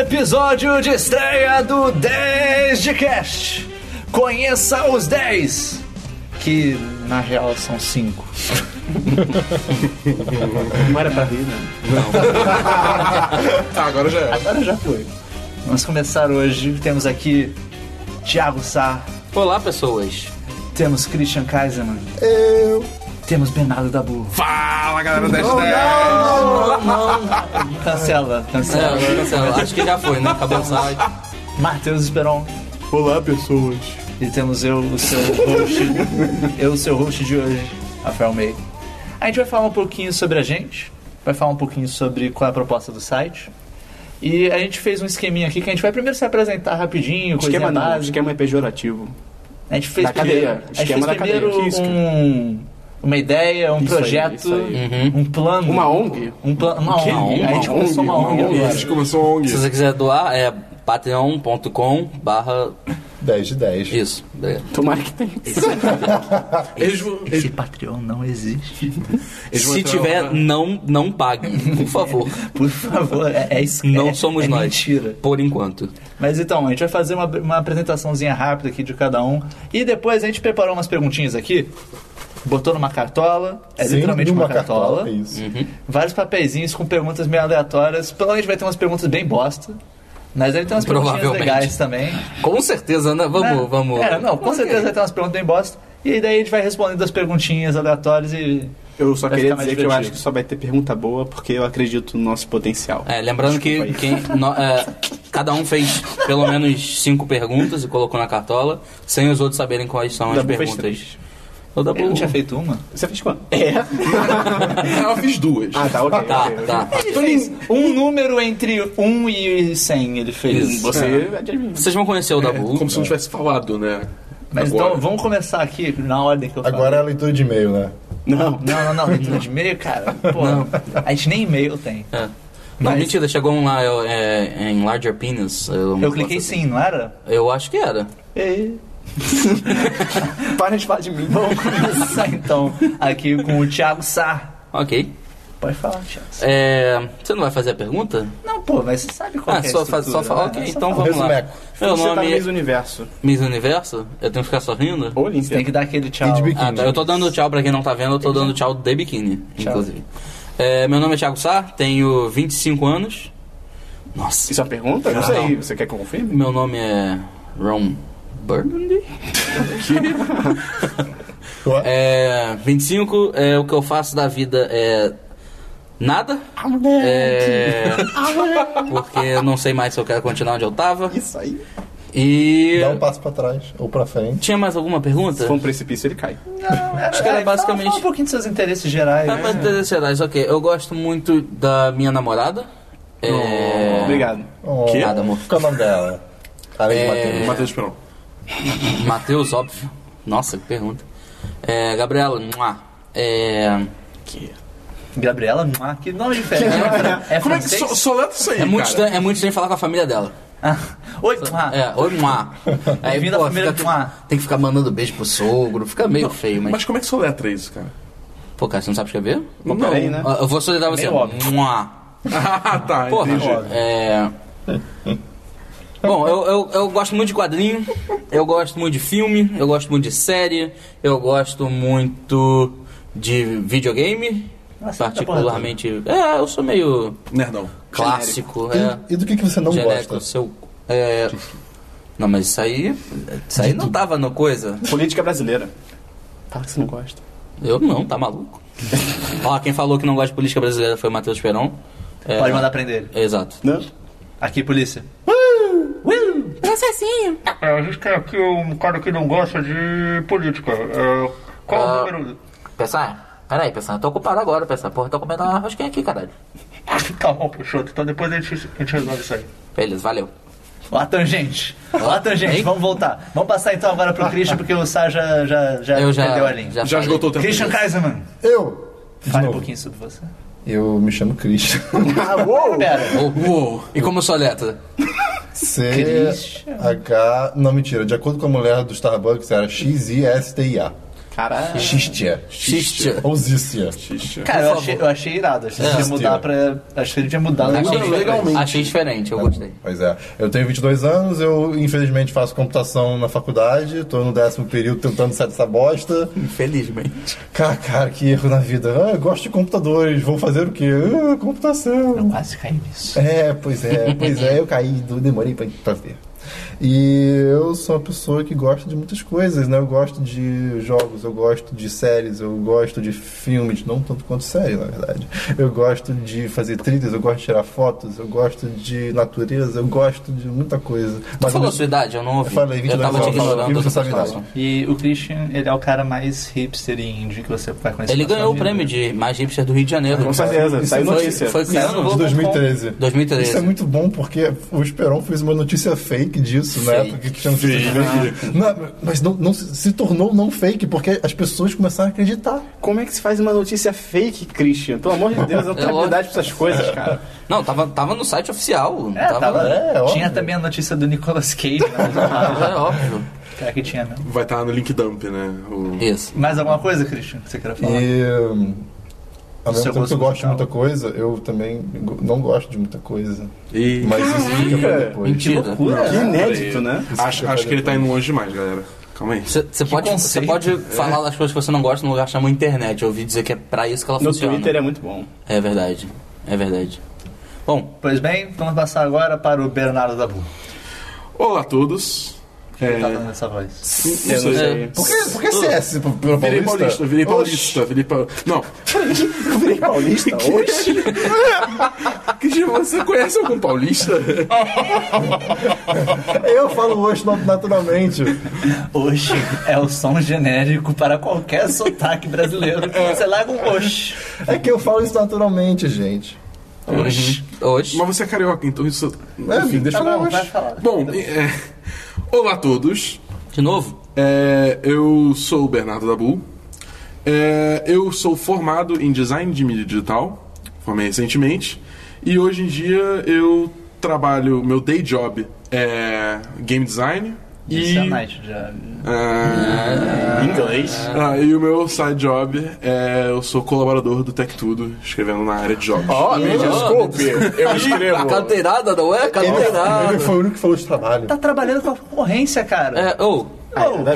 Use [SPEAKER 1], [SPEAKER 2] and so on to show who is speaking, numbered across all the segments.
[SPEAKER 1] episódio de estreia do 10 de Cast. Conheça os 10, que na real são 5.
[SPEAKER 2] Não era pra rir, né?
[SPEAKER 3] Tá, agora já é.
[SPEAKER 2] Agora já foi.
[SPEAKER 1] Vamos começar hoje. Temos aqui Thiago Sá,
[SPEAKER 4] Olá, pessoas.
[SPEAKER 1] temos Christian Kaiserman. Eu. Temos Bernardo Dabu.
[SPEAKER 3] Fala, galera do 10 10.
[SPEAKER 1] Cancela, cancela.
[SPEAKER 4] acho que já foi, né? Acabou o site.
[SPEAKER 1] Matheus Esperon.
[SPEAKER 3] Olá, pessoas.
[SPEAKER 1] E temos eu, o seu host. eu, o seu host de hoje, Rafael May. A gente vai falar um pouquinho sobre a gente, vai falar um pouquinho sobre qual é a proposta do site. E a gente fez um esqueminha aqui que a gente vai primeiro se apresentar rapidinho, coisinha
[SPEAKER 2] Esquema não,
[SPEAKER 1] básica.
[SPEAKER 2] esquema é pejorativo.
[SPEAKER 1] A gente fez
[SPEAKER 2] Da cadeia,
[SPEAKER 1] primeiro, a gente fez
[SPEAKER 2] esquema da
[SPEAKER 1] primeiro
[SPEAKER 2] cadeia, que isso, cara.
[SPEAKER 1] um, uma ideia, um
[SPEAKER 2] Isso aí,
[SPEAKER 1] projeto,
[SPEAKER 2] isso aí.
[SPEAKER 1] um plano.
[SPEAKER 2] Uma ONG?
[SPEAKER 1] Um plano, uma
[SPEAKER 2] Que?
[SPEAKER 1] ONG. A gente
[SPEAKER 2] Uma
[SPEAKER 1] começou uma
[SPEAKER 2] ONG,
[SPEAKER 1] ONG
[SPEAKER 2] uma
[SPEAKER 3] A
[SPEAKER 1] agora.
[SPEAKER 3] gente começou um a ONG.
[SPEAKER 4] Se você quiser doar, é patreon.com barra
[SPEAKER 5] 10 de 10.
[SPEAKER 4] isso. Obrigado.
[SPEAKER 2] Tomara que tenha.
[SPEAKER 3] Eles vão, eles,
[SPEAKER 1] Esse Patreon não existe.
[SPEAKER 3] eles vão
[SPEAKER 4] Se
[SPEAKER 3] entrar
[SPEAKER 4] tiver,
[SPEAKER 3] lá. né?
[SPEAKER 4] não, não pague, por favor.
[SPEAKER 1] Por favor, é, é isso.
[SPEAKER 4] Não
[SPEAKER 1] é-
[SPEAKER 4] somos
[SPEAKER 1] é
[SPEAKER 4] nós.
[SPEAKER 1] Mentira.
[SPEAKER 4] Por enquanto.
[SPEAKER 1] Mas então, a gente vai fazer uma, uma apresentaçãozinha rápida aqui de cada um. E depois a gente preparou umas perguntinhas aqui. Botou numa cartola. É
[SPEAKER 5] Sim,
[SPEAKER 1] literalmente
[SPEAKER 5] numa
[SPEAKER 1] uma cartola.
[SPEAKER 5] É isso.
[SPEAKER 1] Vários papeizinhos com perguntas meio aleatórias. Provavelmente vai ter umas perguntas bem bosta. Mas deve ter umas perguntinhas
[SPEAKER 4] Provavelmente.
[SPEAKER 1] legais também.
[SPEAKER 4] Com certeza, né? Vamos,
[SPEAKER 1] né?
[SPEAKER 4] vamos.
[SPEAKER 1] É, não, com certeza vai ter umas perguntas bem bosta. E daí a gente vai respondendo as perguntinhas aleatórias e.
[SPEAKER 2] Eu só
[SPEAKER 1] Vai
[SPEAKER 2] queria
[SPEAKER 1] ficar mais
[SPEAKER 2] dizer que eu
[SPEAKER 1] divertido.
[SPEAKER 2] acho que só vai ter pergunta boa porque eu acredito no nosso potencial.
[SPEAKER 4] É, lembrando que
[SPEAKER 2] Desculpa
[SPEAKER 4] quem, no- é, cada um fez pelo menos cinco perguntas e colocou na cartola, sem os outros saberem quais são
[SPEAKER 2] O
[SPEAKER 4] as
[SPEAKER 2] Dabu fez
[SPEAKER 4] perguntas.
[SPEAKER 2] três.
[SPEAKER 4] O Dabu
[SPEAKER 1] Eu não tinha feito uma?
[SPEAKER 2] Você fez quanto? É.
[SPEAKER 3] Uhum. Eu fiz duas.
[SPEAKER 2] Ah, tá, ok.
[SPEAKER 4] Tá,
[SPEAKER 2] ok,
[SPEAKER 4] tá.
[SPEAKER 1] Ele fez um número entre 1 e 100 ele fez.
[SPEAKER 4] Isso.
[SPEAKER 2] Você é de adivinha.
[SPEAKER 4] Vocês vão conhecer o
[SPEAKER 3] É,
[SPEAKER 4] Dabu.
[SPEAKER 3] como se não tivesse falado, né?
[SPEAKER 1] Mas
[SPEAKER 3] Agora.
[SPEAKER 1] então vamos começar aqui na ordem que eu falei.
[SPEAKER 5] Agora é a leitura de e-mail, né?
[SPEAKER 2] Não.
[SPEAKER 1] Não, não, não, leitura de e-mail, cara. Pô,
[SPEAKER 4] Não.
[SPEAKER 1] a gente nem e-mail tem.
[SPEAKER 4] É. Não,
[SPEAKER 1] Mas-
[SPEAKER 4] mentira, chegou um lá eu- é, em Larger Penis.
[SPEAKER 1] Eu cliquei sim, não era?
[SPEAKER 4] Eu acho que era.
[SPEAKER 1] E
[SPEAKER 2] Para de falar de mim.
[SPEAKER 1] vamos começar então aqui com o Thiago Sá.
[SPEAKER 4] Ok.
[SPEAKER 1] Pode falar, Thiago. Sá.
[SPEAKER 4] É, você não vai fazer a pergunta?
[SPEAKER 1] Não, pô, mas você sabe qual
[SPEAKER 4] ah,
[SPEAKER 1] que é a
[SPEAKER 4] só, faz, só
[SPEAKER 1] estrutura, né?
[SPEAKER 4] fala. Ok,
[SPEAKER 1] É só
[SPEAKER 4] então
[SPEAKER 1] falar.
[SPEAKER 4] vamos lá.
[SPEAKER 5] Resumeco.
[SPEAKER 4] Meu
[SPEAKER 2] Você tá no
[SPEAKER 4] nome
[SPEAKER 2] Miss
[SPEAKER 4] é
[SPEAKER 2] Universo.
[SPEAKER 4] Miss Universo? Eu tenho que ficar sorrindo?
[SPEAKER 2] Ou Lindsay.
[SPEAKER 1] Você tem que dar aquele tchau.
[SPEAKER 5] E de biquíni.
[SPEAKER 4] Ah, tá. Eu tô dando tchau pra quem não tá vendo, eu tô dando tchau de biquíni, inclusive. É, meu nome é Thiago Sá, tenho 25 anos. Nossa.
[SPEAKER 2] Isso é uma pergunta? Eu não
[SPEAKER 4] Não.
[SPEAKER 2] sei. Você quer que eu confirme?
[SPEAKER 4] Meu nome é Ron Burgundy.
[SPEAKER 5] Ué?
[SPEAKER 4] É, 25, é, o que eu faço da vida é nada. É, porque eu não sei mais se eu quero continuar onde eu tava.
[SPEAKER 2] Isso aí.
[SPEAKER 4] E. é.
[SPEAKER 5] Dá um passo pra trás ou pra frente.
[SPEAKER 4] Tinha mais alguma pergunta?
[SPEAKER 2] Se for um precipício, ele cai.
[SPEAKER 1] Não, era,
[SPEAKER 4] que era
[SPEAKER 1] era-
[SPEAKER 4] basicamente-
[SPEAKER 1] Fala um pouquinho dos seus interesses gerais.
[SPEAKER 4] Ah,
[SPEAKER 1] né?
[SPEAKER 4] mas interesses gerais, ok. Eu gosto muito da minha namorada. É...
[SPEAKER 2] Obrigado.
[SPEAKER 5] Oh,
[SPEAKER 4] Que? Nada, amor.
[SPEAKER 5] Qual é o nome dela? Além de
[SPEAKER 4] É.
[SPEAKER 5] Matheus.
[SPEAKER 3] Matheus Esperão.
[SPEAKER 4] Matheus, óbvio. Nossa, que pergunta. É, Gabriela, mua. É,
[SPEAKER 1] Gabriela, ah, que nome diferente. É, é
[SPEAKER 3] Como é que
[SPEAKER 1] francês?
[SPEAKER 3] so, soleta isso aí,
[SPEAKER 4] é, muito
[SPEAKER 3] cara?
[SPEAKER 4] estranho, é muito estranho falar com a família dela.
[SPEAKER 1] Ah, Oi, ah,
[SPEAKER 4] É, oi, mua. Aí,
[SPEAKER 1] Bem-vindo à
[SPEAKER 4] pô,
[SPEAKER 1] família
[SPEAKER 4] fica-
[SPEAKER 1] mua.
[SPEAKER 4] tem que ficar mandando beijo pro sogro. Fica meio feio, mas...
[SPEAKER 3] Mas como é que soletra isso, cara?
[SPEAKER 4] Pô, cara, você não sabe escrever?
[SPEAKER 2] Não, peraí, né?
[SPEAKER 4] Eu vou solidar você.
[SPEAKER 2] Meio óbvio.
[SPEAKER 4] Mua.
[SPEAKER 3] Ah, tá.
[SPEAKER 4] Porra.
[SPEAKER 3] entendi.
[SPEAKER 4] É... Bom, eu, eu, eu gosto muito de quadrinho, eu gosto muito de filme, eu gosto muito de série, eu gosto muito de videogame,
[SPEAKER 1] Nossa, muita porra
[SPEAKER 4] particularmente. É, eu sou meio
[SPEAKER 3] Nerdão.
[SPEAKER 4] Tá clássico,
[SPEAKER 5] E, e do que, que você não
[SPEAKER 4] é. Genérico,
[SPEAKER 5] gosta?
[SPEAKER 4] seu. É. Não, mas isso aí. Isso aí não tava no coisa.
[SPEAKER 2] Política brasileira. Fala que você não gosta.
[SPEAKER 4] Eu não, tá maluco. Ó, quem falou que não gosta de política brasileira foi o Matheus Peron. É,
[SPEAKER 1] Pode mandar prender ele.
[SPEAKER 4] Exato.
[SPEAKER 2] Não?
[SPEAKER 1] Aqui, polícia.
[SPEAKER 6] É, a gente tem aqui um cara que não gosta de política. É, qual
[SPEAKER 4] Ah.
[SPEAKER 6] o número?
[SPEAKER 4] Pensar? Peraí, pensar, tô ocupado agora, pensar. Porra, tô comendo uma rosquinha aqui, caralho.
[SPEAKER 6] Calma, Peixoto. Então depois a gente, a gente resolve isso aí.
[SPEAKER 4] Beleza, valeu.
[SPEAKER 1] Ó a tangente. Ó a tangente,
[SPEAKER 4] Hein?
[SPEAKER 1] vamos voltar. Vamos passar então agora pro Christian, porque o Sá já, já, já
[SPEAKER 4] Eu já.
[SPEAKER 1] perdeu a linha.
[SPEAKER 3] Já
[SPEAKER 4] falei.
[SPEAKER 3] esgotou o tempo.
[SPEAKER 1] Christian Kaiserman,
[SPEAKER 5] Eu! De
[SPEAKER 1] fale um
[SPEAKER 5] novo.
[SPEAKER 1] pouquinho sobre você.
[SPEAKER 5] Eu me chamo Christian.
[SPEAKER 1] Pera,
[SPEAKER 4] Uou. E como eu sou letra?
[SPEAKER 5] C. H. Não, mentira. De acordo com a mulher do Starbucks, era X-I-S-T-I-A.
[SPEAKER 2] Caralho.
[SPEAKER 5] Xistia.
[SPEAKER 4] Xistia.
[SPEAKER 5] Ousícia.
[SPEAKER 3] Xixa.
[SPEAKER 1] Cara,
[SPEAKER 4] Por
[SPEAKER 1] eu
[SPEAKER 4] favor.
[SPEAKER 1] achei, eu achei irado. Achei que
[SPEAKER 5] É.
[SPEAKER 1] ia mudar pra. Achei que ele tinha mudado.
[SPEAKER 4] Achei
[SPEAKER 1] Mudou.
[SPEAKER 4] diferente.
[SPEAKER 3] legalmente.
[SPEAKER 4] Achei diferente, eu gostei.
[SPEAKER 5] Pois é. Eu tenho 22 anos, eu infelizmente faço computação na faculdade, tô no décimo período tentando sair dessa bosta.
[SPEAKER 4] Infelizmente.
[SPEAKER 5] Cara, cara, que erro na vida. Ah, eu gosto de computadores, vou fazer o quê? Ah,
[SPEAKER 1] Eu
[SPEAKER 5] computação.
[SPEAKER 1] quase caí nisso.
[SPEAKER 5] É, pois é, pois é, eu caí, do- demorei pra, pra ver. E eu sou uma pessoa que gosta de muitas coisas, né? Eu gosto de jogos, eu gosto de séries, eu gosto de filmes, não tanto quanto série, na verdade. Eu gosto de fazer trilhas, eu gosto de tirar fotos, eu gosto de natureza, eu gosto de muita coisa.
[SPEAKER 4] Tu falou a
[SPEAKER 5] eu-
[SPEAKER 4] sua idade, eu não ouvi.
[SPEAKER 5] Eu falei, 22
[SPEAKER 4] tava te
[SPEAKER 5] anos, eu
[SPEAKER 4] ignorando.
[SPEAKER 5] falei,
[SPEAKER 4] eu tô
[SPEAKER 5] 22 anos.
[SPEAKER 4] falando.
[SPEAKER 1] E o Christian, ele é o cara mais hipster e indie que você vai conhecer.
[SPEAKER 4] Ele
[SPEAKER 1] na sua
[SPEAKER 4] ganhou o
[SPEAKER 1] vida.
[SPEAKER 4] prêmio de mais hipster do Rio de Janeiro.
[SPEAKER 2] Com certeza,
[SPEAKER 5] Isso
[SPEAKER 2] saiu
[SPEAKER 5] foi-
[SPEAKER 2] notícia.
[SPEAKER 4] foi
[SPEAKER 5] Isso
[SPEAKER 4] criado
[SPEAKER 5] de 2013.
[SPEAKER 4] 2013.
[SPEAKER 5] Isso é muito bom porque o Esperon fez uma notícia fake disso, né?
[SPEAKER 4] Fake.
[SPEAKER 5] Porque tinha notícia fake. Não, mas não, não se se tornou não fake porque as pessoas começaram a acreditar.
[SPEAKER 2] Como é que se faz uma notícia fake, Christian? Pelo amor de Deus, eu não tenho
[SPEAKER 4] É
[SPEAKER 2] habilidade pra essas coisas, cara.
[SPEAKER 4] Não, tava, tava no site oficial.
[SPEAKER 1] É, tava,
[SPEAKER 5] é,
[SPEAKER 1] tinha
[SPEAKER 5] óbvio.
[SPEAKER 1] também a notícia do Nicolas Cage. Né?
[SPEAKER 4] É óbvio.
[SPEAKER 1] Será que tinha, né?
[SPEAKER 3] Vai estar no link dump, né? O...
[SPEAKER 4] Isso.
[SPEAKER 1] Mais alguma coisa, Christian, que você queira falar?
[SPEAKER 5] E hum, ao
[SPEAKER 1] Do seu
[SPEAKER 5] mesmo tempo que
[SPEAKER 1] gosto
[SPEAKER 5] eu gosto de
[SPEAKER 1] musical.
[SPEAKER 5] muita coisa, eu também go- não gosto de muita coisa.
[SPEAKER 3] E...
[SPEAKER 5] Mas isso fica pra
[SPEAKER 2] Caraca!
[SPEAKER 5] depois.
[SPEAKER 4] Mentira.
[SPEAKER 2] Que inédito, né?
[SPEAKER 3] Acho, acho que ele tá indo longe demais, galera. Calma aí.
[SPEAKER 4] Você pode, cê
[SPEAKER 1] conceito.
[SPEAKER 3] É.
[SPEAKER 4] pode falar das coisas que você não gosta num lugar chamado internet. Eu ouvi dizer que é pra isso que ela
[SPEAKER 2] No
[SPEAKER 4] funciona.
[SPEAKER 2] Twitter é muito bom.
[SPEAKER 4] É verdade. É verdade. Bom,
[SPEAKER 1] Pois bem, vamos passar agora para o Bernardo Dabu.
[SPEAKER 3] Olá a todos.
[SPEAKER 1] Que
[SPEAKER 3] É,
[SPEAKER 1] tá dando essa voz.
[SPEAKER 3] não
[SPEAKER 2] Eu não
[SPEAKER 3] sei.
[SPEAKER 2] sei.
[SPEAKER 5] Por que, por que CS? Pelo
[SPEAKER 3] Virei paulista, virei
[SPEAKER 5] Oxi.
[SPEAKER 3] paulista, virei paulista. Não,
[SPEAKER 2] Eu virei paulista hoje.
[SPEAKER 3] Cristian, você conhece algum paulista?
[SPEAKER 5] Eu falo hoje naturalmente.
[SPEAKER 1] Oxi é o som genérico para qualquer sotaque brasileiro. Você larga um oxi.
[SPEAKER 5] É que eu falo isso naturalmente, gente.
[SPEAKER 1] Oxi.
[SPEAKER 4] hoje.
[SPEAKER 3] Mas você é carioca, então isso.
[SPEAKER 5] É, me deixa
[SPEAKER 1] Tá
[SPEAKER 5] lá
[SPEAKER 1] bom, vai
[SPEAKER 5] hoje.
[SPEAKER 1] falar.
[SPEAKER 3] Bom, é, olá a todos.
[SPEAKER 4] De novo?
[SPEAKER 3] É, eu sou o Bernardo Dabu. É, eu sou formado em design de mídia digital, formei recentemente, e hoje em dia eu trabalho, meu day job é game design
[SPEAKER 1] Isso
[SPEAKER 3] e,
[SPEAKER 1] é night já.
[SPEAKER 3] ah,
[SPEAKER 2] Em inglês.
[SPEAKER 3] ah, e o meu side job é eu sou colaborador do Tech Tudo, escrevendo na área de jogos.
[SPEAKER 2] Ó, me desculpe, eu
[SPEAKER 4] A
[SPEAKER 2] escrevo.
[SPEAKER 4] carteirada, não é?
[SPEAKER 5] Ele, ele
[SPEAKER 4] Carteirada.
[SPEAKER 5] foi o único que falou de trabalho.
[SPEAKER 1] Tá trabalhando com a concorrência, cara.
[SPEAKER 4] É, ou,
[SPEAKER 1] Pô,
[SPEAKER 5] né?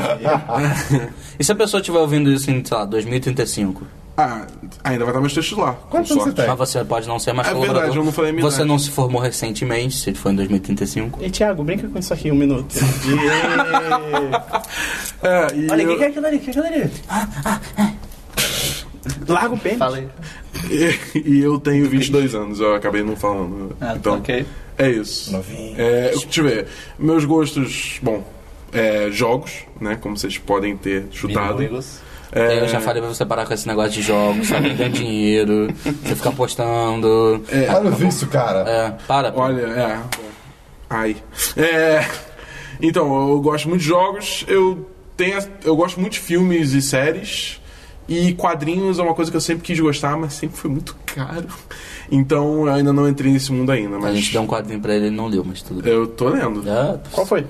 [SPEAKER 4] e se a pessoa estiver ouvindo isso em, sei lá, 2035?
[SPEAKER 3] Ah, ainda vai estar meu texto lá. com
[SPEAKER 5] Quantos anos você
[SPEAKER 3] sorte.
[SPEAKER 5] tem?
[SPEAKER 4] Mas você pode não ser mais
[SPEAKER 3] É
[SPEAKER 4] colaborador.
[SPEAKER 3] verdade, eu não falei a minha
[SPEAKER 4] Você
[SPEAKER 3] idade.
[SPEAKER 4] não se formou recentemente, se ele foi em 2035.
[SPEAKER 2] E Thiago, brinca com isso aqui um minuto. E-
[SPEAKER 3] É, e
[SPEAKER 1] Olha, o que,
[SPEAKER 3] eu-
[SPEAKER 1] que é aquilo ali? O que é aquilo ali?
[SPEAKER 2] Larga o pênis.
[SPEAKER 1] Fala aí.
[SPEAKER 3] E eu tenho 22 anos, eu acabei não falando.
[SPEAKER 1] é? Ah, tá,
[SPEAKER 3] então,
[SPEAKER 1] ok.
[SPEAKER 3] é isso.
[SPEAKER 5] Novinho.
[SPEAKER 3] É, eu- deixa eu ver. Meus gostos, bom, é, jogos, né? Como vocês podem ter chutado.
[SPEAKER 1] Amigos.
[SPEAKER 3] É,
[SPEAKER 4] Eu já falei pra você parar com esse negócio de jogos, sabe? Ganhar dinheiro, você ficar postando.
[SPEAKER 3] é,
[SPEAKER 5] Olha o vício, cara.
[SPEAKER 4] É, para. pô.
[SPEAKER 3] Olha, é. bom. Ai. É, então, eu gosto muito de jogos, eu tenho. Eu gosto muito de filmes e séries. E quadrinhos é uma coisa que eu sempre quis gostar, mas sempre foi muito caro. Então eu ainda não entrei nesse mundo ainda,
[SPEAKER 4] A gente
[SPEAKER 3] mas.
[SPEAKER 4] deu um quadrinho pra ele, ele não leu, mas tudo bem.
[SPEAKER 3] Eu tô lendo.
[SPEAKER 4] É,
[SPEAKER 2] Qual foi?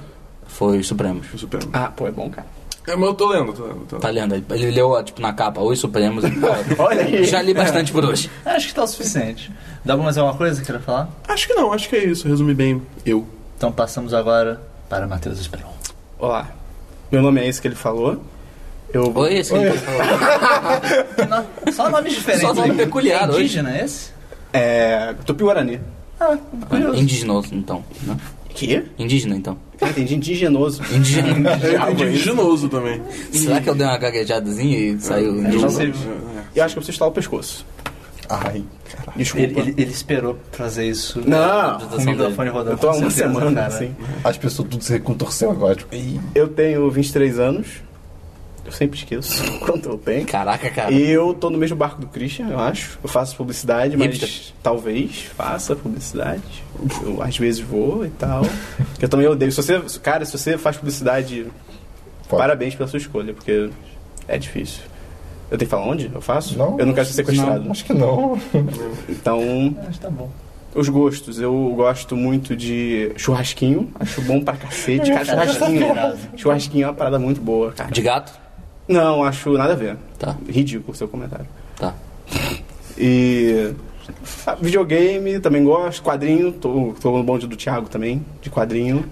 [SPEAKER 4] foi os Supremos.
[SPEAKER 3] Eu super.
[SPEAKER 2] Ah, pô, é bom, cara.
[SPEAKER 3] É, mas eu tô lendo, tô lendo. Tô lendo.
[SPEAKER 4] Tá lendo? Ele ele leu, ó, tipo, na capa, os Supremos. ele falou,
[SPEAKER 2] Olha aí.
[SPEAKER 4] Já li bastante por hoje.
[SPEAKER 1] Acho que tá o suficiente. Dá pra mais alguma coisa que queira falar?
[SPEAKER 3] Acho que não, acho que é isso. Resumi bem eu.
[SPEAKER 1] Então passamos agora para Matheus Esperon.
[SPEAKER 2] Olá. Meu nome é esse que ele falou. Eu vou...
[SPEAKER 4] Foi esse que ele falou.
[SPEAKER 1] Que no- Só nomes diferentes.
[SPEAKER 4] Só nome
[SPEAKER 1] aqui.
[SPEAKER 4] peculiar
[SPEAKER 1] É
[SPEAKER 4] hoje.
[SPEAKER 1] Indígena é esse?
[SPEAKER 2] É... Tupi Guarani.
[SPEAKER 1] Curioso.
[SPEAKER 4] Indígena, então. né?
[SPEAKER 2] Que?
[SPEAKER 4] Indígena, então.
[SPEAKER 2] Eu entendi indigenoso.
[SPEAKER 4] Indígena.
[SPEAKER 3] Eu entendi de novo também. é,
[SPEAKER 4] Será que eu dei uma gaguejadazinha e saiu?
[SPEAKER 1] Eu não
[SPEAKER 4] indígena?
[SPEAKER 1] sei.
[SPEAKER 2] Eu acho que eu preciso estalar o pescoço.
[SPEAKER 5] Ai,
[SPEAKER 2] Desculpa.
[SPEAKER 1] Ele, ele- ele esperou fazer isso
[SPEAKER 2] Não,
[SPEAKER 1] com o microfone rodando.
[SPEAKER 2] eu tô há
[SPEAKER 1] com
[SPEAKER 2] uma
[SPEAKER 1] certeza,
[SPEAKER 2] semana,
[SPEAKER 1] cara.
[SPEAKER 2] assim.
[SPEAKER 5] as pessoas tudo se recontorceu agora. Tipo, ih,
[SPEAKER 2] Eu tenho 23 anos. Eu sempre esqueço quanto eu tenho.
[SPEAKER 4] Caraca, cara.
[SPEAKER 2] E eu tô no mesmo barco do Christian, eu acho. Eu faço publicidade, mas
[SPEAKER 4] Hipster.
[SPEAKER 2] talvez faça publicidade. Eu às vezes vou e tal. Que eu também odeio. Se você, cara, se você faz publicidade,
[SPEAKER 5] Foda.
[SPEAKER 2] parabéns pela sua escolha, porque é difícil. Eu tenho que falar onde eu faço?
[SPEAKER 5] Não.
[SPEAKER 2] Eu não quero ser sequestrado.
[SPEAKER 5] não, acho que não.
[SPEAKER 2] Então,
[SPEAKER 1] Mas tá bom.
[SPEAKER 2] os gostos. Eu gosto muito de churrasquinho. Acho bom pra cacete. Cara,
[SPEAKER 1] Cara,
[SPEAKER 2] churrasquinho.
[SPEAKER 1] tá virado.
[SPEAKER 2] Churrasquinho é uma parada muito boa, cara.
[SPEAKER 4] De gato?
[SPEAKER 2] Não, acho nada a ver.
[SPEAKER 4] Tá.
[SPEAKER 2] Ridículo o seu comentário.
[SPEAKER 4] Tá.
[SPEAKER 2] E. ah, Videogame, também gosto. Quadrinho, tô, tô no bonde do Thiago também, de quadrinho.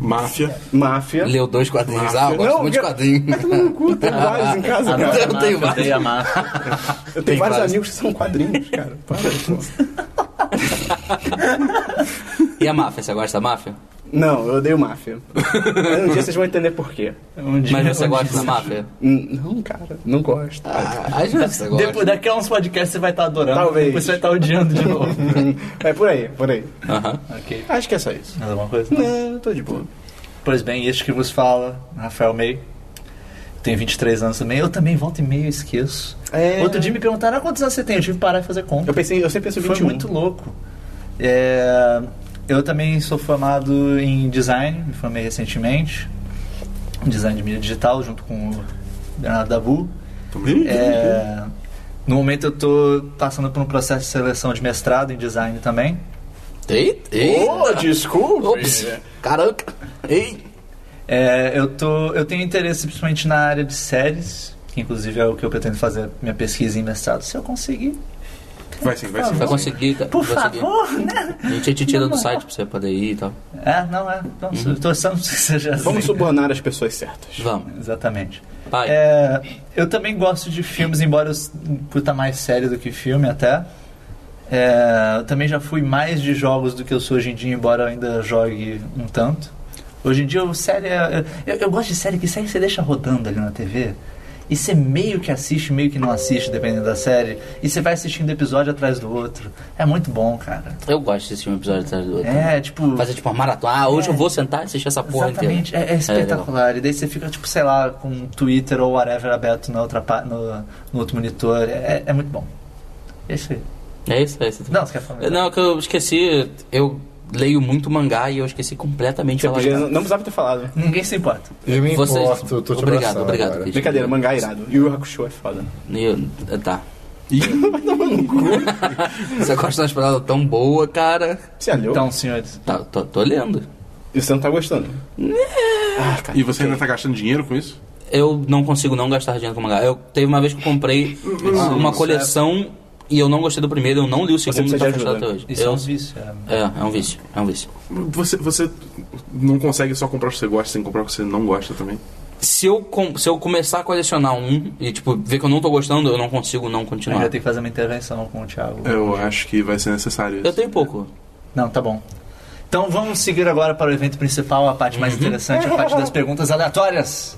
[SPEAKER 3] Máfia.
[SPEAKER 2] Máfia.
[SPEAKER 4] Leu dois quadrinhos. Ah, eu gosto
[SPEAKER 2] Não,
[SPEAKER 4] muito de
[SPEAKER 2] porque-
[SPEAKER 4] quadrinho.
[SPEAKER 2] Vai tomar no cu, tem vários em casa,
[SPEAKER 1] Ah, não,
[SPEAKER 2] cara.
[SPEAKER 4] Eu tenho
[SPEAKER 1] eu
[SPEAKER 4] vários.
[SPEAKER 1] dei a máfia.
[SPEAKER 2] Eu tenho
[SPEAKER 4] Tem
[SPEAKER 2] vários
[SPEAKER 4] vários.
[SPEAKER 2] amigos que são quadrinhos, cara. Para, pô.
[SPEAKER 4] E a máfia? Você gosta da máfia?
[SPEAKER 2] Não, eu odeio máfia. Mas um dia vocês vão entender por quê.
[SPEAKER 1] Um dia-
[SPEAKER 4] Mas você
[SPEAKER 1] um
[SPEAKER 4] gosta
[SPEAKER 1] dia-
[SPEAKER 4] da máfia?
[SPEAKER 2] Hum, Não, cara, não gosto.
[SPEAKER 4] Ah, às vezes você gosta.
[SPEAKER 1] Depois, daqui a uns podcasts você vai estar adorando.
[SPEAKER 2] Talvez.
[SPEAKER 1] Depois você vai estar odiando de novo.
[SPEAKER 2] É por aí, por aí.
[SPEAKER 4] Aham.
[SPEAKER 1] ok.
[SPEAKER 2] Acho que é só isso.
[SPEAKER 1] Mais alguma coisa?
[SPEAKER 2] Não, tô de boa.
[SPEAKER 1] Pois bem, este que vos fala, Rafael May. Tenho 23 anos também. Eu também volto e meio esqueço.
[SPEAKER 2] É...
[SPEAKER 1] Outro dia me perguntaram "Ah, quantos anos você tem. Eu tive que parar de fazer conta.
[SPEAKER 2] Eu pensei, eu sempre penso
[SPEAKER 1] Foi
[SPEAKER 2] 21.
[SPEAKER 1] muito louco. É, eu também sou formado em design, me formei recentemente. em Design de mídia digital, junto com o Bernardo Dabu.
[SPEAKER 3] Também?
[SPEAKER 1] É, no momento eu tô passando por um processo de seleção de mestrado em design também.
[SPEAKER 4] Eita,
[SPEAKER 2] Oh,
[SPEAKER 4] eita.
[SPEAKER 2] desculpa.
[SPEAKER 4] Ops. Caraca. Ei.
[SPEAKER 1] É, eu, tô, eu tenho interesse principalmente na área de séries, que inclusive é o que eu pretendo fazer minha pesquisa em mestrado, se eu conseguir.
[SPEAKER 3] Vai sim, vai sim.
[SPEAKER 4] Vai conseguir, cara.
[SPEAKER 1] Por
[SPEAKER 4] vai conseguir.
[SPEAKER 1] favor, né?
[SPEAKER 4] A gente te tira do site pra você poder ir e tal.
[SPEAKER 1] É, não é. Então, uhum. torçamos que seja assim.
[SPEAKER 2] Vamos subornar as pessoas certas.
[SPEAKER 4] Vamos.
[SPEAKER 1] Exatamente.
[SPEAKER 4] Vai.
[SPEAKER 1] É, eu também gosto de filmes, embora eu s- curta mais série do que filme até. É, eu também já fui mais de jogos do que eu sou hoje em dia, embora eu ainda jogue um tanto. Hoje em dia, eu- série. é- Eu, eu gosto de série, que série você deixa rodando ali na TV. E você meio que assiste, meio que não assiste, dependendo da série. E você vai assistindo episódio atrás do outro. É muito bom, cara.
[SPEAKER 4] Eu gosto desse um episódio atrás do outro.
[SPEAKER 1] É, tipo.
[SPEAKER 4] Fazer tipo uma maratona. Ah, hoje
[SPEAKER 1] É.
[SPEAKER 4] eu vou sentar e assistir essa porra
[SPEAKER 1] Exatamente,
[SPEAKER 4] inteira.
[SPEAKER 1] é, é espetacular. e daí você fica, tipo, sei lá, com o Twitter ou whatever aberto na outra, pa- no, no outro monitor. É, é muito bom. É isso aí.
[SPEAKER 4] É, legal. é isso, é isso.
[SPEAKER 1] Não, você quer falar?
[SPEAKER 4] Não, é que eu esqueci. Eu leio muito mangá e eu esqueci completamente
[SPEAKER 2] Você
[SPEAKER 4] falar
[SPEAKER 2] podia,
[SPEAKER 4] isso.
[SPEAKER 2] não precisava ter falado.
[SPEAKER 1] Ninguém se importa.
[SPEAKER 5] Eu me
[SPEAKER 4] Vocês-
[SPEAKER 5] importo, eu tô te
[SPEAKER 4] Obrigado,
[SPEAKER 5] abraçando
[SPEAKER 4] obrigado,
[SPEAKER 5] agora.
[SPEAKER 4] Cristian.
[SPEAKER 2] Brincadeira, mangá é irado. Yu Yu Hakusho é foda.
[SPEAKER 4] E- Tá. Você gosta de umas paradas tão boa, cara.
[SPEAKER 2] Você olhou?
[SPEAKER 1] Então, senhores,
[SPEAKER 4] Tá, tô, tô lendo.
[SPEAKER 2] E você não tá gostando?
[SPEAKER 3] E você ainda tá gastando dinheiro com isso?
[SPEAKER 4] Eu não consigo não gastar dinheiro com mangá. Eu teve uma vez que eu comprei uma coleção e eu não gostei do primeiro, eu não li o segundo
[SPEAKER 2] é. precisa
[SPEAKER 4] e tá
[SPEAKER 2] de
[SPEAKER 4] fechado
[SPEAKER 2] ajuda.
[SPEAKER 4] até hoje.
[SPEAKER 1] isso é
[SPEAKER 4] Eu-
[SPEAKER 1] um vício. é.
[SPEAKER 4] é, é um vício, é um vício.
[SPEAKER 3] Você, você não consegue só comprar o que você gosta sem comprar o que você não gosta também.
[SPEAKER 4] Se eu, com- se eu começar a colecionar um e, tipo, ver que eu não tô gostando, eu não consigo não
[SPEAKER 1] Eu
[SPEAKER 4] continuar.
[SPEAKER 1] já tenho que fazer uma intervenção com o Thiago.
[SPEAKER 3] Eu acho que vai ser necessário isso.
[SPEAKER 4] Eu tenho pouco.
[SPEAKER 1] Não, tá bom. Então vamos seguir agora para o evento principal, a parte
[SPEAKER 4] Uhum.
[SPEAKER 1] mais interessante, a parte das perguntas aleatórias.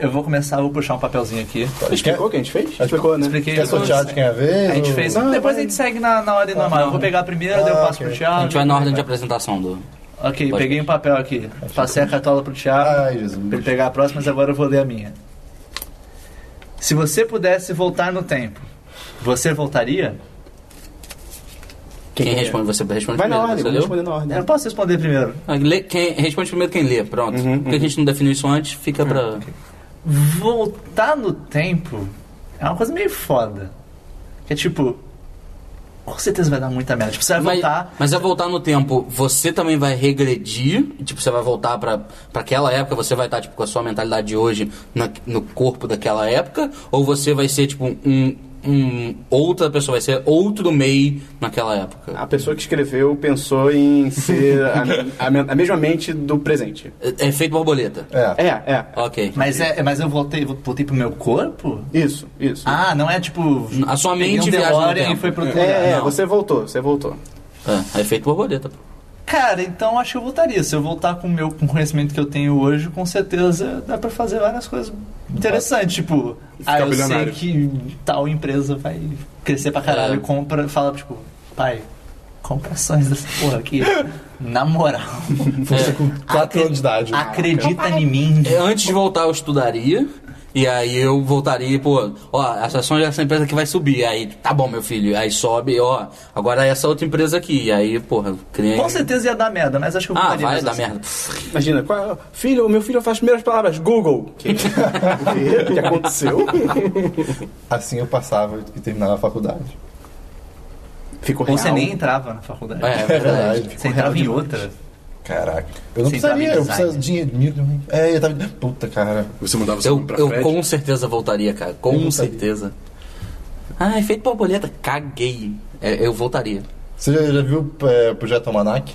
[SPEAKER 1] Eu vou começar, vou puxar um papelzinho aqui.
[SPEAKER 2] Explicou o que a gente fez? Explicou, né?
[SPEAKER 1] É. Expliquei.
[SPEAKER 5] tá? Quer sortear de quem é a vez?
[SPEAKER 1] A gente
[SPEAKER 5] ou-
[SPEAKER 1] fez. um Depois a gente segue na, na ordem normal. Eu vou pegar a primeira, daí eu
[SPEAKER 5] Tá Ah,
[SPEAKER 1] passo
[SPEAKER 5] ok.
[SPEAKER 1] pro Thiago.
[SPEAKER 4] A gente vai na ordem de apresentação do.
[SPEAKER 1] Ok,
[SPEAKER 4] Pode
[SPEAKER 1] peguei um papel aqui. Passei a cartola pro Thiago
[SPEAKER 5] Ai, Jesus.
[SPEAKER 1] pra ele pegar a próxima, mas agora eu vou ler a minha. Se você pudesse voltar no tempo, você voltaria?
[SPEAKER 4] Quem responde você responde
[SPEAKER 2] é? Vai na
[SPEAKER 4] primeiro.
[SPEAKER 2] ordem,
[SPEAKER 4] você
[SPEAKER 2] vamos
[SPEAKER 4] leu?
[SPEAKER 2] responder na ordem.
[SPEAKER 1] Eu posso responder primeiro.
[SPEAKER 4] Ah, lê- quem, responde primeiro quem lê, pronto.
[SPEAKER 2] Uhum,
[SPEAKER 4] Porque a gente não definiu isso antes, fica pra.
[SPEAKER 1] Voltar no tempo é uma coisa meio foda. Que é tipo. Com certeza vai dar muita merda. Tipo, você vai
[SPEAKER 4] Mas,
[SPEAKER 1] voltar.
[SPEAKER 4] mas é voltar no tempo, você também vai regredir, tipo, você vai voltar pra, pra aquela época, você vai estar, tipo, com a sua mentalidade de hoje na- no corpo daquela época, ou você vai ser, tipo, um, um- outra pessoa, vai ser outro MEI naquela época?
[SPEAKER 2] A pessoa que escreveu pensou em ser a, a me- a mesma mente do presente.
[SPEAKER 4] É, é feito borboleta.
[SPEAKER 5] É.
[SPEAKER 2] É, é.
[SPEAKER 4] Ok.
[SPEAKER 1] Mas, é, mas eu voltei, voltei pro meu corpo?
[SPEAKER 2] Isso, isso.
[SPEAKER 1] Ah, não é tipo.
[SPEAKER 4] A sua
[SPEAKER 1] peguei
[SPEAKER 4] mente
[SPEAKER 1] um
[SPEAKER 4] viaja no
[SPEAKER 1] DeLorean e
[SPEAKER 4] tempo.
[SPEAKER 1] foi pro outro lugar.
[SPEAKER 2] é, é,
[SPEAKER 4] não.
[SPEAKER 2] você voltou, você voltou.
[SPEAKER 4] É, é feito borboleta.
[SPEAKER 1] Cara, então acho que eu voltaria. Se eu voltar com o meu com o conhecimento que eu tenho hoje, com certeza dá pra fazer várias coisas interessantes. Tipo,
[SPEAKER 3] Ficar
[SPEAKER 1] ah, eu sei
[SPEAKER 3] bilionário.
[SPEAKER 1] que tal empresa vai crescer pra caralho.
[SPEAKER 4] É.
[SPEAKER 1] Compra, fala, tipo, pai, compra ações dessa porra aqui. Na moral.
[SPEAKER 5] Você com 4 anos de idade.
[SPEAKER 1] Acredita em mim.
[SPEAKER 4] É, Antes de voltar, eu estudaria. E aí eu voltaria e, pô, ó, essa ação dessa empresa que vai subir. Aí, tá bom, meu filho. Aí sobe, ó, agora é essa outra empresa aqui. Aí, porra, criança.
[SPEAKER 1] Com certeza ia dar merda, mas acho que eu
[SPEAKER 4] Ah,
[SPEAKER 1] voltaria.
[SPEAKER 4] vai
[SPEAKER 1] mesmo
[SPEAKER 4] dar
[SPEAKER 1] assim.
[SPEAKER 4] merda.
[SPEAKER 2] Imagina, qual, filho, o meu filho faz as primeiras palavras, Google. Que- O que, que aconteceu?
[SPEAKER 5] Assim eu passava e terminava a faculdade.
[SPEAKER 2] Ficou
[SPEAKER 1] Ou você
[SPEAKER 2] real.
[SPEAKER 1] nem entrava na faculdade.
[SPEAKER 4] É, é verdade.
[SPEAKER 1] Você entrava em outra.
[SPEAKER 5] Caraca. Eu não
[SPEAKER 1] Sem
[SPEAKER 5] precisaria, eu
[SPEAKER 1] design.
[SPEAKER 5] precisaria de dinheiro, dinheiro. de mim. É, eu tava. Puta, cara.
[SPEAKER 3] Você mandava seu
[SPEAKER 4] Eu,
[SPEAKER 3] nome pra
[SPEAKER 4] eu
[SPEAKER 3] Fred?
[SPEAKER 4] com certeza voltaria, cara. Com
[SPEAKER 5] Eu voltaria.
[SPEAKER 4] certeza. Ah, efeito borboleta. Caguei. É, eu voltaria.
[SPEAKER 5] Você já, já viu é, Projeto Almanac?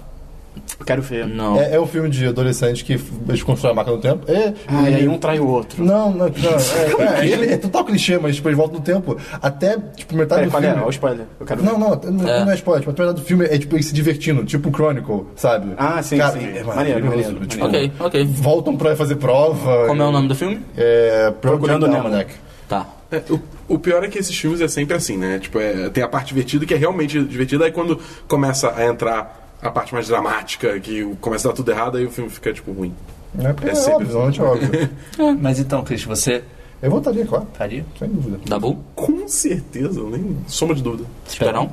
[SPEAKER 2] Eu quero ver.
[SPEAKER 4] Não.
[SPEAKER 5] É, é um filme de adolescente que f- eles constroem a máquina do tempo. É,
[SPEAKER 2] Ah,
[SPEAKER 5] e-
[SPEAKER 2] e aí um trai o outro.
[SPEAKER 5] Não, não, não. É, é, ele- é total clichê, mas tipo, eles voltam no tempo. Até, tipo, metade
[SPEAKER 1] Tá
[SPEAKER 2] Peraí,
[SPEAKER 5] do
[SPEAKER 2] qual
[SPEAKER 5] filme.
[SPEAKER 2] é? Olha o spoiler. Eu quero
[SPEAKER 5] Não,
[SPEAKER 2] ver.
[SPEAKER 5] não, não
[SPEAKER 4] É.
[SPEAKER 5] não é spoiler, tipo, a metade do filme é tipo eles se divertindo, tipo Chronicle, sabe?
[SPEAKER 2] Ah, sim,
[SPEAKER 5] Cara,
[SPEAKER 2] sim.
[SPEAKER 5] É
[SPEAKER 2] Maneiro,
[SPEAKER 5] maravilhoso,
[SPEAKER 2] maneiro,
[SPEAKER 5] tipo,
[SPEAKER 4] Ok, ok.
[SPEAKER 5] Voltam pra fazer prova.
[SPEAKER 4] Como é o nome do filme?
[SPEAKER 5] É,
[SPEAKER 2] Procurando
[SPEAKER 5] Procurando
[SPEAKER 2] Nemo.
[SPEAKER 5] Almanac.
[SPEAKER 4] Tá.
[SPEAKER 3] É, o, o pior é que esses filmes é sempre assim, né? Tipo, é, tem a parte divertida que é realmente divertida, aí quando começa a entrar a parte mais dramática, que o- começa a dar tudo errado, aí o filme fica, tipo, ruim.
[SPEAKER 5] É, é,
[SPEAKER 3] sempre
[SPEAKER 5] óbvio, normalmente é óbvio.
[SPEAKER 1] Mas então, Cris, você
[SPEAKER 5] Eu voltaria, claro,
[SPEAKER 1] faria?
[SPEAKER 5] sem dúvida.
[SPEAKER 4] Dabu?
[SPEAKER 3] Com certeza, nem soma de dúvida.
[SPEAKER 4] Esperão?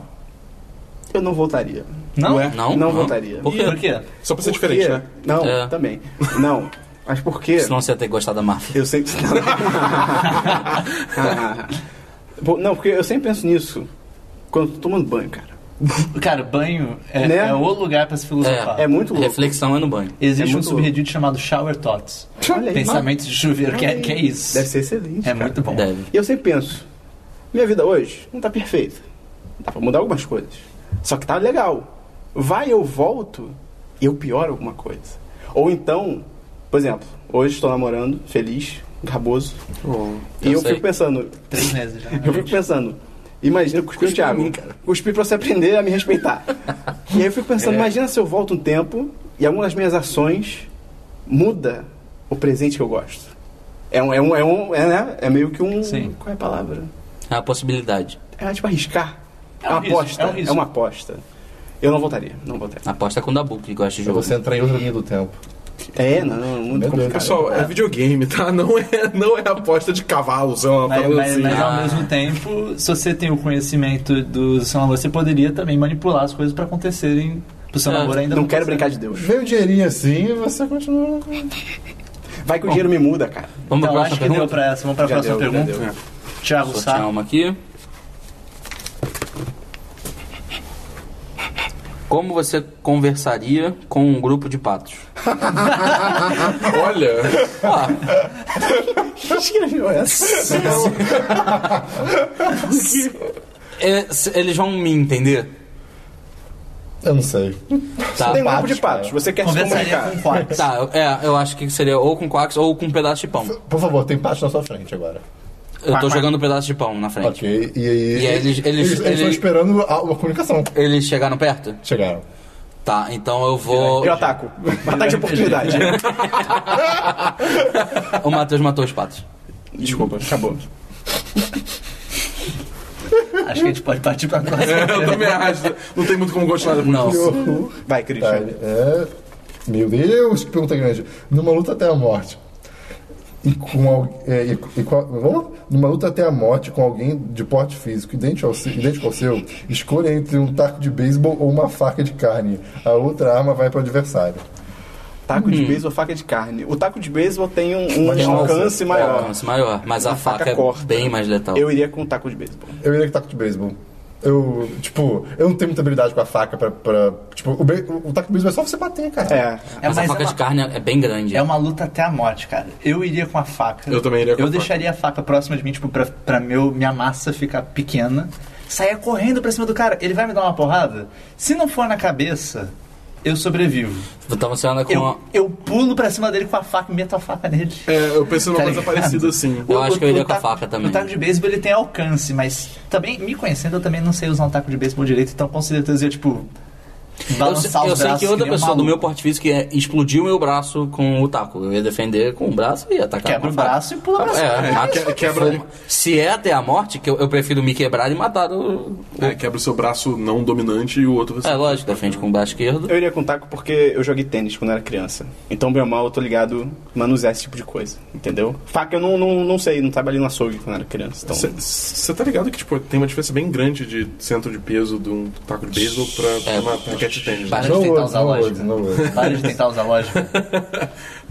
[SPEAKER 2] Eu não voltaria.
[SPEAKER 1] Não?
[SPEAKER 3] Ué?
[SPEAKER 4] um? Não?
[SPEAKER 2] Não voltaria.
[SPEAKER 4] Por
[SPEAKER 1] E Por
[SPEAKER 4] quê?
[SPEAKER 1] quê?
[SPEAKER 3] Só pra ser
[SPEAKER 2] Porque-
[SPEAKER 3] diferente, né?
[SPEAKER 2] Não,
[SPEAKER 4] É.
[SPEAKER 2] também. Não. Mas por quê?
[SPEAKER 4] Senão você ia ter gostado da máfia.
[SPEAKER 2] Eu sempre. Não. não, porque eu sempre penso nisso. Quando eu tô tomando banho, cara.
[SPEAKER 1] Cara, banho é,
[SPEAKER 2] Né?
[SPEAKER 1] é o lugar pra se filosofar.
[SPEAKER 2] É muito louco.
[SPEAKER 4] Reflexão é no banho.
[SPEAKER 1] Existe
[SPEAKER 2] é
[SPEAKER 1] um
[SPEAKER 2] muito
[SPEAKER 1] subreddit chamado Shower Thoughts.
[SPEAKER 2] Olha aí,
[SPEAKER 1] Pensamentos de chuveiro, que é, que é isso.
[SPEAKER 2] Deve ser excelente.
[SPEAKER 1] é
[SPEAKER 2] cara.
[SPEAKER 1] muito bom.
[SPEAKER 4] Deve.
[SPEAKER 2] E eu sempre penso, minha vida hoje não tá perfeita. Dá pra mudar algumas coisas. Só que tá legal. Vai, eu volto, eu pioro alguma coisa. Ou então, por exemplo, hoje estou namorando, feliz, garboso.
[SPEAKER 4] eu
[SPEAKER 2] e eu
[SPEAKER 4] sei.
[SPEAKER 2] fico pensando,
[SPEAKER 1] Três meses já.
[SPEAKER 2] eu fico pensando, imagina, eu cuspi o
[SPEAKER 4] Cuspe pra
[SPEAKER 2] Thiago,
[SPEAKER 4] mim, cara.
[SPEAKER 2] cuspi pra você aprender a me respeitar. e aí eu fico pensando, imagina se eu volto um tempo e alguma das minhas ações muda o presente que eu gosto. É um, é um, é um, é, né? é meio que um,
[SPEAKER 1] Sim.
[SPEAKER 2] qual é a palavra?
[SPEAKER 4] É uma possibilidade.
[SPEAKER 2] É tipo arriscar.
[SPEAKER 1] É
[SPEAKER 2] É,
[SPEAKER 1] um
[SPEAKER 2] uma
[SPEAKER 1] risco,
[SPEAKER 2] aposta.
[SPEAKER 1] é
[SPEAKER 2] É,
[SPEAKER 1] um risco.
[SPEAKER 2] uma aposta. Eu não voltaria, não voltaria.
[SPEAKER 4] Aposta com o Dabu, que gosta de
[SPEAKER 5] É
[SPEAKER 4] jogo.
[SPEAKER 5] você entrar em outra linha do tempo.
[SPEAKER 2] É, não, não, muito
[SPEAKER 5] Meu Deus.
[SPEAKER 2] complicado.
[SPEAKER 3] Pessoal, é videogame, tá? Não é, não é aposta de cavalos, é uma
[SPEAKER 1] Mas,
[SPEAKER 3] parada
[SPEAKER 1] mas-
[SPEAKER 3] assim.
[SPEAKER 1] mas ao
[SPEAKER 4] Ah.
[SPEAKER 1] mesmo tempo, se você tem o conhecimento do seu namoro, você poderia também manipular as coisas pra acontecerem pro seu
[SPEAKER 4] É,
[SPEAKER 1] namoro ainda
[SPEAKER 2] não quero
[SPEAKER 1] acontecer.
[SPEAKER 2] brincar de Deus.
[SPEAKER 5] Veio o dinheirinho assim e você continua.
[SPEAKER 2] Vai que o dinheiro me muda, cara.
[SPEAKER 4] Vamos pra
[SPEAKER 1] Então, acho
[SPEAKER 4] próxima
[SPEAKER 1] que deu
[SPEAKER 4] pergunta?
[SPEAKER 1] pra essa. Vamos pra
[SPEAKER 2] Já
[SPEAKER 1] próxima
[SPEAKER 2] deu, já
[SPEAKER 1] pergunta.
[SPEAKER 2] deu.
[SPEAKER 1] Thiago
[SPEAKER 4] Sortear
[SPEAKER 1] Sá.
[SPEAKER 4] uma aqui. Como você conversaria com um grupo de patos?
[SPEAKER 3] Olha,
[SPEAKER 2] Quem escreveu essa?
[SPEAKER 4] É, se- eles vão me entender?
[SPEAKER 5] Eu não sei.
[SPEAKER 4] Tá.
[SPEAKER 2] Tem um grupo de
[SPEAKER 5] Patos, cara.
[SPEAKER 2] patos, você quer se
[SPEAKER 1] Conversaria
[SPEAKER 2] comunicar.
[SPEAKER 1] com quatro.
[SPEAKER 4] Tá, eu- é, eu acho que seria ou com quacks ou com um pedaço de pão.
[SPEAKER 5] Por favor, tem parte na sua frente agora.
[SPEAKER 4] Eu tô jogando um pedaço de pão na frente.
[SPEAKER 5] Ok, e aí.
[SPEAKER 4] E aí eles- eles- eles-
[SPEAKER 5] estão esperando a, a comunicação.
[SPEAKER 4] Eles chegaram perto?
[SPEAKER 5] Chegaram.
[SPEAKER 4] Tá, então eu vou.
[SPEAKER 2] Eu ataco. Ataque de oportunidade.
[SPEAKER 4] O Matheus matou os patos.
[SPEAKER 2] Desculpa, acabou.
[SPEAKER 1] Acho que a gente pode partir pra próxima. É
[SPEAKER 3] eu também acho. Não tem muito como gostar depois.
[SPEAKER 4] Não.
[SPEAKER 2] Vai,
[SPEAKER 5] Tá,
[SPEAKER 2] Christian.
[SPEAKER 5] é... Meu Deus, que pergunta grande. Numa luta até a morte. E com al- é, e, e com a- oh? Numa luta até a morte com alguém de porte físico idêntico ao, se- idêntico ao seu, escolha entre um taco de beisebol ou uma faca de carne. A outra arma vai para o adversário.
[SPEAKER 2] Taco de beisebol, é faca de carne. O taco de beisebol tem um, um
[SPEAKER 5] Mas não,
[SPEAKER 2] alcance maior.
[SPEAKER 4] Alcance maior. é, Mas a,
[SPEAKER 2] A faca
[SPEAKER 4] faca, é
[SPEAKER 2] corta. né?
[SPEAKER 4] bem mais letal.
[SPEAKER 2] Eu iria com o taco de beisebol.
[SPEAKER 5] Eu iria com taco de beisebol. Eu, tipo, eu não tenho muita habilidade com a faca pra. pra- tipo, o, be- o taco de beisebol é só você bater, cara.
[SPEAKER 2] É.
[SPEAKER 1] É,
[SPEAKER 4] Mas a
[SPEAKER 1] mas
[SPEAKER 4] faca
[SPEAKER 1] é uma-
[SPEAKER 4] de carne é bem grande.
[SPEAKER 1] É uma luta até a morte, cara. Eu iria com a faca.
[SPEAKER 3] Eu também iria com
[SPEAKER 1] Eu
[SPEAKER 3] a faca.
[SPEAKER 1] deixaria a faca próxima de mim, tipo, pra, pra meu, minha massa ficar pequena. Saia correndo pra cima do cara. Ele vai me dar uma porrada? Se não for na cabeça, eu sobrevivo.
[SPEAKER 4] Então você anda com
[SPEAKER 1] Eu,
[SPEAKER 4] uma-
[SPEAKER 1] eu pulo pra cima dele com a faca e meto a faca nele.
[SPEAKER 3] É, eu penso numa
[SPEAKER 1] Tá
[SPEAKER 3] coisa
[SPEAKER 1] ligado?
[SPEAKER 3] parecida assim.
[SPEAKER 4] Eu acho que eu iria com a
[SPEAKER 1] taco-
[SPEAKER 4] faca também.
[SPEAKER 1] O taco de beisebol ele tem alcance, mas também, me conhecendo, eu também não sei usar um taco de beisebol direito, então com certeza eu, tipo,
[SPEAKER 4] Eu, sei-
[SPEAKER 1] balançar
[SPEAKER 4] eu
[SPEAKER 1] os
[SPEAKER 4] sei
[SPEAKER 1] braços.
[SPEAKER 4] que outra
[SPEAKER 1] nem um
[SPEAKER 4] pessoa do
[SPEAKER 1] maluco.
[SPEAKER 4] meu porte físico ia explodir o meu braço com o taco. Eu ia defender com o braço e ia atacar.
[SPEAKER 1] Quebra
[SPEAKER 4] Tá, com a
[SPEAKER 1] o
[SPEAKER 4] faca.
[SPEAKER 1] braço e pula pra cima.
[SPEAKER 4] É, mata-
[SPEAKER 3] que- quebra-
[SPEAKER 4] foi- Se é até a morte, que eu, eu prefiro me quebrar e matar o.
[SPEAKER 3] É, quebra o seu braço não dominante e o outro você.
[SPEAKER 4] É lógico, defende com o braço esquerdo.
[SPEAKER 2] Eu iria com taco porque eu joguei tênis quando era criança. Então, bem ou mal, eu tô ligado a manusear esse tipo de coisa, entendeu? Faca eu não, não, não sei, não trabalhei no açougue quando era criança. Então,
[SPEAKER 3] Você tá ligado que tipo, tem uma diferença bem grande de centro de peso de um taco de beisebol pra
[SPEAKER 4] É.
[SPEAKER 3] uma raquete de tênis. né?
[SPEAKER 4] Para de tentar
[SPEAKER 5] words,
[SPEAKER 4] usar a
[SPEAKER 5] no
[SPEAKER 4] lógica.
[SPEAKER 5] words, no words.
[SPEAKER 1] Para de tentar usar lógica.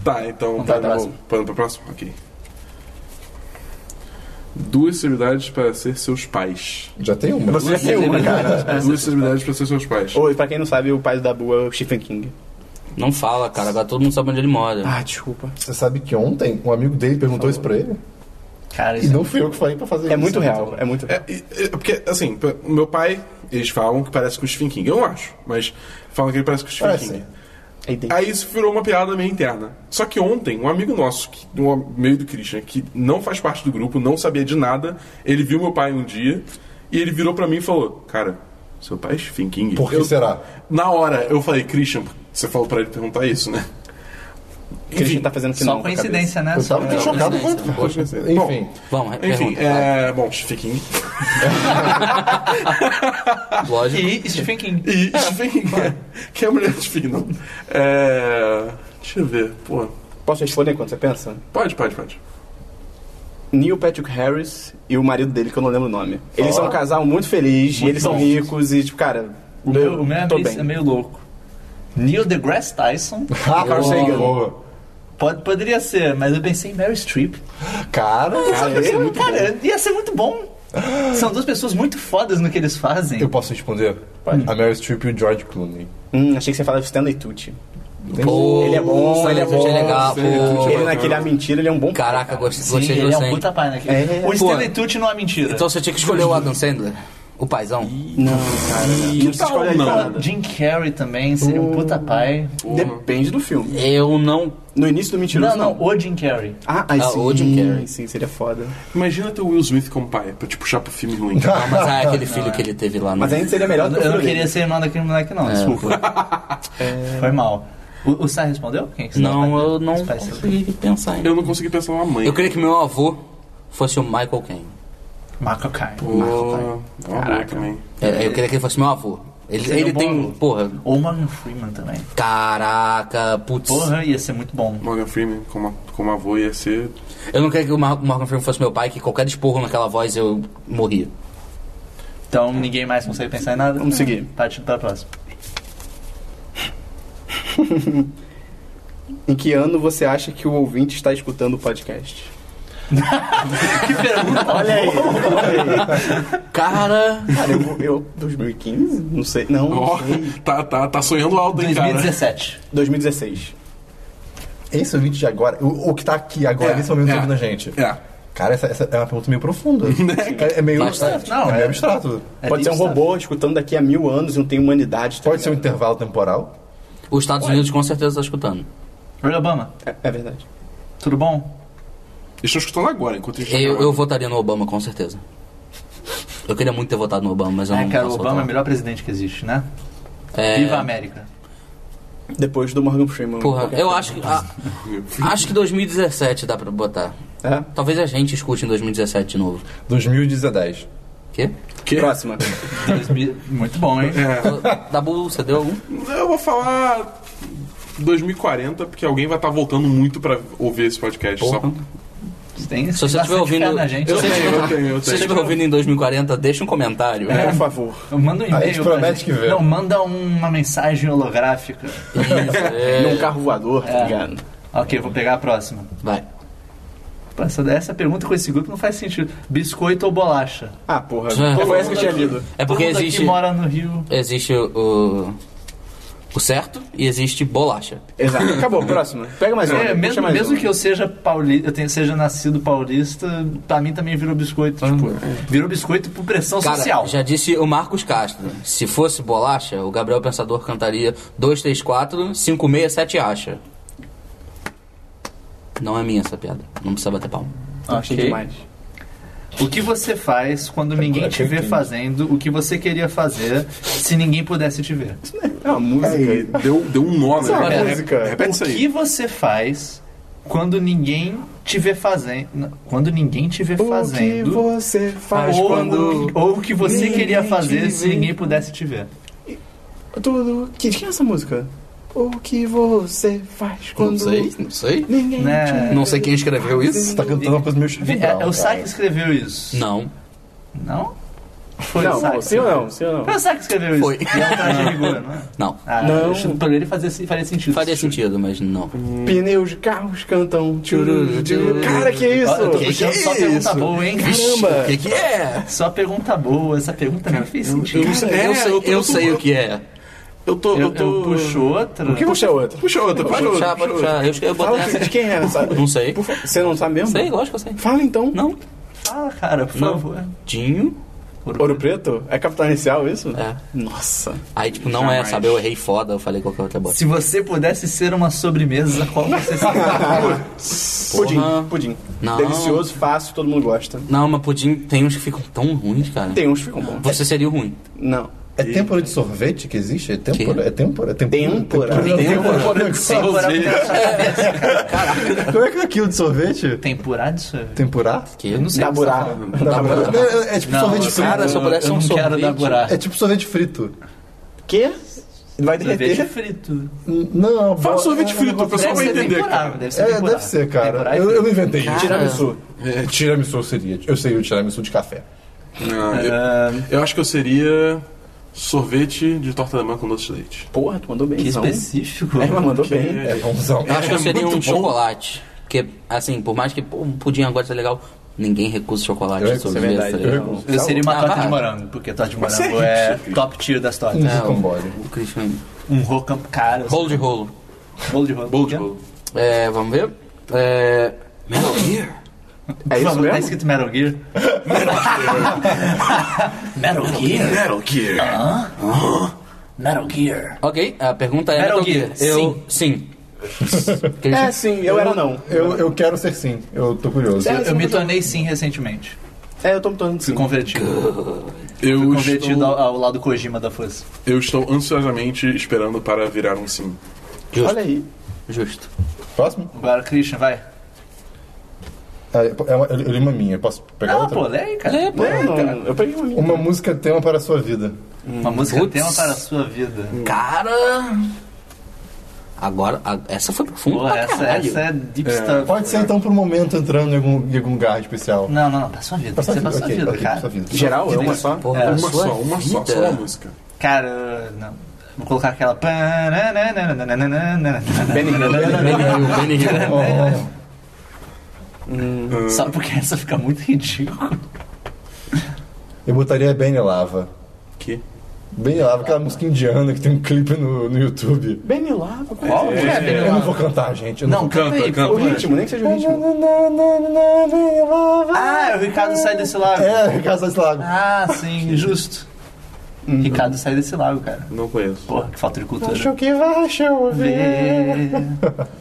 [SPEAKER 3] Tá, então.
[SPEAKER 1] pra
[SPEAKER 3] tá, tá
[SPEAKER 1] próxima.
[SPEAKER 3] bom. Vamos pra próxima? Ok. Duas celebridades para ser seus pais.
[SPEAKER 5] Já tem é uma.
[SPEAKER 2] Você tem uma, cara.
[SPEAKER 3] Duas celebridades para ser seus pais.
[SPEAKER 2] Ou, e pra quem não sabe, o pai do Dabu é o Stephen King.
[SPEAKER 4] Não fala, cara. Agora todo mundo sabe onde ele mora.
[SPEAKER 2] Ah, desculpa.
[SPEAKER 5] Você sabe que ontem um amigo dele perguntou isso pra ele?
[SPEAKER 1] Cara,
[SPEAKER 5] E
[SPEAKER 1] isso é
[SPEAKER 5] não fui eu que falei pra fazer isso.
[SPEAKER 2] É muito real,
[SPEAKER 5] então.
[SPEAKER 2] é muito real.
[SPEAKER 3] É, e- é, porque, assim, p- o meu pai, eles falam que parece com o Stephen King. Eu não acho, mas falam que ele parece com o Stephen
[SPEAKER 5] Parece.
[SPEAKER 3] King.
[SPEAKER 2] É idêntico.
[SPEAKER 3] Aí isso virou uma piada meio interna. Só que ontem, um amigo nosso, que, um am- meio do Christian, que não faz parte do grupo, não sabia de nada, ele viu meu pai um dia e ele virou pra mim e falou: Cara, seu pai é Stephen King?
[SPEAKER 5] Por que
[SPEAKER 3] Eu-
[SPEAKER 5] será?
[SPEAKER 3] Na hora, eu falei: Christian, você falou pra ele perguntar isso, né?
[SPEAKER 2] Christian tá fazendo
[SPEAKER 1] Só
[SPEAKER 2] sinal com a
[SPEAKER 1] coincidência, né?
[SPEAKER 5] Eu
[SPEAKER 1] Só
[SPEAKER 5] tava tão chocado quanto.
[SPEAKER 4] Poxa.
[SPEAKER 5] Enfim.
[SPEAKER 4] Vamos, re-
[SPEAKER 3] Enfim,
[SPEAKER 4] pergunta.
[SPEAKER 3] é. Bom, Stephen King.
[SPEAKER 4] Lógico.
[SPEAKER 1] E Stephen King.
[SPEAKER 3] E Stephen King. Que é a mulher de Fino. É. Deixa eu ver, pô.
[SPEAKER 2] cabeça. Posso responder enquanto você pensa?
[SPEAKER 3] Pode, pode, pode.
[SPEAKER 2] Neil Patrick Harris e o marido dele, que eu não lembro o nome. Eles são um casal muito feliz, e eles são ricos, e tipo, cara,
[SPEAKER 1] O meu, o meu
[SPEAKER 2] tô
[SPEAKER 1] é, meio, é
[SPEAKER 2] bem.
[SPEAKER 1] meio louco. Neil deGrasse Tyson.
[SPEAKER 2] Carl Sagan.
[SPEAKER 5] Boa.
[SPEAKER 1] Pode, poderia ser, mas eu pensei em Mary Streep.
[SPEAKER 5] Cara,
[SPEAKER 1] Só
[SPEAKER 2] ia
[SPEAKER 1] que,
[SPEAKER 2] ser muito
[SPEAKER 1] cara, ia ser é muito bom. São duas pessoas muito fodas no que eles fazem.
[SPEAKER 5] eu posso responder? A Mary Streep e o George Clooney.
[SPEAKER 2] Hum, achei que você falava Stanley Tucci.
[SPEAKER 4] Pô,
[SPEAKER 2] Ele é bom, ele é bom.
[SPEAKER 4] Ele é legal,
[SPEAKER 3] Stanley
[SPEAKER 4] pô.
[SPEAKER 3] Tucci
[SPEAKER 2] Ele naquele A Mentira, ele é um bom
[SPEAKER 4] Caraca, gostei,
[SPEAKER 1] Sim,
[SPEAKER 4] gostei de
[SPEAKER 1] ele é
[SPEAKER 4] você,
[SPEAKER 1] um
[SPEAKER 4] hein?
[SPEAKER 1] puta pai naquele.
[SPEAKER 2] É, é, é.
[SPEAKER 1] O Stanley
[SPEAKER 4] Pô,
[SPEAKER 1] Tucci não é mentira.
[SPEAKER 4] Então você tinha que escolher o Adam Sandler, o paizão.
[SPEAKER 2] Não, cara. Não precisa
[SPEAKER 3] tal
[SPEAKER 2] escolher
[SPEAKER 3] não?
[SPEAKER 2] nada.
[SPEAKER 1] Ah, Jim Carrey também seria um puta pai.
[SPEAKER 2] Depende do filme.
[SPEAKER 4] Eu não.
[SPEAKER 2] No início do Mentiroso,
[SPEAKER 1] Não, não, o Jim Carrey.
[SPEAKER 2] Ah, aí
[SPEAKER 4] Ah,
[SPEAKER 2] sim.
[SPEAKER 4] o Jim Carrey.
[SPEAKER 2] Sim, seria foda.
[SPEAKER 1] Hum.
[SPEAKER 3] Imagina ter o Will Smith como pai, pra te puxar pro filme ruim.
[SPEAKER 4] Ah, mas ah, aquele filho que ele teve lá no. É,
[SPEAKER 2] Mas ainda seria melhor
[SPEAKER 1] Eu,
[SPEAKER 2] do que o
[SPEAKER 1] eu não
[SPEAKER 2] filme
[SPEAKER 1] queria
[SPEAKER 2] dele.
[SPEAKER 1] ser irmão daquele moleque, não, desculpa. Foi mal. O, o Sai respondeu? Quem é que
[SPEAKER 4] Não, eu não
[SPEAKER 1] Os pais são-
[SPEAKER 4] consegui pensar ainda.
[SPEAKER 3] Eu não consegui pensar numa mãe.
[SPEAKER 4] Eu queria que meu avô fosse o Michael Caine.
[SPEAKER 1] Marco Caio.
[SPEAKER 3] Pô,
[SPEAKER 2] Ah, tá. Caraca.
[SPEAKER 3] Caraca. também.
[SPEAKER 4] É, eu queria que ele fosse meu avô. Ele,
[SPEAKER 1] Seria
[SPEAKER 4] ele
[SPEAKER 1] um bom
[SPEAKER 4] tem.
[SPEAKER 1] avô.
[SPEAKER 4] Porra.
[SPEAKER 1] Ou o Morgan Freeman também.
[SPEAKER 4] Caraca, putz.
[SPEAKER 1] Porra, né? ia ser muito bom.
[SPEAKER 3] Morgan Freeman como, como avô ia ser.
[SPEAKER 4] Eu não queria que o Mar- Morgan Freeman fosse meu pai, que qualquer esporro naquela voz eu morria.
[SPEAKER 1] Então ninguém mais consegue pensar em nada.
[SPEAKER 2] Vamos seguir.
[SPEAKER 1] Partindo pra próxima.
[SPEAKER 2] Em que ano você acha que o ouvinte está escutando o podcast?
[SPEAKER 1] Que pergunta.
[SPEAKER 2] Olha aí. olha aí.
[SPEAKER 4] Cara.
[SPEAKER 2] Cara, eu, vou- eu 2015? Não sei. Não, não
[SPEAKER 3] Ó,
[SPEAKER 2] sei.
[SPEAKER 3] tá, tá, tá sonhando alto, hein, cara?
[SPEAKER 1] 2017.
[SPEAKER 2] 2016.
[SPEAKER 5] é Esse ouvinte de agora, o, o que tá aqui agora,
[SPEAKER 3] É,
[SPEAKER 5] nesse momento
[SPEAKER 3] é.
[SPEAKER 5] ouvindo a gente.
[SPEAKER 3] É.
[SPEAKER 5] Cara, essa, essa é uma pergunta meio profunda. é, é meio
[SPEAKER 4] Bastante.
[SPEAKER 5] Não, é meio abstrato.
[SPEAKER 1] Né? tá. É
[SPEAKER 2] Pode ser um
[SPEAKER 1] deep
[SPEAKER 2] robô escutando daqui a mil anos e não tem humanidade. tá
[SPEAKER 5] Pode ser um
[SPEAKER 2] ligado?
[SPEAKER 5] intervalo temporal.
[SPEAKER 4] Os Estados Unidos com certeza tá escutando.
[SPEAKER 1] stuff. Oi, Obama,
[SPEAKER 2] É, é verdade.
[SPEAKER 1] tudo bom?
[SPEAKER 3] Estou escutando agora, enquanto a gente tá
[SPEAKER 4] Eu, eu
[SPEAKER 3] gravando.
[SPEAKER 4] votaria no Obama, com certeza. Eu queria muito ter votado no Obama, mas eu
[SPEAKER 1] É,
[SPEAKER 4] não
[SPEAKER 1] cara, o
[SPEAKER 4] posso
[SPEAKER 1] Obama é o
[SPEAKER 4] votar.
[SPEAKER 1] melhor presidente que existe, né?
[SPEAKER 4] É,
[SPEAKER 1] Viva a América.
[SPEAKER 2] Depois do Morgan Freeman.
[SPEAKER 4] Porra,
[SPEAKER 2] Qualquer
[SPEAKER 4] eu
[SPEAKER 2] coisa.
[SPEAKER 4] acho que. a- acho que 2017 dá pra botar.
[SPEAKER 2] É.
[SPEAKER 4] Talvez a gente escute em 2017 de novo.
[SPEAKER 5] 2010.
[SPEAKER 4] Quê?
[SPEAKER 3] Que?
[SPEAKER 2] Próxima.
[SPEAKER 1] Dois mil- Muito bom, hein?
[SPEAKER 5] É.
[SPEAKER 4] É. Dabu, você deu um? algum?
[SPEAKER 3] Eu vou falar 2040, porque alguém vai estar voltando muito pra ouvir esse podcast. Só...
[SPEAKER 4] Porra.
[SPEAKER 1] Tem
[SPEAKER 4] Se você
[SPEAKER 1] bastante
[SPEAKER 4] estiver ouvindo.
[SPEAKER 1] fé na gente.
[SPEAKER 4] se você
[SPEAKER 3] tenho,
[SPEAKER 4] tiver-
[SPEAKER 3] eu tenho, eu
[SPEAKER 4] Se você estiver
[SPEAKER 3] tenho.
[SPEAKER 4] ouvindo em 2040, deixa um comentário.
[SPEAKER 2] Por favor.
[SPEAKER 1] Manda um e-mail.
[SPEAKER 5] A gente
[SPEAKER 1] pra
[SPEAKER 5] promete
[SPEAKER 1] gente.
[SPEAKER 5] que vê.
[SPEAKER 1] Não, manda uma mensagem holográfica.
[SPEAKER 4] Isso, é.
[SPEAKER 2] Num carro voador, tá ligado?
[SPEAKER 1] ok, vou pegar a próxima.
[SPEAKER 4] Vai.
[SPEAKER 1] Pô, Essa, essa pergunta com esse grupo não faz sentido. Biscoito ou bolacha?
[SPEAKER 2] Ah, porra.
[SPEAKER 4] É.
[SPEAKER 2] Foi essa que eu tinha lido.
[SPEAKER 4] É porque
[SPEAKER 1] Todo mundo
[SPEAKER 4] existe.
[SPEAKER 1] aqui mora no Rio.
[SPEAKER 4] Existe o. O certo e existe bolacha.
[SPEAKER 2] Exato. Acabou, próxima. Pega mais uma.
[SPEAKER 1] É,
[SPEAKER 2] puxa
[SPEAKER 1] mesmo,
[SPEAKER 2] mais um.
[SPEAKER 1] mesmo
[SPEAKER 2] uma.
[SPEAKER 1] que eu seja paulista, eu tenha, seja nascido paulista, pra mim também virou biscoito.
[SPEAKER 2] Ah,
[SPEAKER 1] tipo,
[SPEAKER 2] é.
[SPEAKER 1] virou biscoito por pressão
[SPEAKER 4] Cara,
[SPEAKER 1] social.
[SPEAKER 4] já disse o Marcos Castro. Se fosse bolacha, o Gabriel Pensador cantaria 234 567 acha. Não é minha essa piada. Não precisa bater palma.
[SPEAKER 2] Ah, Achei
[SPEAKER 1] Ok.
[SPEAKER 2] demais.
[SPEAKER 1] O que você faz quando ninguém te vê fazendo o que você queria fazer se ninguém pudesse te ver?
[SPEAKER 2] É uma música.
[SPEAKER 3] Aí, deu, deu um nó, né?
[SPEAKER 2] é uma
[SPEAKER 3] Re-
[SPEAKER 2] música.
[SPEAKER 3] Repete isso
[SPEAKER 1] o
[SPEAKER 3] aí.
[SPEAKER 1] que você faz quando ninguém te vê fazendo. Quando ninguém te vê fazendo.
[SPEAKER 2] você
[SPEAKER 1] ou, ou o que você queria fazer se ninguém pudesse te ver.
[SPEAKER 2] Tudo. Que, de quem é essa música? O que você faz quando.
[SPEAKER 4] não sei.
[SPEAKER 2] Ninguém.
[SPEAKER 1] Né?
[SPEAKER 4] Não sei quem escreveu isso.
[SPEAKER 5] Você tá cantando uma coisa meio
[SPEAKER 1] É,
[SPEAKER 5] chave.
[SPEAKER 1] é o Sai que escreveu isso.
[SPEAKER 4] Não.
[SPEAKER 1] Não? Foi
[SPEAKER 2] Não, é
[SPEAKER 1] o Sai.
[SPEAKER 2] não, sim ou não? Sim ou não?
[SPEAKER 1] Foi o Sai que escreveu isso.
[SPEAKER 4] Foi.
[SPEAKER 1] E é um traje de rigor, não é?
[SPEAKER 4] Não.
[SPEAKER 1] Ah,
[SPEAKER 2] Não.
[SPEAKER 1] acho que Pra ele fazer, assim, faria sentido.
[SPEAKER 4] Faria sentido, mas não.
[SPEAKER 2] Pneus de carros cantam. tchururu, tchururu. Cara, que isso?
[SPEAKER 1] Ó, Ah, eu tô puxando só pergunta
[SPEAKER 4] isso?
[SPEAKER 1] boa, hein?
[SPEAKER 2] Caramba!
[SPEAKER 4] O que, que é?
[SPEAKER 1] Só pergunta boa, essa pergunta não fez sentido.
[SPEAKER 3] eu não sei-
[SPEAKER 4] eu
[SPEAKER 3] É,
[SPEAKER 4] sei,
[SPEAKER 3] eu tô-
[SPEAKER 4] eu
[SPEAKER 3] eu tô-
[SPEAKER 4] sei o que é.
[SPEAKER 3] Eu tô.
[SPEAKER 1] Eu,
[SPEAKER 3] Eu, tô...
[SPEAKER 1] eu puxo outra.
[SPEAKER 2] O que você é outro?
[SPEAKER 3] Puxa outra, puxa
[SPEAKER 4] Pode
[SPEAKER 3] outra.
[SPEAKER 4] puxar,
[SPEAKER 3] puxa
[SPEAKER 4] pode
[SPEAKER 3] outra.
[SPEAKER 4] puxar. Eu, eu botei
[SPEAKER 2] Fala que-
[SPEAKER 4] essa.
[SPEAKER 2] de quem é, sabe?
[SPEAKER 4] Não sei.
[SPEAKER 2] Por fa- Você não sabe mesmo?
[SPEAKER 4] Sei, lógico que eu sei.
[SPEAKER 2] Fala então.
[SPEAKER 4] Não?
[SPEAKER 1] Fala, cara, por
[SPEAKER 4] Não.
[SPEAKER 1] favor.
[SPEAKER 4] Dinho.
[SPEAKER 2] Ouro Preto? É capital inicial isso?
[SPEAKER 4] É.
[SPEAKER 2] Nossa.
[SPEAKER 4] Aí, tipo, não é,
[SPEAKER 3] Jamais.
[SPEAKER 4] sabe? Eu errei foda, eu falei qualquer outra bosta.
[SPEAKER 1] Se você pudesse ser uma sobremesa, qual você seria?
[SPEAKER 2] Pudim,
[SPEAKER 4] Porra.
[SPEAKER 2] pudim.
[SPEAKER 4] Não.
[SPEAKER 2] Delicioso, fácil, todo mundo gosta.
[SPEAKER 4] Não, mas pudim tem uns que ficam tão ruins, cara.
[SPEAKER 2] Tem uns que ficam bons.
[SPEAKER 4] Você seria o ruim.
[SPEAKER 2] Não.
[SPEAKER 5] É têmpora de sorvete que existe? É têmpora? É têmpora? É
[SPEAKER 1] um
[SPEAKER 2] Têmpora.
[SPEAKER 5] Têmpora.
[SPEAKER 1] Temporada
[SPEAKER 3] Você-
[SPEAKER 5] Como é que é aquilo de sorvete?
[SPEAKER 1] Temporada de sorvete?
[SPEAKER 5] Temporá?
[SPEAKER 4] Que eu não sei.
[SPEAKER 2] Dá buraco.
[SPEAKER 5] Dá pra- É, é, é tipo
[SPEAKER 1] Tá Não,
[SPEAKER 5] sorvete frito.
[SPEAKER 4] Cara, se eu pudesse
[SPEAKER 1] eu
[SPEAKER 4] um
[SPEAKER 1] não quero
[SPEAKER 4] sorvete.
[SPEAKER 1] dar buraco.
[SPEAKER 5] É tipo sorvete frito.
[SPEAKER 2] Que? Vai derreter?
[SPEAKER 1] Sorvete é frito.
[SPEAKER 5] N- Não,
[SPEAKER 3] Fala
[SPEAKER 5] bo-
[SPEAKER 3] sorvete frito, o
[SPEAKER 1] Deve
[SPEAKER 3] pessoal vai
[SPEAKER 1] ser
[SPEAKER 3] entender.
[SPEAKER 1] temporada,
[SPEAKER 3] Cara.
[SPEAKER 1] deve ser
[SPEAKER 5] É,
[SPEAKER 1] temporada.
[SPEAKER 5] deve ser, cara.
[SPEAKER 1] Temporada e
[SPEAKER 5] Eu, eu
[SPEAKER 1] frito.
[SPEAKER 5] não inventei.
[SPEAKER 4] Cara.
[SPEAKER 2] Tiramisu.
[SPEAKER 5] É, tiramisu seria. Eu sei o tiramisu de café.
[SPEAKER 3] Não, eu,
[SPEAKER 1] Ah,
[SPEAKER 3] eu acho que eu seria sorvete de torta alemã com doce de leite.
[SPEAKER 2] Porra, tu mandou bem.
[SPEAKER 1] que
[SPEAKER 2] então.
[SPEAKER 1] específico.
[SPEAKER 2] É, mas mandou
[SPEAKER 3] Que-
[SPEAKER 2] bem.
[SPEAKER 5] É bonzão.
[SPEAKER 4] Eu acho que eu
[SPEAKER 3] É
[SPEAKER 4] seria
[SPEAKER 3] muito
[SPEAKER 4] um
[SPEAKER 3] bom.
[SPEAKER 4] chocolate. Porque, assim, por mais que pô, um pudim agora seja legal, ninguém recusa chocolate.
[SPEAKER 5] Eu
[SPEAKER 4] de
[SPEAKER 5] recuso, é
[SPEAKER 4] sorvete,
[SPEAKER 5] verdade,
[SPEAKER 4] tá
[SPEAKER 5] eu
[SPEAKER 4] ligado?
[SPEAKER 5] recuso.
[SPEAKER 1] Eu seria uma
[SPEAKER 4] Ah,
[SPEAKER 1] torta
[SPEAKER 4] vai.
[SPEAKER 1] de morango, porque torta de
[SPEAKER 3] Mas
[SPEAKER 1] morango
[SPEAKER 3] você é
[SPEAKER 1] é
[SPEAKER 3] rico.
[SPEAKER 1] top tier das tortas. né?
[SPEAKER 5] Um rocambole.
[SPEAKER 4] O Christian.
[SPEAKER 1] Um rocam caro. assim,
[SPEAKER 4] Rolo de rolo.
[SPEAKER 1] Bolo de rolo.
[SPEAKER 3] Bolo de bolo.
[SPEAKER 4] É, vamos ver? É. Metal Gear?
[SPEAKER 2] É isso
[SPEAKER 1] Vamos, tá
[SPEAKER 2] mesmo?
[SPEAKER 1] escrito Metal Gear. Metal Gear?
[SPEAKER 2] É,
[SPEAKER 3] Metal Gear.
[SPEAKER 1] Metal Gear.
[SPEAKER 4] Ok, a pergunta é.
[SPEAKER 1] Metal Gear,
[SPEAKER 4] Eu. Sim.
[SPEAKER 2] É, sim, eu era não.
[SPEAKER 5] Eu, eu quero ser sim. Eu tô curioso.
[SPEAKER 1] Eu, eu me tornei sim recentemente.
[SPEAKER 2] É, eu tô me tornando
[SPEAKER 1] Fui
[SPEAKER 2] sim.
[SPEAKER 1] convertido.
[SPEAKER 3] Eu
[SPEAKER 1] Convertido
[SPEAKER 3] estou,
[SPEAKER 1] ao, ao lado Kojima da força.
[SPEAKER 3] eu estou ansiosamente esperando para virar um sim.
[SPEAKER 2] Olha aí.
[SPEAKER 4] Justo.
[SPEAKER 5] Próximo?
[SPEAKER 1] Agora, Christian, vai.
[SPEAKER 5] Ah, é uma- eu eu li uma minha. Posso pegar
[SPEAKER 1] Ah,
[SPEAKER 5] outra?
[SPEAKER 1] pô, lê aí, cara.
[SPEAKER 4] É, pô.
[SPEAKER 2] É, não, eu peguei uma minha.
[SPEAKER 5] Uma música tema para a sua vida.
[SPEAKER 1] Uma música
[SPEAKER 4] Putz.
[SPEAKER 1] tema para a sua vida.
[SPEAKER 4] Cara. Agora. a- essa foi profunda.
[SPEAKER 1] Pô,
[SPEAKER 4] pra
[SPEAKER 1] essa,
[SPEAKER 4] caralho.
[SPEAKER 1] essa é deep stuff.
[SPEAKER 5] Pode ser então por um momento entrando em algum, em algum lugar especial.
[SPEAKER 1] Não, não, não. Pra sua vida. Pra Você pra sua
[SPEAKER 5] Ok,
[SPEAKER 1] vida,
[SPEAKER 5] ok,
[SPEAKER 1] cara.
[SPEAKER 5] sua vida.
[SPEAKER 2] Geral, é uma só.
[SPEAKER 4] Porra,
[SPEAKER 1] É,
[SPEAKER 4] a
[SPEAKER 3] Uma
[SPEAKER 4] sua
[SPEAKER 3] só, uma só,
[SPEAKER 4] vida.
[SPEAKER 3] só uma música.
[SPEAKER 1] Cara, não. Vou colocar aquela.
[SPEAKER 2] Benny
[SPEAKER 1] é
[SPEAKER 4] Benny
[SPEAKER 2] Hill.
[SPEAKER 4] Hill, Benny Hill.
[SPEAKER 5] Oh,
[SPEAKER 1] Só porque essa fica muito ridícula.
[SPEAKER 5] eu botaria Benny Lava.
[SPEAKER 3] Que?
[SPEAKER 5] Benny Lava, aquela música indiana que tem um clipe no, no YouTube.
[SPEAKER 2] Benny Lava.
[SPEAKER 1] Qual? É, Benny
[SPEAKER 5] Eu não
[SPEAKER 1] Lava.
[SPEAKER 5] vou cantar, gente. Eu não,
[SPEAKER 1] Não, é.
[SPEAKER 5] vou...
[SPEAKER 1] canta aí.
[SPEAKER 2] O
[SPEAKER 3] canta.
[SPEAKER 2] ritmo, nem que seja o ritmo.
[SPEAKER 1] Ah, o Ricardo sai desse lago.
[SPEAKER 5] É, Ricardo Salles Lago.
[SPEAKER 1] Ah, sim, justo. Ricardo sai desse lago, cara.
[SPEAKER 3] Não conheço.
[SPEAKER 1] Porra, que falta de cultura.
[SPEAKER 5] Acho que vai chover.
[SPEAKER 1] Vê.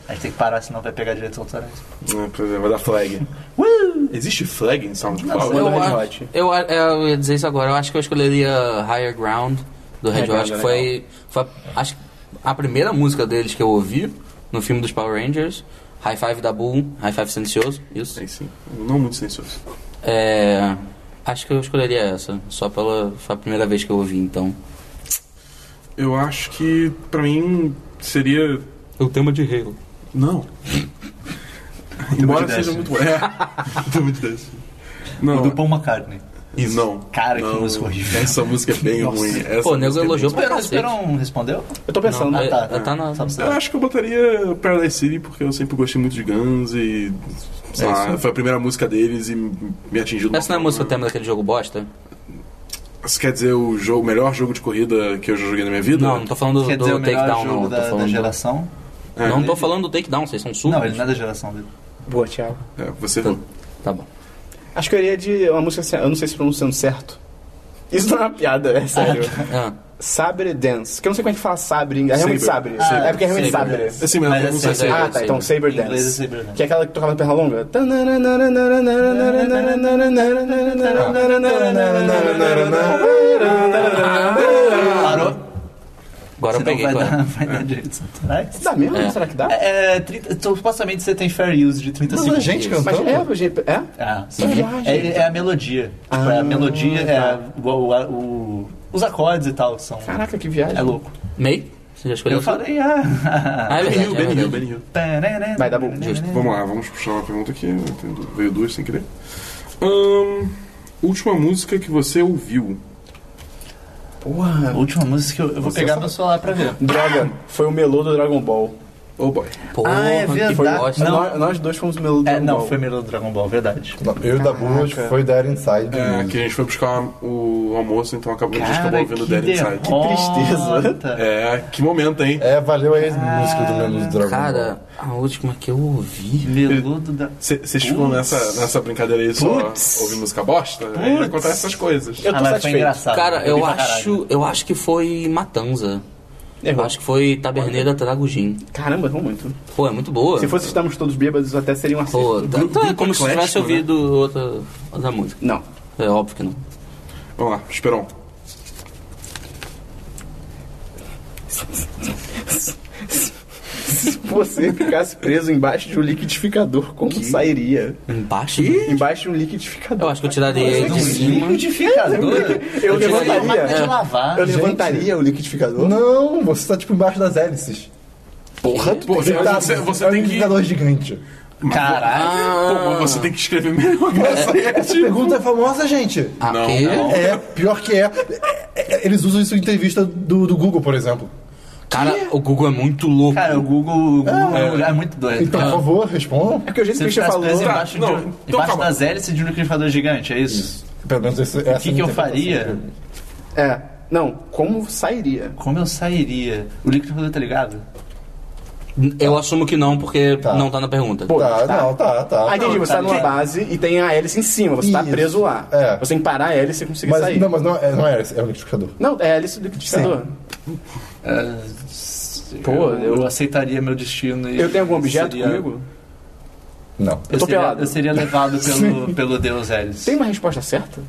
[SPEAKER 1] A gente tem que parar, senão vai pegar direitos autorais.
[SPEAKER 3] É, por exemplo, vai dar flag. Existe flag em SoundCloud?
[SPEAKER 2] Manda
[SPEAKER 4] Eu,
[SPEAKER 2] o Red
[SPEAKER 4] acho-
[SPEAKER 2] Hot.
[SPEAKER 4] eu, a- eu ia dizer isso agora. Eu acho que eu escolheria Higher Ground do Red Hot.
[SPEAKER 2] Higher Ground
[SPEAKER 4] Acho que
[SPEAKER 2] é
[SPEAKER 4] foi, foi a, acho que a primeira música deles que eu ouvi no filme dos Power Rangers. High Five da Bull, High Five Silencioso, isso.
[SPEAKER 3] Sei sim. Não muito silencioso.
[SPEAKER 4] É, acho que eu escolheria essa, só pela foi a primeira vez que eu ouvi, então.
[SPEAKER 3] Eu acho que, pra mim, seria...
[SPEAKER 4] É O tema de Halo.
[SPEAKER 3] Não.
[SPEAKER 1] de
[SPEAKER 3] Embora seja
[SPEAKER 1] Destiny.
[SPEAKER 3] muito bom. É. Tô muito desse.
[SPEAKER 1] O
[SPEAKER 3] Não.
[SPEAKER 1] do Paul McCartney.
[SPEAKER 3] Isso. Não.
[SPEAKER 1] Cara, que
[SPEAKER 3] Não.
[SPEAKER 1] música horrível.
[SPEAKER 3] Essa música é bem
[SPEAKER 1] Nossa.
[SPEAKER 3] ruim. Essa
[SPEAKER 4] Pô, o nego
[SPEAKER 3] música é
[SPEAKER 4] elogiou pra
[SPEAKER 1] Esperon,
[SPEAKER 4] cacete.
[SPEAKER 1] Esperon respondeu?
[SPEAKER 2] Eu tô pensando.
[SPEAKER 4] Não,
[SPEAKER 1] Ah,
[SPEAKER 4] é-
[SPEAKER 1] tá,
[SPEAKER 4] é, tá na-
[SPEAKER 1] Só pra
[SPEAKER 3] Eu
[SPEAKER 1] saber.
[SPEAKER 3] acho que eu botaria Paradise City porque eu sempre gostei muito de Guns e. Sei
[SPEAKER 5] É
[SPEAKER 3] lá,
[SPEAKER 5] isso.
[SPEAKER 3] foi a primeira música deles e me atingiu. de uma
[SPEAKER 4] Essa não é a
[SPEAKER 3] forma-
[SPEAKER 4] música tema daquele jogo bosta?
[SPEAKER 3] Isso quer dizer o jogo, o melhor jogo de corrida que eu já joguei na minha vida?
[SPEAKER 4] Não, não tô falando do,
[SPEAKER 1] Quer dizer, o
[SPEAKER 4] do
[SPEAKER 1] melhor
[SPEAKER 4] Takedown,
[SPEAKER 1] jogo
[SPEAKER 4] não.
[SPEAKER 1] da,
[SPEAKER 4] tô
[SPEAKER 1] da
[SPEAKER 4] falando do-
[SPEAKER 1] geração?
[SPEAKER 4] Não tô falando do Takedown, vocês são surdos.
[SPEAKER 1] Não, ele não é da geração dele.
[SPEAKER 2] Boa, Thiago.
[SPEAKER 3] É, você.
[SPEAKER 4] Tá- Tá bom.
[SPEAKER 2] Acho que eu iria de uma música, assim, eu não sei se pronunciando certo. Isso não é uma piada, é sério.
[SPEAKER 4] Ah,
[SPEAKER 2] Sabre Dance. Que eu não sei como é que fala sabre. em inglês. É realmente
[SPEAKER 3] Sabre.
[SPEAKER 2] sabre.
[SPEAKER 1] Ah,
[SPEAKER 2] é porque é realmente
[SPEAKER 4] sabre.
[SPEAKER 2] sabre.
[SPEAKER 3] Assim, mas,
[SPEAKER 1] Mas
[SPEAKER 3] eu não
[SPEAKER 1] assim,
[SPEAKER 3] sei se é.
[SPEAKER 4] é-
[SPEAKER 2] Ah, tá. Então Saber
[SPEAKER 1] Em inglês é
[SPEAKER 2] Dance.
[SPEAKER 1] saber dance.
[SPEAKER 2] Que é aquela que tocava na perna longa.
[SPEAKER 1] Parou?
[SPEAKER 4] agora
[SPEAKER 1] Senão
[SPEAKER 4] eu peguei.
[SPEAKER 1] vai
[SPEAKER 4] é? claro.
[SPEAKER 1] dar, vai dar direitos autorais.
[SPEAKER 2] Dá mesmo?
[SPEAKER 4] É.
[SPEAKER 2] Será que dá?
[SPEAKER 1] É, é, 30, supostamente você tem fair use de 30
[SPEAKER 5] Mas a
[SPEAKER 1] segundos.
[SPEAKER 5] gente
[SPEAKER 2] Mas é,
[SPEAKER 5] cantando?
[SPEAKER 2] o jeito- é?
[SPEAKER 1] Ah, sim.
[SPEAKER 2] Sacanagem.
[SPEAKER 1] É, é a melodia. Tipo, é a melodia, é o, o- o- os acordes e tal. São,
[SPEAKER 2] Caraca, que viagem.
[SPEAKER 1] é louco.
[SPEAKER 4] May? Você já escolheu?
[SPEAKER 1] Eu falei, ah.
[SPEAKER 4] Ah, é
[SPEAKER 3] Benny Hill,
[SPEAKER 4] verdade, é
[SPEAKER 3] Benny Hill,
[SPEAKER 4] verdade.
[SPEAKER 3] Benny Hill.
[SPEAKER 2] Vai, dá bom.
[SPEAKER 4] Justo.
[SPEAKER 3] Vamos lá, vamos puxar uma pergunta aqui. eu entendo. Veio duas sem querer. Ahn, última música que você ouviu.
[SPEAKER 2] Porra.
[SPEAKER 1] Última música que eu, eu vou pegar É,
[SPEAKER 5] sabe-
[SPEAKER 1] meu celular pra ver.
[SPEAKER 2] Droga, foi o melô do Dragon Ball.
[SPEAKER 3] Oh boy.
[SPEAKER 4] Porra,
[SPEAKER 1] Ah, é
[SPEAKER 4] que
[SPEAKER 1] verdade.
[SPEAKER 4] bosta.
[SPEAKER 1] Não.
[SPEAKER 2] Nós, nós dois fomos Melo do
[SPEAKER 1] É,
[SPEAKER 2] Dragon
[SPEAKER 1] não,
[SPEAKER 2] Ball.
[SPEAKER 1] foi Milo do Dragon Ball, verdade.
[SPEAKER 5] Eu da Bush foi Dead Inside.
[SPEAKER 3] É,
[SPEAKER 5] mesmo.
[SPEAKER 3] que a gente foi buscar o almoço, então acabou, a gente acabou ouvindo
[SPEAKER 1] que
[SPEAKER 3] Dead Inside.
[SPEAKER 1] tristeza.
[SPEAKER 3] É, que momento, hein?
[SPEAKER 5] É, valeu aí esse músico do Menu do Dragão.
[SPEAKER 4] Cara, a última que eu ouvi.
[SPEAKER 1] Meludo da...
[SPEAKER 3] Vocês ficam nessa, nessa brincadeira aí só
[SPEAKER 1] Putz.
[SPEAKER 3] ouvir música bosta? Aí acontece essas coisas.
[SPEAKER 2] Eu
[SPEAKER 1] Ah,
[SPEAKER 2] tô
[SPEAKER 1] mas foi
[SPEAKER 2] satisfeito.
[SPEAKER 1] engraçado.
[SPEAKER 4] Cara,
[SPEAKER 1] ri
[SPEAKER 4] eu
[SPEAKER 1] pra caralho.
[SPEAKER 4] acho. Eu acho que foi Matanza. Eu
[SPEAKER 2] Errou.
[SPEAKER 4] acho que foi Taberneira Tragugin.
[SPEAKER 2] Caramba, errou muito.
[SPEAKER 4] Pô, é muito boa.
[SPEAKER 2] Se fosse estamos todos bêbados, até seria um acerto.
[SPEAKER 4] Pô, tá, tá, é como se
[SPEAKER 1] né?
[SPEAKER 4] tivesse ouvido outra, outra música.
[SPEAKER 2] Não.
[SPEAKER 4] É óbvio que não.
[SPEAKER 3] Vamos lá, Esperon.
[SPEAKER 2] Se você ficasse preso embaixo de um liquidificador, como sairia?
[SPEAKER 4] Embaixo?
[SPEAKER 2] Embaixo de um
[SPEAKER 4] Eu
[SPEAKER 2] liquidificador. é
[SPEAKER 4] acho que eu tiraria
[SPEAKER 1] é
[SPEAKER 4] ele de cima.
[SPEAKER 1] Liquidificador?
[SPEAKER 4] Eu
[SPEAKER 2] Eu
[SPEAKER 4] tiraria-
[SPEAKER 1] É máquina de
[SPEAKER 2] levantaria.
[SPEAKER 1] lavar.
[SPEAKER 2] Eu levantaria o liquidificador.
[SPEAKER 5] Não, você tá tipo embaixo das hélices.
[SPEAKER 2] Porra, tu
[SPEAKER 3] Pô, você,
[SPEAKER 5] Deitado.
[SPEAKER 3] você- você
[SPEAKER 5] é
[SPEAKER 3] tem
[SPEAKER 5] um
[SPEAKER 3] que.
[SPEAKER 5] liquidificador gigante.
[SPEAKER 4] Ah.
[SPEAKER 1] Caralho.
[SPEAKER 3] Pô, mas você tem que escrever melhor cacete.
[SPEAKER 5] Pergunta é famosa, gente.
[SPEAKER 4] Ah,
[SPEAKER 3] Não,
[SPEAKER 4] que?
[SPEAKER 3] não.
[SPEAKER 5] É, pior que é. É, é, Eles usam isso em entrevista do, do Google, por exemplo.
[SPEAKER 4] Cara, o Google é muito louco.
[SPEAKER 1] Cara, o Google, o Google é um lugar muito doido.
[SPEAKER 5] Então, por favor, respondam.
[SPEAKER 2] Porque o jeito
[SPEAKER 1] Você
[SPEAKER 2] que o Christian
[SPEAKER 1] ficasse
[SPEAKER 2] falou.
[SPEAKER 1] preso
[SPEAKER 3] Tá,
[SPEAKER 1] embaixo,
[SPEAKER 3] não,
[SPEAKER 1] de, um,
[SPEAKER 3] então
[SPEAKER 1] embaixo
[SPEAKER 3] calma.
[SPEAKER 1] das hélices de um liquidificador gigante, é isso?
[SPEAKER 5] Pelo menos esse, essa assim.
[SPEAKER 1] O que, que eu
[SPEAKER 5] interpretação.
[SPEAKER 1] faria?
[SPEAKER 2] É. Não, como sairia?
[SPEAKER 1] Como eu sairia? O liquidificador tá ligado?
[SPEAKER 4] Eu assumo que não, porque
[SPEAKER 5] Tá.
[SPEAKER 4] não tá na pergunta.
[SPEAKER 5] Tá, não, tá, tá.
[SPEAKER 2] Ah, entendi, você tá
[SPEAKER 1] tá
[SPEAKER 2] numa
[SPEAKER 1] bem.
[SPEAKER 2] base e tem a hélice em cima, você tá
[SPEAKER 5] Isso.
[SPEAKER 2] preso lá.
[SPEAKER 5] É.
[SPEAKER 2] Você tem que parar a hélice e conseguir
[SPEAKER 5] mas,
[SPEAKER 2] sair.
[SPEAKER 5] não, mas não é, não é hélice, é um liquidificador.
[SPEAKER 2] Não, é a hélice do liquidificador.
[SPEAKER 1] É,
[SPEAKER 2] Pô,
[SPEAKER 1] eu, eu aceitaria meu destino e
[SPEAKER 2] Eu tenho algum objeto
[SPEAKER 1] seria-
[SPEAKER 2] comigo?
[SPEAKER 5] Não.
[SPEAKER 1] Eu
[SPEAKER 2] Tô
[SPEAKER 1] seria,
[SPEAKER 2] pelado.
[SPEAKER 1] eu seria levado pelo, pelo Deus Hélice.
[SPEAKER 2] Tem uma resposta certa?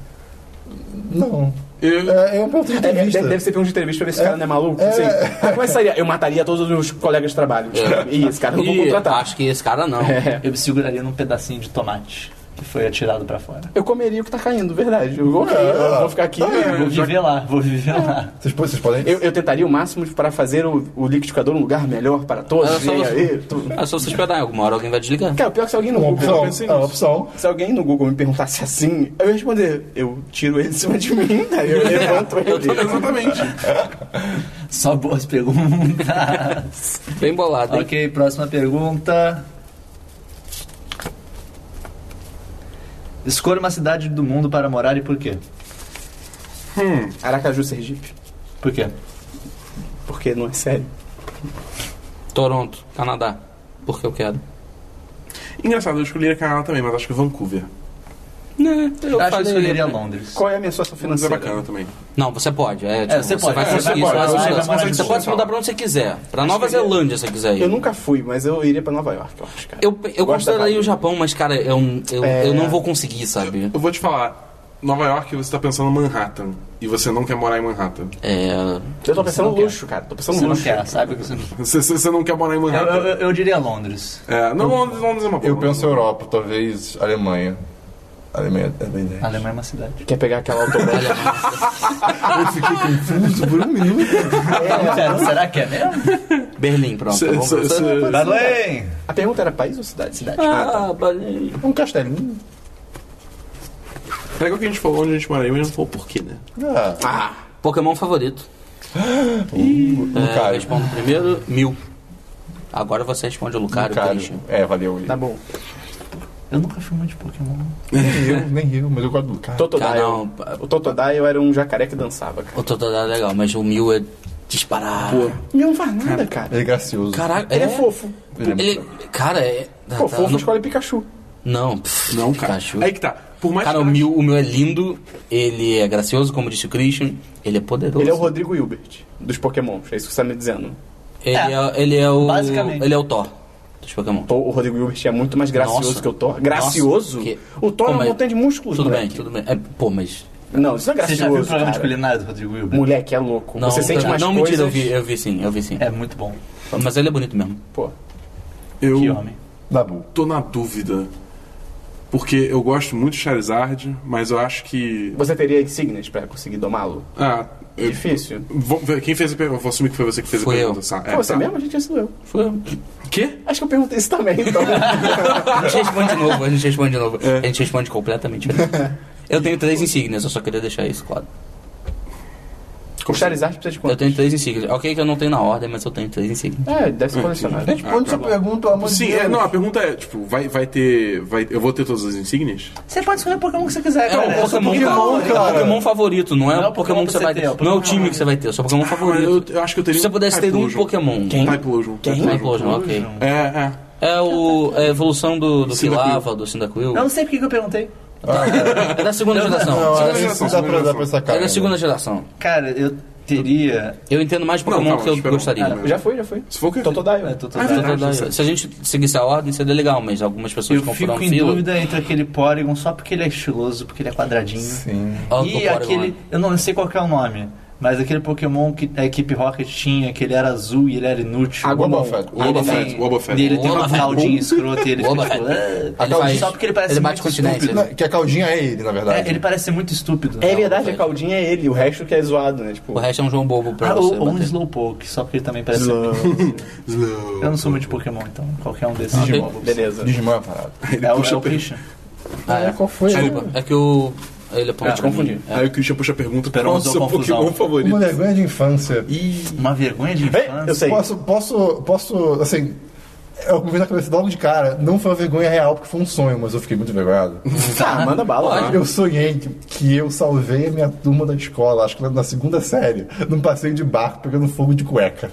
[SPEAKER 5] Não.
[SPEAKER 3] Eu-
[SPEAKER 5] É, é um ponto de
[SPEAKER 2] É, é,
[SPEAKER 5] entrevista.
[SPEAKER 2] deve ser pergunta de entrevista pra ver se o cara não é maluco.
[SPEAKER 5] É.
[SPEAKER 2] assim. Ah, como é que seria? Eu mataria todos os meus colegas de trabalho.
[SPEAKER 4] É.
[SPEAKER 2] Ih, esse cara eu não vou
[SPEAKER 4] Ih,
[SPEAKER 2] contratar.
[SPEAKER 4] acho que esse cara não.
[SPEAKER 2] É.
[SPEAKER 1] Eu me seguraria num pedacinho de tomate que foi atirado pra fora.
[SPEAKER 2] Eu comeria o que tá caindo, verdade. Eu, ok,
[SPEAKER 5] É.
[SPEAKER 2] eu vou ficar aqui.
[SPEAKER 1] Vou viver lá, vou viver
[SPEAKER 2] É.
[SPEAKER 1] lá.
[SPEAKER 5] Vocês, po- vocês podem.
[SPEAKER 2] Eu, eu tentaria o máximo para fazer o, o liquidificador um lugar melhor para todos.
[SPEAKER 4] Era só
[SPEAKER 2] E aí,
[SPEAKER 4] você-
[SPEAKER 2] tu-
[SPEAKER 4] É só você esperar, alguma hora alguém vai desligar.
[SPEAKER 2] Cara, o pior é que se alguém no
[SPEAKER 5] Uma
[SPEAKER 2] Google.
[SPEAKER 5] opção.
[SPEAKER 3] pensei
[SPEAKER 5] É uma
[SPEAKER 3] nisso.
[SPEAKER 5] opção.
[SPEAKER 2] Se alguém no Google me perguntasse assim, eu ia responder, eu tiro ele de cima de mim, daí eu levanto ele.
[SPEAKER 3] Exatamente.
[SPEAKER 1] Só boas perguntas.
[SPEAKER 4] Bem bolado, hein?
[SPEAKER 1] ok, próxima pergunta. Escolha uma cidade do mundo para morar e por quê?
[SPEAKER 2] Aracaju Sergipe,
[SPEAKER 1] Por quê?
[SPEAKER 2] porque não é sério.
[SPEAKER 4] Toronto, Canadá. Porque eu quero.
[SPEAKER 3] Engraçado, eu escolheria Canadá também, mas acho que Vancouver.
[SPEAKER 4] Né, eu
[SPEAKER 1] Eu acho que eu
[SPEAKER 4] falei-
[SPEAKER 1] escolheria Londres.
[SPEAKER 2] Qual é a minha situação
[SPEAKER 3] Mas é
[SPEAKER 2] financeira?
[SPEAKER 3] bacana também.
[SPEAKER 4] Não, você pode. É,
[SPEAKER 1] você
[SPEAKER 4] tipo, você,
[SPEAKER 1] pode,
[SPEAKER 4] vai
[SPEAKER 1] é,
[SPEAKER 4] conseguir.
[SPEAKER 1] você
[SPEAKER 4] Você,
[SPEAKER 1] pode,
[SPEAKER 4] vai
[SPEAKER 1] você
[SPEAKER 4] conseguir.
[SPEAKER 1] vai conseguir
[SPEAKER 4] Você pode se
[SPEAKER 3] voltar.
[SPEAKER 4] mudar pra onde você quiser. Pra Nova
[SPEAKER 2] que eu iria-
[SPEAKER 4] Zelândia, se você quiser ir.
[SPEAKER 2] Eu nunca fui, mas eu iria pra Nova York, eu acho, cara.
[SPEAKER 4] Eu, eu
[SPEAKER 2] Gosto da
[SPEAKER 4] consideraria
[SPEAKER 2] vibe.
[SPEAKER 4] o Japão, mas, cara, eu, eu,
[SPEAKER 2] É.
[SPEAKER 4] eu não vou conseguir, sabe?
[SPEAKER 3] Eu vou te falar, Nova York você tá pensando em Manhattan. E você não quer morar em Manhattan.
[SPEAKER 4] É.
[SPEAKER 2] Eu tô pensando
[SPEAKER 1] não quer.
[SPEAKER 2] luxo, cara. Tô pensando
[SPEAKER 1] Você não
[SPEAKER 2] luxo.
[SPEAKER 1] quer, sabe? Você não-
[SPEAKER 3] Você, você- você não quer morar em
[SPEAKER 1] Eu,
[SPEAKER 3] Manhattan.
[SPEAKER 1] eu- eu- eu diria Londres.
[SPEAKER 3] É, não, Londres, Londres é uma boa.
[SPEAKER 5] Eu penso Europa, talvez Alemanha. Alemanha é bem ideia.
[SPEAKER 1] Alemanha é uma cidade.
[SPEAKER 2] Quer pegar aquela autobahn?
[SPEAKER 5] Confuso por um minuto.
[SPEAKER 1] Sério, será que é mesmo?
[SPEAKER 4] Berlim, pronto.
[SPEAKER 3] Cê-
[SPEAKER 4] tá bom?
[SPEAKER 3] cê-
[SPEAKER 4] Você-
[SPEAKER 3] cê-
[SPEAKER 1] Belém!
[SPEAKER 2] a pergunta era país ou cidade? Cidade.
[SPEAKER 4] Ah, Berlim.
[SPEAKER 5] Um castelinho.
[SPEAKER 3] É legal que a gente falou onde a gente moraria, mas não falou por quê, né?
[SPEAKER 5] Ah,
[SPEAKER 4] Pokémon favorito. É, eu
[SPEAKER 5] Lucario.
[SPEAKER 4] respondo primeiro, mil. Agora você responde o Lucario, Christian.
[SPEAKER 5] Lucario. É, valeu.
[SPEAKER 2] Tá bom.
[SPEAKER 1] Eu nunca fui muito de Pokémon.
[SPEAKER 5] Nem eu, nem eu, mas eu gosto do
[SPEAKER 4] Cara,
[SPEAKER 5] Lucario.
[SPEAKER 2] Totodile.
[SPEAKER 4] não,
[SPEAKER 2] O Totodile era um jacaré que dançava, cara.
[SPEAKER 4] o Totodá é legal, mas o mil é disparado.
[SPEAKER 2] Meu não faz nada, cara.
[SPEAKER 5] Ele é gracioso.
[SPEAKER 4] Caraca,
[SPEAKER 2] Ele é fofo.
[SPEAKER 4] Ele, cara, é. tá-
[SPEAKER 2] Pô,
[SPEAKER 4] tá-
[SPEAKER 2] fofo
[SPEAKER 4] não,
[SPEAKER 2] escolhe Pikachu.
[SPEAKER 4] não, pff,
[SPEAKER 3] Não, cara.
[SPEAKER 4] Pikachu.
[SPEAKER 3] Aí que tá. Por mais
[SPEAKER 4] Cara, o
[SPEAKER 3] que
[SPEAKER 4] meu, o meu é lindo, ele é gracioso, como disse o Christian, ele é poderoso.
[SPEAKER 2] Ele é o Rodrigo Hilbert, dos Pokémons. É isso que você tá me dizendo.
[SPEAKER 4] Ele
[SPEAKER 1] É,
[SPEAKER 4] é, ele é o.
[SPEAKER 1] basicamente.
[SPEAKER 4] Ele é o Thor dos Pokémon.
[SPEAKER 2] Pô, O Rodrigo Hilbert é muito mais gracioso
[SPEAKER 4] Nossa.
[SPEAKER 2] que o Thor. Gracioso?
[SPEAKER 4] Nossa, que-
[SPEAKER 2] O Thor
[SPEAKER 4] Pô,
[SPEAKER 2] é uma
[SPEAKER 4] mas-
[SPEAKER 2] montanha de músculos,
[SPEAKER 4] Tudo bem,
[SPEAKER 2] moleque.
[SPEAKER 4] tudo bem. É, pô, mas.
[SPEAKER 2] Não, isso não é
[SPEAKER 1] Você já viu o
[SPEAKER 2] gracioso,
[SPEAKER 1] programa de
[SPEAKER 2] cara.
[SPEAKER 1] culinária do Rodrigo Wilber?
[SPEAKER 2] Moleque, é louco.
[SPEAKER 4] Não,
[SPEAKER 2] você sente
[SPEAKER 4] não,
[SPEAKER 2] mais
[SPEAKER 4] não
[SPEAKER 2] coisas...
[SPEAKER 4] mentira, eu vi, eu vi sim, eu vi sim.
[SPEAKER 1] É muito bom.
[SPEAKER 4] Mas ele é bonito mesmo.
[SPEAKER 2] Pô,
[SPEAKER 3] eu
[SPEAKER 1] Que homem.
[SPEAKER 5] Dabu.
[SPEAKER 3] tô na dúvida. Porque eu gosto muito de Charizard, mas eu acho que.
[SPEAKER 2] você teria insígnias pra conseguir domá-lo?
[SPEAKER 3] Ah, eu-
[SPEAKER 2] Difícil.
[SPEAKER 3] Vou- quem fez a pergunta? Eu vou assumir que foi você que fez
[SPEAKER 4] Fui
[SPEAKER 3] a
[SPEAKER 4] eu.
[SPEAKER 3] pergunta. Sá. É,
[SPEAKER 2] Pô, você
[SPEAKER 3] tá.
[SPEAKER 2] mesmo? A gente já eu.
[SPEAKER 4] Foi.
[SPEAKER 3] Quê?
[SPEAKER 2] Acho que eu perguntei isso também, então.
[SPEAKER 4] A gente responde de novo, a gente responde de
[SPEAKER 3] É.
[SPEAKER 4] novo. A gente responde completamente diferente. Eu tenho três insígnias, eu só queria deixar isso claro.
[SPEAKER 2] O Charizard precisa de
[SPEAKER 4] Eu
[SPEAKER 2] quanto?
[SPEAKER 4] tenho três insígnias. Ok, que eu não tenho na ordem, mas eu tenho três insígnias.
[SPEAKER 2] É, deve ser colecionado.
[SPEAKER 5] Responde sua pergunta, pelo amor de
[SPEAKER 3] Sim,
[SPEAKER 5] Deus.
[SPEAKER 3] é,
[SPEAKER 2] né?
[SPEAKER 3] não, a pergunta é, tipo, vai, vai ter. Vai, eu vou ter todas as insígnias?
[SPEAKER 1] Você pode escolher Então, o Pokémon que você quiser,
[SPEAKER 4] É
[SPEAKER 1] cara.
[SPEAKER 4] o Pokémon,
[SPEAKER 5] Pokémon,
[SPEAKER 4] favorito,
[SPEAKER 5] cara.
[SPEAKER 4] é o Pokémon favorito, não é
[SPEAKER 1] Não é
[SPEAKER 4] o Pokémon que você vai ter.
[SPEAKER 1] é o
[SPEAKER 4] Não é
[SPEAKER 1] Pokémon
[SPEAKER 4] o time que você vai ter, é o seu
[SPEAKER 3] Ah,
[SPEAKER 4] Pokémon
[SPEAKER 3] Eu,
[SPEAKER 4] favorito.
[SPEAKER 3] eu acho que eu teria
[SPEAKER 4] Se você pudesse ter um
[SPEAKER 3] Typhlosion.
[SPEAKER 4] Pokémon.
[SPEAKER 2] Quem?
[SPEAKER 3] Typhlosion.
[SPEAKER 2] Quem?
[SPEAKER 4] Typhlosion, ok.
[SPEAKER 3] É, é.
[SPEAKER 4] É o, é a evolução do, do
[SPEAKER 3] Cyndaquil.
[SPEAKER 4] Pilava, do Cyndaquil.
[SPEAKER 1] Eu não sei por que que eu perguntei.
[SPEAKER 4] É da segunda
[SPEAKER 5] Não, é
[SPEAKER 4] geração.
[SPEAKER 5] acho
[SPEAKER 3] Segunda
[SPEAKER 5] que
[SPEAKER 3] geração,
[SPEAKER 5] dá pra
[SPEAKER 3] segunda
[SPEAKER 5] dar pra
[SPEAKER 3] geração.
[SPEAKER 5] sacar.
[SPEAKER 4] É da
[SPEAKER 5] né?
[SPEAKER 4] segunda geração.
[SPEAKER 1] Cara, eu teria.
[SPEAKER 4] Eu entendo mais de
[SPEAKER 3] Não,
[SPEAKER 4] Pokémon
[SPEAKER 3] calma,
[SPEAKER 4] que eu
[SPEAKER 3] espera um
[SPEAKER 4] gostaria.
[SPEAKER 3] momento.
[SPEAKER 2] Já foi, já foi.
[SPEAKER 3] Se for o que.
[SPEAKER 4] É,
[SPEAKER 2] Totodile.
[SPEAKER 1] Eu, tô, tô-
[SPEAKER 3] Ah,
[SPEAKER 1] tô-
[SPEAKER 3] tá.
[SPEAKER 4] Toda-
[SPEAKER 3] certo.
[SPEAKER 4] Se a gente seguisse a ordem, seria legal, mas algumas pessoas
[SPEAKER 1] eu
[SPEAKER 4] vão
[SPEAKER 1] fico
[SPEAKER 4] furar
[SPEAKER 1] em
[SPEAKER 4] fila.
[SPEAKER 1] dúvida entre aquele Porygon só porque ele é estiloso, porque ele é quadradinho.
[SPEAKER 5] Sim.
[SPEAKER 4] Ó, o
[SPEAKER 1] E
[SPEAKER 4] Porygon,
[SPEAKER 1] aquele.
[SPEAKER 4] né?
[SPEAKER 1] Eu não sei qual que é o nome. Mas aquele Pokémon que a equipe Rocket tinha, que ele era azul e ele era inútil.
[SPEAKER 5] Agomofet.
[SPEAKER 3] O
[SPEAKER 1] Ele
[SPEAKER 3] Obafet, o Obafet.
[SPEAKER 1] tem- Ele tem uma
[SPEAKER 4] Wobbuffet.
[SPEAKER 1] caldinha escrota e ele
[SPEAKER 4] Boba,
[SPEAKER 1] fica tipo,
[SPEAKER 4] ele
[SPEAKER 1] "Ah".
[SPEAKER 4] faz-
[SPEAKER 1] Só porque ele parece
[SPEAKER 4] Ele
[SPEAKER 1] muito
[SPEAKER 4] bate continência.
[SPEAKER 1] estúpido.
[SPEAKER 5] Não, Que a caldinha é ele, na verdade.
[SPEAKER 1] É, ele parece muito estúpido.
[SPEAKER 2] É verdade, a caldinha é ele, o resto que é zoado, né? Tipo,
[SPEAKER 4] O resto é um João Bobo pra
[SPEAKER 1] Ah,
[SPEAKER 4] você
[SPEAKER 1] ou, ou um
[SPEAKER 4] bater.
[SPEAKER 1] Slowpoke, só porque ele também parece.
[SPEAKER 2] Slow.
[SPEAKER 3] Slow.
[SPEAKER 1] Eu não sou muito de Pokémon, então qualquer um desses.
[SPEAKER 4] ok.
[SPEAKER 1] Digimon.
[SPEAKER 2] Beleza.
[SPEAKER 5] Digimon é uma parada.
[SPEAKER 1] É o,
[SPEAKER 3] puxa
[SPEAKER 1] é o
[SPEAKER 3] per-
[SPEAKER 1] Christian.
[SPEAKER 4] Ah, é.
[SPEAKER 5] Qual foi?
[SPEAKER 4] Desculpa, é que o... Ele é pra
[SPEAKER 1] Eu te
[SPEAKER 4] pra mim.
[SPEAKER 1] confundi.
[SPEAKER 4] É.
[SPEAKER 3] Aí o Christian puxa a pergunta: qual é o
[SPEAKER 1] Perguntou
[SPEAKER 3] seu
[SPEAKER 1] confusão.
[SPEAKER 3] Pokémon favorito?
[SPEAKER 5] Uma vergonha de infância.
[SPEAKER 1] Uma vergonha de
[SPEAKER 2] Ei,
[SPEAKER 1] infância.
[SPEAKER 2] eu sei.
[SPEAKER 5] Posso, posso, posso, assim. Eu comecei na cabeça logo de cara. Não foi uma vergonha real, porque foi um sonho, mas eu fiquei muito envergonhado.
[SPEAKER 2] Ah, manda bala.
[SPEAKER 5] Eu sonhei que, que eu salvei a minha turma da escola, acho que era na segunda série, num passeio de barco pegando fogo de cueca.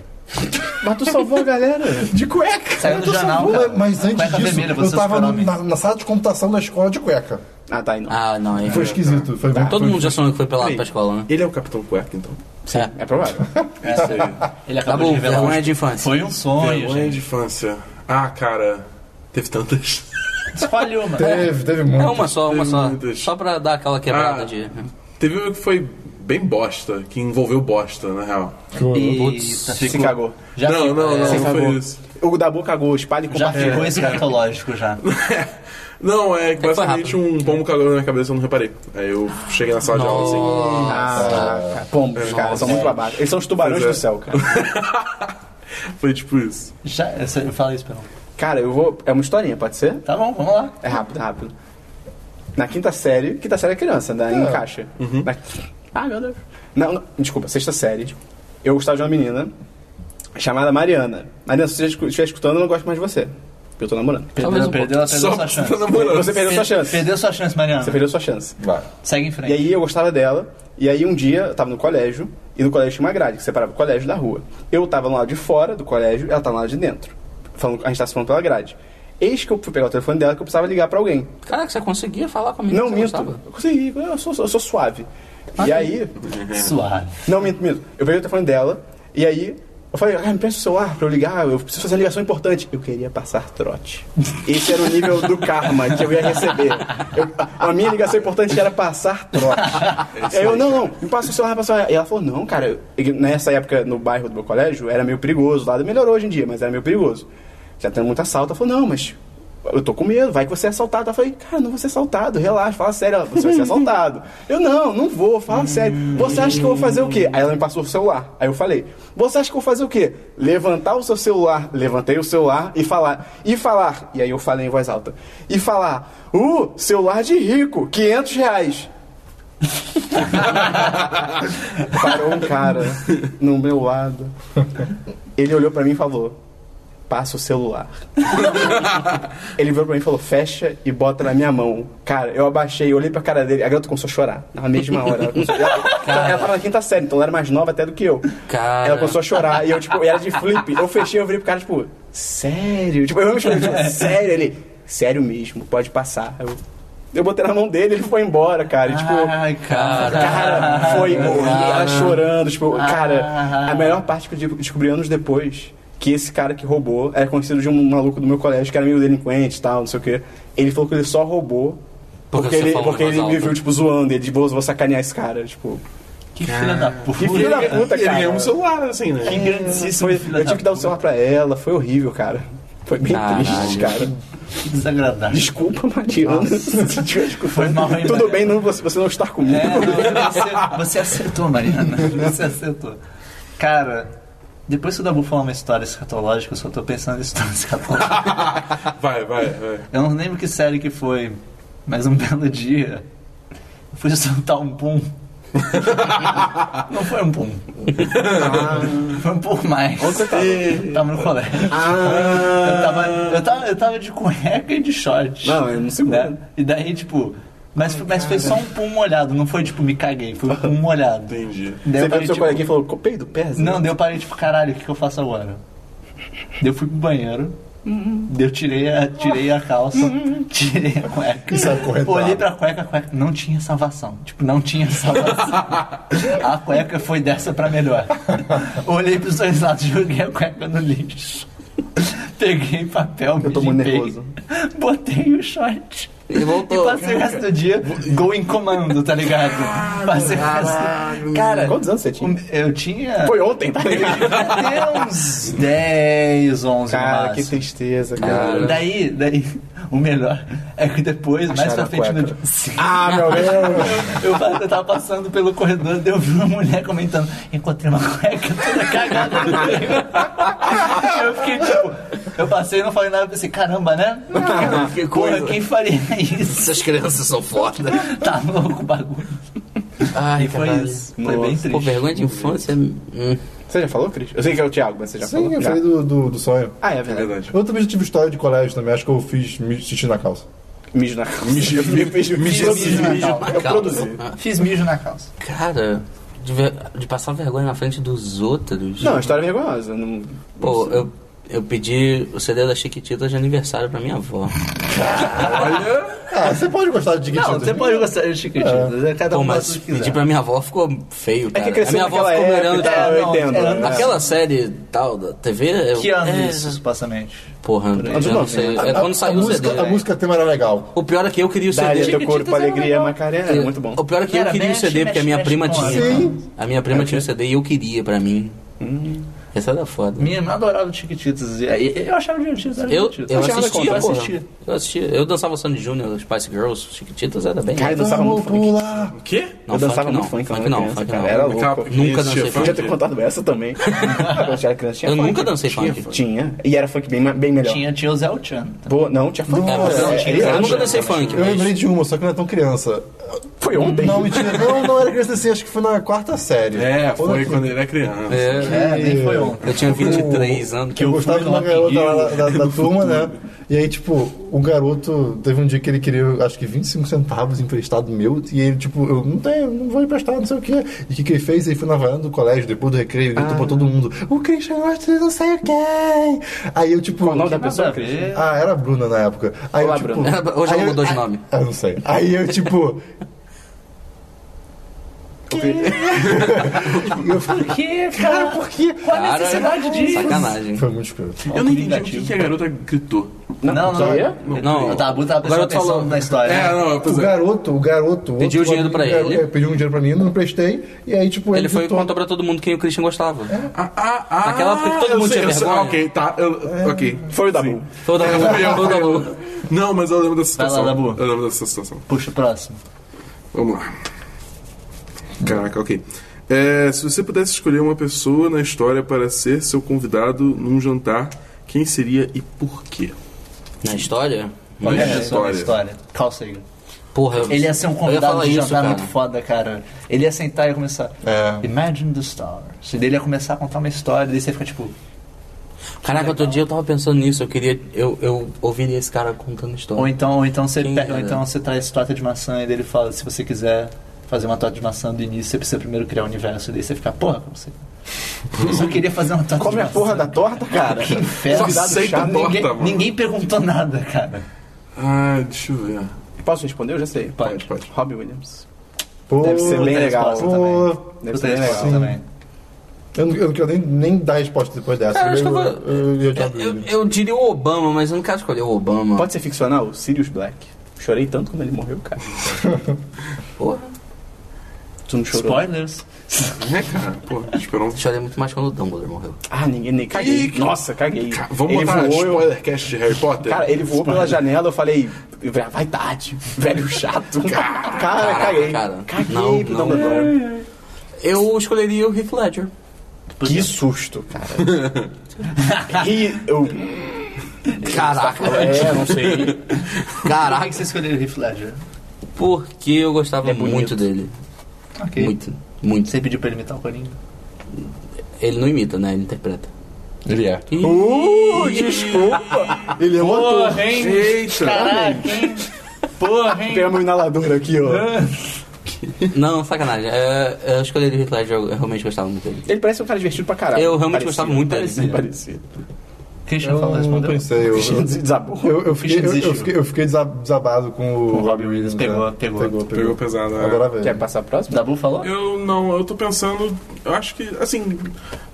[SPEAKER 2] Mas tu salvou a galera.
[SPEAKER 5] De cueca!
[SPEAKER 1] Saiu
[SPEAKER 5] Eu
[SPEAKER 1] do
[SPEAKER 5] tô
[SPEAKER 1] jornal,
[SPEAKER 5] salvando,
[SPEAKER 1] cara.
[SPEAKER 5] Mas antes
[SPEAKER 1] Cueca
[SPEAKER 5] disso,
[SPEAKER 1] vermelha,
[SPEAKER 5] eu
[SPEAKER 1] você
[SPEAKER 5] tava
[SPEAKER 1] super-homem.
[SPEAKER 5] na, na sala de computação da escola de cueca.
[SPEAKER 2] Ah, tá, aí não.
[SPEAKER 4] Ah, não. É.
[SPEAKER 5] Foi esquisito. Foi bem-
[SPEAKER 4] Todo
[SPEAKER 5] foi-
[SPEAKER 4] mundo já sonhou que foi pelado
[SPEAKER 3] Peraí.
[SPEAKER 4] pra escola, né?
[SPEAKER 3] Ele é o Capitão Cueca, então.
[SPEAKER 4] É.
[SPEAKER 2] É provável.
[SPEAKER 1] Essa aí. Ele
[SPEAKER 4] Tá
[SPEAKER 1] acabou
[SPEAKER 4] bom,
[SPEAKER 1] de revelar.
[SPEAKER 4] vergonha
[SPEAKER 1] hoje.
[SPEAKER 4] de infância.
[SPEAKER 1] Foi um sonho,
[SPEAKER 3] Vergonha
[SPEAKER 1] gente.
[SPEAKER 3] de infância. Ah, cara. Teve tantas.
[SPEAKER 1] Escolhe uma.
[SPEAKER 5] Teve, teve muito.
[SPEAKER 4] É uma só, uma só.
[SPEAKER 3] Meu Deus.
[SPEAKER 4] Só pra dar aquela quebrada
[SPEAKER 3] Ah.
[SPEAKER 4] de.
[SPEAKER 3] Teve uma que foi bem bosta, que envolveu bosta, na real.
[SPEAKER 4] Tá
[SPEAKER 1] Eita,
[SPEAKER 2] Se cagou.
[SPEAKER 1] Já
[SPEAKER 3] não,
[SPEAKER 1] ficou,
[SPEAKER 3] não,
[SPEAKER 1] é,
[SPEAKER 3] não, não
[SPEAKER 2] cagou.
[SPEAKER 3] foi isso.
[SPEAKER 2] O Dabu cagou, espalhe e
[SPEAKER 1] Já é.
[SPEAKER 2] compartilha.
[SPEAKER 1] ficou escatológico já.
[SPEAKER 3] Não, é que
[SPEAKER 4] foi
[SPEAKER 3] basicamente um pombo cagou na minha cabeça e eu não reparei. Aí eu cheguei na sala de aula assim.
[SPEAKER 2] Ah, cara, pombos, cara, são muito babacas. Eles são os tubarões
[SPEAKER 3] Pois é.
[SPEAKER 2] do céu, cara.
[SPEAKER 3] Foi tipo isso.
[SPEAKER 1] Já, essa- eu falei isso, perdão.
[SPEAKER 2] Cara, eu vou. É uma historinha, pode ser?
[SPEAKER 1] Tá bom, vamos lá.
[SPEAKER 2] É rápido, é rápido. Na quinta série, quinta série é criança, né? Encaixa. Na- Ah, meu Deus. Não, não, desculpa, sexta série. Eu gostava de uma menina chamada Mariana. Mariana, se você estiver escutando, eu não gosto mais de você. Porque eu tô namorando.
[SPEAKER 1] Perdeu,
[SPEAKER 4] um
[SPEAKER 1] perdeu, ela perdeu
[SPEAKER 3] Só
[SPEAKER 1] sua chance.
[SPEAKER 3] tá namorando.
[SPEAKER 2] Você perdeu sua chance.
[SPEAKER 1] Perdeu sua chance, Mariana.
[SPEAKER 2] Você perdeu sua chance.
[SPEAKER 5] Vai.
[SPEAKER 1] Segue em
[SPEAKER 2] E
[SPEAKER 1] frente.
[SPEAKER 2] aí eu gostava dela, e aí um dia eu tava no colégio, e no colégio tinha uma grade que separava o colégio da rua. Eu tava no lado de fora do colégio, ela tava no lado de dentro. Falando, a gente tava se falando pela grade. Eis que eu fui pegar o telefone dela que eu precisava ligar pra alguém.
[SPEAKER 4] Caraca, você conseguia falar com a menina?
[SPEAKER 2] Não
[SPEAKER 4] que
[SPEAKER 2] Ah,
[SPEAKER 4] você
[SPEAKER 2] minto.
[SPEAKER 4] gostava?
[SPEAKER 2] Eu consegui, eu sou, eu sou suave. e aí.
[SPEAKER 1] Suave.
[SPEAKER 2] Não, minto, minto. Eu peguei o telefone dela, e aí. Eu falei, ah, me presta o celular pra eu ligar, eu preciso fazer uma ligação importante. Eu queria passar trote. Esse era o nível do karma que eu ia receber. Eu- a minha ligação importante era passar trote. Aí eu, não, não, me passa o celular, passa o celular. E ela falou, não, cara, eu- nessa época no bairro do meu colégio era meio perigoso, lá melhorou hoje em dia, mas era meio perigoso. Já tendo muito assalto. Ela falou, não, mas eu tô com medo, vai que você é assaltado. Eu falei, cara, não vou ser assaltado, relaxa, fala sério. Ela, você vai ser assaltado. Eu, não, não vou, fala sério. Você acha que eu vou fazer o quê? Aí ela me passou o celular. Aí eu falei, você acha que eu vou fazer o quê? Levantar o seu celular. Levantei o celular e falar, e falar. E aí eu falei em voz alta. E falar, uh, celular de rico, 500 reais. Parou um cara no meu lado. Ele olhou pra mim e falou, passa o celular. Ele virou pra mim e falou, fecha e bota na minha mão. Cara, eu abaixei, eu olhei pra cara dele, a garota começou a chorar. Na mesma hora. Ela, começou, ela, ela tava na quinta série, então ela era mais nova até do que eu.
[SPEAKER 4] Cara.
[SPEAKER 2] Ela começou a chorar e eu, tipo, e era de flip. Eu fechei, eu virei pro cara, tipo, sério? Tipo, eu me chorei, tipo, sério? Ele, sério mesmo, pode passar. Eu, eu botei na mão dele, ele foi embora, cara. E, tipo,
[SPEAKER 1] Ai, cara.
[SPEAKER 2] Cara, foi horrível. Ela chorando, tipo, cara, a melhor parte que eu de- descobri anos depois que esse cara que roubou era conhecido de um maluco do meu colégio que era meio delinquente e tal, não sei o quê. Ele falou que ele só roubou
[SPEAKER 4] Porque
[SPEAKER 2] porque,
[SPEAKER 4] você
[SPEAKER 2] ele,
[SPEAKER 4] falou
[SPEAKER 2] porque
[SPEAKER 4] em voz
[SPEAKER 2] ele me
[SPEAKER 4] alta.
[SPEAKER 2] viu, tipo, zoando. Ele, tipo, "Vou- vou sacanear esse cara, tipo.
[SPEAKER 1] Que filha da puta.
[SPEAKER 2] Que filha da puta,
[SPEAKER 3] Ele
[SPEAKER 2] cara.
[SPEAKER 3] ganhou um celular, assim, né?
[SPEAKER 1] grandíssimo
[SPEAKER 2] Foi-
[SPEAKER 1] filho
[SPEAKER 2] eu tive que dar o celular pra ela, foi horrível, cara. Foi bem
[SPEAKER 4] Caralho.
[SPEAKER 2] triste, cara.
[SPEAKER 1] Que desagradável.
[SPEAKER 2] Desculpa, Mariana. se tiver escutando.
[SPEAKER 1] Foi mal, hein,
[SPEAKER 2] Tudo
[SPEAKER 1] Mariana?
[SPEAKER 2] bem não, você, você não estar comigo.
[SPEAKER 1] É, não, você, você acertou, Mariana. Você acertou. Cara, depois que o Dabu falar uma história escatológica, eu só tô pensando em história escatológica.
[SPEAKER 3] Vai, vai, vai.
[SPEAKER 1] Eu não lembro que série que foi, mas um belo dia eu fui soltar um pum. Não foi um pum.
[SPEAKER 2] Ah.
[SPEAKER 1] Foi um pouco mais. Eu tava no colégio. Eu tava, eu tava, eu tava de cueca e de short.
[SPEAKER 2] Ah. Não, eu não sei
[SPEAKER 1] né? E daí, tipo. Mas, foi- mas foi só um pum molhado, não foi tipo me caguei, foi um pum molhado.
[SPEAKER 3] Entendi.
[SPEAKER 1] Daí
[SPEAKER 2] Você
[SPEAKER 1] eu
[SPEAKER 2] viu
[SPEAKER 1] parei,
[SPEAKER 2] o seu
[SPEAKER 1] tipo,
[SPEAKER 2] coleguinha e falou, copei do pé? Zé?"
[SPEAKER 1] não, daí eu parei tipo, caralho, o que, que eu faço agora? Daí eu fui pro banheiro, daí eu tirei a, tirei a calça, tirei a cueca.
[SPEAKER 5] E
[SPEAKER 2] é
[SPEAKER 5] saiu correndo.
[SPEAKER 1] Olhei pra cueca, a cueca não tinha salvação. Tipo, não tinha salvação. a cueca foi dessa pra melhor. Olhei pros dois lados, joguei a cueca no lixo. Peguei papel, me
[SPEAKER 2] Eu tô muito
[SPEAKER 1] limpei,
[SPEAKER 2] nervoso.
[SPEAKER 1] botei o short.
[SPEAKER 4] E
[SPEAKER 1] E
[SPEAKER 4] voltou.
[SPEAKER 1] passei o resto do dia gol em comando, tá ligado? Passei o resto. Cara,
[SPEAKER 2] Quantos anos você tinha?
[SPEAKER 1] um- eu tinha.
[SPEAKER 2] Foi ontem, tá ligado?
[SPEAKER 1] Até uns 10, 11 no
[SPEAKER 2] Cara, que
[SPEAKER 1] máximo.
[SPEAKER 2] tristeza,
[SPEAKER 4] Cara.
[SPEAKER 2] cara.
[SPEAKER 1] Daí, daí, o melhor é que depois, mais
[SPEAKER 5] Acharam
[SPEAKER 1] pra
[SPEAKER 5] a
[SPEAKER 1] frente, no
[SPEAKER 5] cueca.
[SPEAKER 1] dia- Sim.
[SPEAKER 2] Ah, meu Deus.
[SPEAKER 1] eu, pa- eu tava passando pelo corredor, daí eu vi uma mulher comentando, encontrei uma cueca toda cagada no meio. Eu fiquei tipo, eu passei e não falei nada, pensei, caramba, né?
[SPEAKER 4] Que
[SPEAKER 1] Porra,
[SPEAKER 4] coisa.
[SPEAKER 1] quem faria isso?
[SPEAKER 4] Essas crianças são fodas.
[SPEAKER 1] Tá louco o bagulho.
[SPEAKER 4] Ai,
[SPEAKER 1] E foi
[SPEAKER 4] caralho.
[SPEAKER 1] isso. Foi bem
[SPEAKER 2] Nossa.
[SPEAKER 1] triste.
[SPEAKER 4] Pô, vergonha de infância. hum.
[SPEAKER 2] Você já falou, Cris? Eu sei que é o Thiago, mas você já falou?
[SPEAKER 5] Sim, eu
[SPEAKER 2] Já.
[SPEAKER 5] falei do, do, do sonho.
[SPEAKER 2] Ah, é
[SPEAKER 3] É
[SPEAKER 2] verdade.
[SPEAKER 3] verdade.
[SPEAKER 5] Eu também já tive história de colégio também, acho que eu fiz mi- xixi na calça.
[SPEAKER 2] Mijo na calça. Mijo, mijo,
[SPEAKER 1] Fiz mijo na calça.
[SPEAKER 2] Eu
[SPEAKER 4] Calma.
[SPEAKER 2] produzi.
[SPEAKER 1] Fiz mijo na calça.
[SPEAKER 4] Cara, de, ver- de passar vergonha na frente dos outros.
[SPEAKER 2] Não, a história é vergonhosa. Não...
[SPEAKER 4] Pô, eu, eu pedi o CD da Chiquitita de aniversário pra minha avó.
[SPEAKER 3] Olha,
[SPEAKER 5] Ah, você pode gostar de
[SPEAKER 1] Não, você pode gostar de chiquititas. é Cada
[SPEAKER 4] Pô,
[SPEAKER 1] um faz
[SPEAKER 4] mas
[SPEAKER 1] o que quiser.
[SPEAKER 4] pedir pra minha avó ficou feio,
[SPEAKER 2] É
[SPEAKER 4] cara.
[SPEAKER 2] que cresceu
[SPEAKER 4] a minha avó
[SPEAKER 2] naquela
[SPEAKER 4] ficou
[SPEAKER 2] época,
[SPEAKER 4] mirando.
[SPEAKER 2] tá? eu
[SPEAKER 1] não,
[SPEAKER 2] entendo.
[SPEAKER 1] é, não.
[SPEAKER 4] Aquela série tal da TV. Eu,
[SPEAKER 1] Que ano
[SPEAKER 4] é,
[SPEAKER 1] isso, supostamente?
[SPEAKER 4] Porra, eu
[SPEAKER 1] Anos
[SPEAKER 4] não sei. É quando saiu
[SPEAKER 5] a
[SPEAKER 4] o
[SPEAKER 5] música,
[SPEAKER 4] CD.
[SPEAKER 5] A música tema era legal.
[SPEAKER 4] O pior é que eu queria o CD.
[SPEAKER 2] Dá-lhe teu corpo, alegria, Macarena. É muito bom.
[SPEAKER 4] O pior é que eu
[SPEAKER 1] Era
[SPEAKER 4] queria o
[SPEAKER 1] mexe,
[SPEAKER 4] CD, porque a
[SPEAKER 1] mexe,
[SPEAKER 4] minha
[SPEAKER 1] mexe
[SPEAKER 4] prima
[SPEAKER 1] com a-
[SPEAKER 4] tinha.
[SPEAKER 5] Sim.
[SPEAKER 4] A minha
[SPEAKER 2] É.
[SPEAKER 4] prima tinha o CD e eu queria pra mim.
[SPEAKER 2] Hum.
[SPEAKER 4] Essa era foda.
[SPEAKER 1] Minha irmã adorava Chiquititas. e- e- Eu achava divertido. Era
[SPEAKER 4] Eu,
[SPEAKER 1] divertido.
[SPEAKER 4] eu
[SPEAKER 1] achava
[SPEAKER 4] assistia,
[SPEAKER 1] legal,
[SPEAKER 4] porra.
[SPEAKER 1] eu assistia.
[SPEAKER 4] Eu assistia. Eu dançava Sandy Júnior, Spice Girls, Chiquititas, era bem.
[SPEAKER 2] Cara, eu dançava
[SPEAKER 5] Vamos
[SPEAKER 2] muito funk.
[SPEAKER 5] pular.
[SPEAKER 3] o quê?
[SPEAKER 4] Não,
[SPEAKER 2] eu dançava
[SPEAKER 4] funk
[SPEAKER 2] muito
[SPEAKER 4] não,
[SPEAKER 2] funk quando
[SPEAKER 4] funk não,
[SPEAKER 2] era criança,
[SPEAKER 4] funk é
[SPEAKER 2] cara.
[SPEAKER 4] não.
[SPEAKER 2] Era
[SPEAKER 3] Aquela-
[SPEAKER 2] louco.
[SPEAKER 4] Nunca dancei
[SPEAKER 3] Tinha
[SPEAKER 4] funk.
[SPEAKER 2] Podia ter contado essa também. Quando eu era criança, tinha
[SPEAKER 4] Eu
[SPEAKER 2] funk.
[SPEAKER 4] nunca dancei
[SPEAKER 3] Tinha
[SPEAKER 4] funk.
[SPEAKER 2] Tinha. E era funk bem, ma- bem melhor.
[SPEAKER 1] Tinha, tinha o Zé Chan.
[SPEAKER 2] Pô, não, tinha funk.
[SPEAKER 4] É, mas
[SPEAKER 5] Nossa,
[SPEAKER 4] eu não
[SPEAKER 5] é,
[SPEAKER 4] tinha.
[SPEAKER 5] é,
[SPEAKER 4] Eu nunca
[SPEAKER 5] é,
[SPEAKER 4] dancei funk.
[SPEAKER 5] Eu
[SPEAKER 4] mas-
[SPEAKER 5] lembrei de uma, só que não é tão criança.
[SPEAKER 2] Foi ontem.
[SPEAKER 5] Não, mentira. Não, não era criança assim, acho que foi na quarta série.
[SPEAKER 3] É,
[SPEAKER 5] Ou na
[SPEAKER 3] foi
[SPEAKER 5] quinta.
[SPEAKER 3] quando ele era criança.
[SPEAKER 4] É,
[SPEAKER 1] É, nem foi ontem.
[SPEAKER 4] eu tinha 23 anos.
[SPEAKER 5] Que eu gostava de uma
[SPEAKER 1] numa
[SPEAKER 5] garota
[SPEAKER 3] pinguela,
[SPEAKER 5] lá da, da turma, né? E aí, tipo, o garoto teve um dia que ele queria, acho que 25 centavos emprestado meu. E ele, tipo, eu não tenho, não vou emprestar, não sei o quê. E o que, que ele fez? Ele foi na varanda do colégio, depois do recreio, gritou
[SPEAKER 4] Ah.
[SPEAKER 5] pra todo mundo: O Christian Austin, não sei o quê. Aí eu, tipo.
[SPEAKER 2] o nome
[SPEAKER 1] Nada
[SPEAKER 2] da
[SPEAKER 1] a
[SPEAKER 2] pessoa, Cris?
[SPEAKER 1] ver.
[SPEAKER 5] Ah, era a Bruna na época. Aí
[SPEAKER 2] Olá,
[SPEAKER 5] eu, tipo,
[SPEAKER 2] Bruna.
[SPEAKER 4] Hoje
[SPEAKER 5] aí
[SPEAKER 4] ela
[SPEAKER 5] eu-
[SPEAKER 4] mudou de
[SPEAKER 5] aí-
[SPEAKER 4] nome.
[SPEAKER 5] Ah, não sei. Aí eu, tipo. E eu falei,
[SPEAKER 1] Por que, cara? Por que? Qual a
[SPEAKER 4] Cara,
[SPEAKER 1] necessidade disso?
[SPEAKER 4] Sacanagem.
[SPEAKER 5] foi muito escroto.
[SPEAKER 3] Eu não entendi o que, que a garota gritou.
[SPEAKER 1] Não, não,
[SPEAKER 2] Só ia?
[SPEAKER 1] não.
[SPEAKER 4] Não. tá,
[SPEAKER 1] Eu tava, eu tava prestando
[SPEAKER 4] Agora tu
[SPEAKER 1] atenção
[SPEAKER 4] falou-
[SPEAKER 1] na história.
[SPEAKER 3] É, não,
[SPEAKER 5] O
[SPEAKER 3] pois é.
[SPEAKER 5] garoto, o garoto. outro
[SPEAKER 4] Pediu dinheiro
[SPEAKER 5] amigo,
[SPEAKER 4] pra
[SPEAKER 5] o garoto,
[SPEAKER 4] ele.
[SPEAKER 5] é, Pediu um dinheiro pra mim, não emprestei. E aí, tipo,
[SPEAKER 4] Ele foi e
[SPEAKER 5] gritou.
[SPEAKER 4] contou pra todo mundo quem o Christian gostava.
[SPEAKER 3] Ah, ah, ah,
[SPEAKER 4] Aquela época que todo
[SPEAKER 3] eu
[SPEAKER 4] mundo
[SPEAKER 3] sei,
[SPEAKER 4] tinha
[SPEAKER 3] eu sei.
[SPEAKER 4] vergonha.
[SPEAKER 3] Ah, Ok, tá. eu- ok.
[SPEAKER 2] É. Foi o Dabu.
[SPEAKER 4] Foi o Dabu. Foi o Dabu.
[SPEAKER 3] Não, mas eu lembro dessa
[SPEAKER 1] Vai lá,
[SPEAKER 3] situação.
[SPEAKER 1] Dabu.
[SPEAKER 3] eu lembro dessa situação.
[SPEAKER 1] Puxa o próximo.
[SPEAKER 3] Vamos lá. Caraca, ok. É, se você pudesse escolher uma pessoa na história para ser seu convidado num jantar, quem seria e por quê?
[SPEAKER 4] Na história?
[SPEAKER 1] Qual é a
[SPEAKER 3] Hum.
[SPEAKER 1] sua
[SPEAKER 3] História.
[SPEAKER 1] história? Carl Sagan.
[SPEAKER 4] Porra, eu-
[SPEAKER 1] Ele ia ser um
[SPEAKER 4] eu
[SPEAKER 1] convidado
[SPEAKER 4] falar
[SPEAKER 1] de
[SPEAKER 4] isso,
[SPEAKER 1] jantar
[SPEAKER 4] cara.
[SPEAKER 1] muito foda, cara. Ele ia sentar e ia começar.
[SPEAKER 5] É.
[SPEAKER 1] Imagine the stars. E daí ele ia começar a contar uma história, daí você fica tipo.
[SPEAKER 4] Caraca, outro dia eu tava pensando nisso, eu queria. Eu, eu ouviria esse cara contando
[SPEAKER 1] Ou
[SPEAKER 4] história.
[SPEAKER 1] então, ou então você
[SPEAKER 4] Quem,
[SPEAKER 1] pega- ou
[SPEAKER 4] cara?
[SPEAKER 1] então você traz torta de maçã e daí ele fala, se você quiser fazer uma torta de maçã do início, você precisa primeiro criar o universo, e daí você fica, porra, como você. Eu só queria fazer uma torta de
[SPEAKER 2] Come a
[SPEAKER 1] maçã.
[SPEAKER 2] porra da torta, cara.
[SPEAKER 1] Que
[SPEAKER 4] É
[SPEAKER 1] inferno.
[SPEAKER 3] Só aceita a torta,
[SPEAKER 1] Ninguém,
[SPEAKER 3] mano.
[SPEAKER 1] ninguém perguntou nada, cara.
[SPEAKER 3] Ah, deixa eu ver.
[SPEAKER 2] Posso responder? Eu já sei.
[SPEAKER 1] Pode,
[SPEAKER 3] pode.
[SPEAKER 2] Robbie Williams.
[SPEAKER 5] Pô,
[SPEAKER 2] Deve ser bem
[SPEAKER 1] Puta
[SPEAKER 2] legal.
[SPEAKER 1] resposta também.
[SPEAKER 5] Pô,
[SPEAKER 2] Deve
[SPEAKER 1] Outra
[SPEAKER 2] ser bem
[SPEAKER 1] resposta
[SPEAKER 2] legal.
[SPEAKER 1] também.
[SPEAKER 5] eu, não, eu não quero nem, nem dar resposta depois dessa.
[SPEAKER 4] Cara, acho que eu
[SPEAKER 5] eu,
[SPEAKER 4] vou-
[SPEAKER 5] eu- eu já
[SPEAKER 4] Eu,
[SPEAKER 5] vi.
[SPEAKER 4] eu- eu diria o Obama, mas eu não quero escolher o Obama.
[SPEAKER 2] Pode ser ficcional? Sirius Black. Chorei tanto quando ele morreu, cara.
[SPEAKER 4] Porra,
[SPEAKER 2] Tu não chorou?
[SPEAKER 1] Spoilers.
[SPEAKER 3] É, cara, porra, esperamos.
[SPEAKER 4] chorei muito mais quando o Dumbledore morreu.
[SPEAKER 2] Ah, ninguém nem caguei. Nossa, caguei.
[SPEAKER 3] Ca- Vamos
[SPEAKER 2] ele
[SPEAKER 3] botar
[SPEAKER 2] voou, eu-
[SPEAKER 3] spoiler cast de Harry Potter?
[SPEAKER 2] Cara, ele voou pela janela, eu falei, vai tarde, velho chato. cara, Ah, caguei.
[SPEAKER 4] cara.
[SPEAKER 2] Caguei
[SPEAKER 4] Não,
[SPEAKER 2] pro
[SPEAKER 4] não.
[SPEAKER 2] Dumbledore.
[SPEAKER 4] Eu escolheria o Heath Ledger.
[SPEAKER 2] Que susto, cara. e eu.
[SPEAKER 4] Caraca,
[SPEAKER 2] É, não sei.
[SPEAKER 1] Por que
[SPEAKER 4] caraca,
[SPEAKER 1] que você escolheu o Heath Ledger?
[SPEAKER 4] porque eu gostava
[SPEAKER 2] Ele é bonito.
[SPEAKER 4] muito dele.
[SPEAKER 1] Ok.
[SPEAKER 4] Muito, muito.
[SPEAKER 1] Você pediu pra ele imitar o Coringa?
[SPEAKER 4] Ele não imita, né? Ele interpreta.
[SPEAKER 5] Ele é.
[SPEAKER 4] Ih,
[SPEAKER 2] Uh, desculpa! Ele é um ator.
[SPEAKER 1] Porra, hein?
[SPEAKER 3] Eita!
[SPEAKER 1] Caraca, hein? Porra, hein?
[SPEAKER 2] Pega um inalador aqui, ó.
[SPEAKER 4] Não, sacanagem. É, eu escolhi o Heath Ledger, eu realmente gostava muito dele.
[SPEAKER 2] Ele parece um cara divertido pra caralho.
[SPEAKER 4] Eu realmente gostava muito dele.
[SPEAKER 2] parecido, Parecido,
[SPEAKER 1] Christian
[SPEAKER 5] Eu
[SPEAKER 1] falou,
[SPEAKER 5] não
[SPEAKER 1] respondeu.
[SPEAKER 5] pensei. Eu,
[SPEAKER 2] Ele
[SPEAKER 5] eu,
[SPEAKER 2] Desabou.
[SPEAKER 5] eu, eu fiquei, eu,
[SPEAKER 1] desistiu.
[SPEAKER 5] eu fiquei, eu fiquei desa- desabado com o
[SPEAKER 1] o Robin Williams, pegou,
[SPEAKER 5] né?
[SPEAKER 1] pegou.
[SPEAKER 5] Pegou,
[SPEAKER 3] Pegou
[SPEAKER 5] pegou.
[SPEAKER 3] pesado. né?
[SPEAKER 5] Agora vem.
[SPEAKER 2] Quer passar a próxima?
[SPEAKER 1] Dabu falou?
[SPEAKER 3] Eu não, eu tô pensando, eu acho que, assim,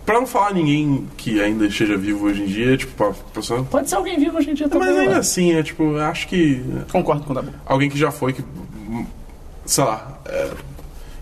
[SPEAKER 3] pra não falar ninguém que ainda esteja vivo hoje em dia, tipo, pra, pra só-
[SPEAKER 1] Pode ser alguém vivo hoje em dia também.
[SPEAKER 3] Mas ainda
[SPEAKER 1] né?
[SPEAKER 3] assim, é tipo, eu acho que
[SPEAKER 2] Concordo com o Dabu.
[SPEAKER 3] alguém que já foi, que. Sei lá. É,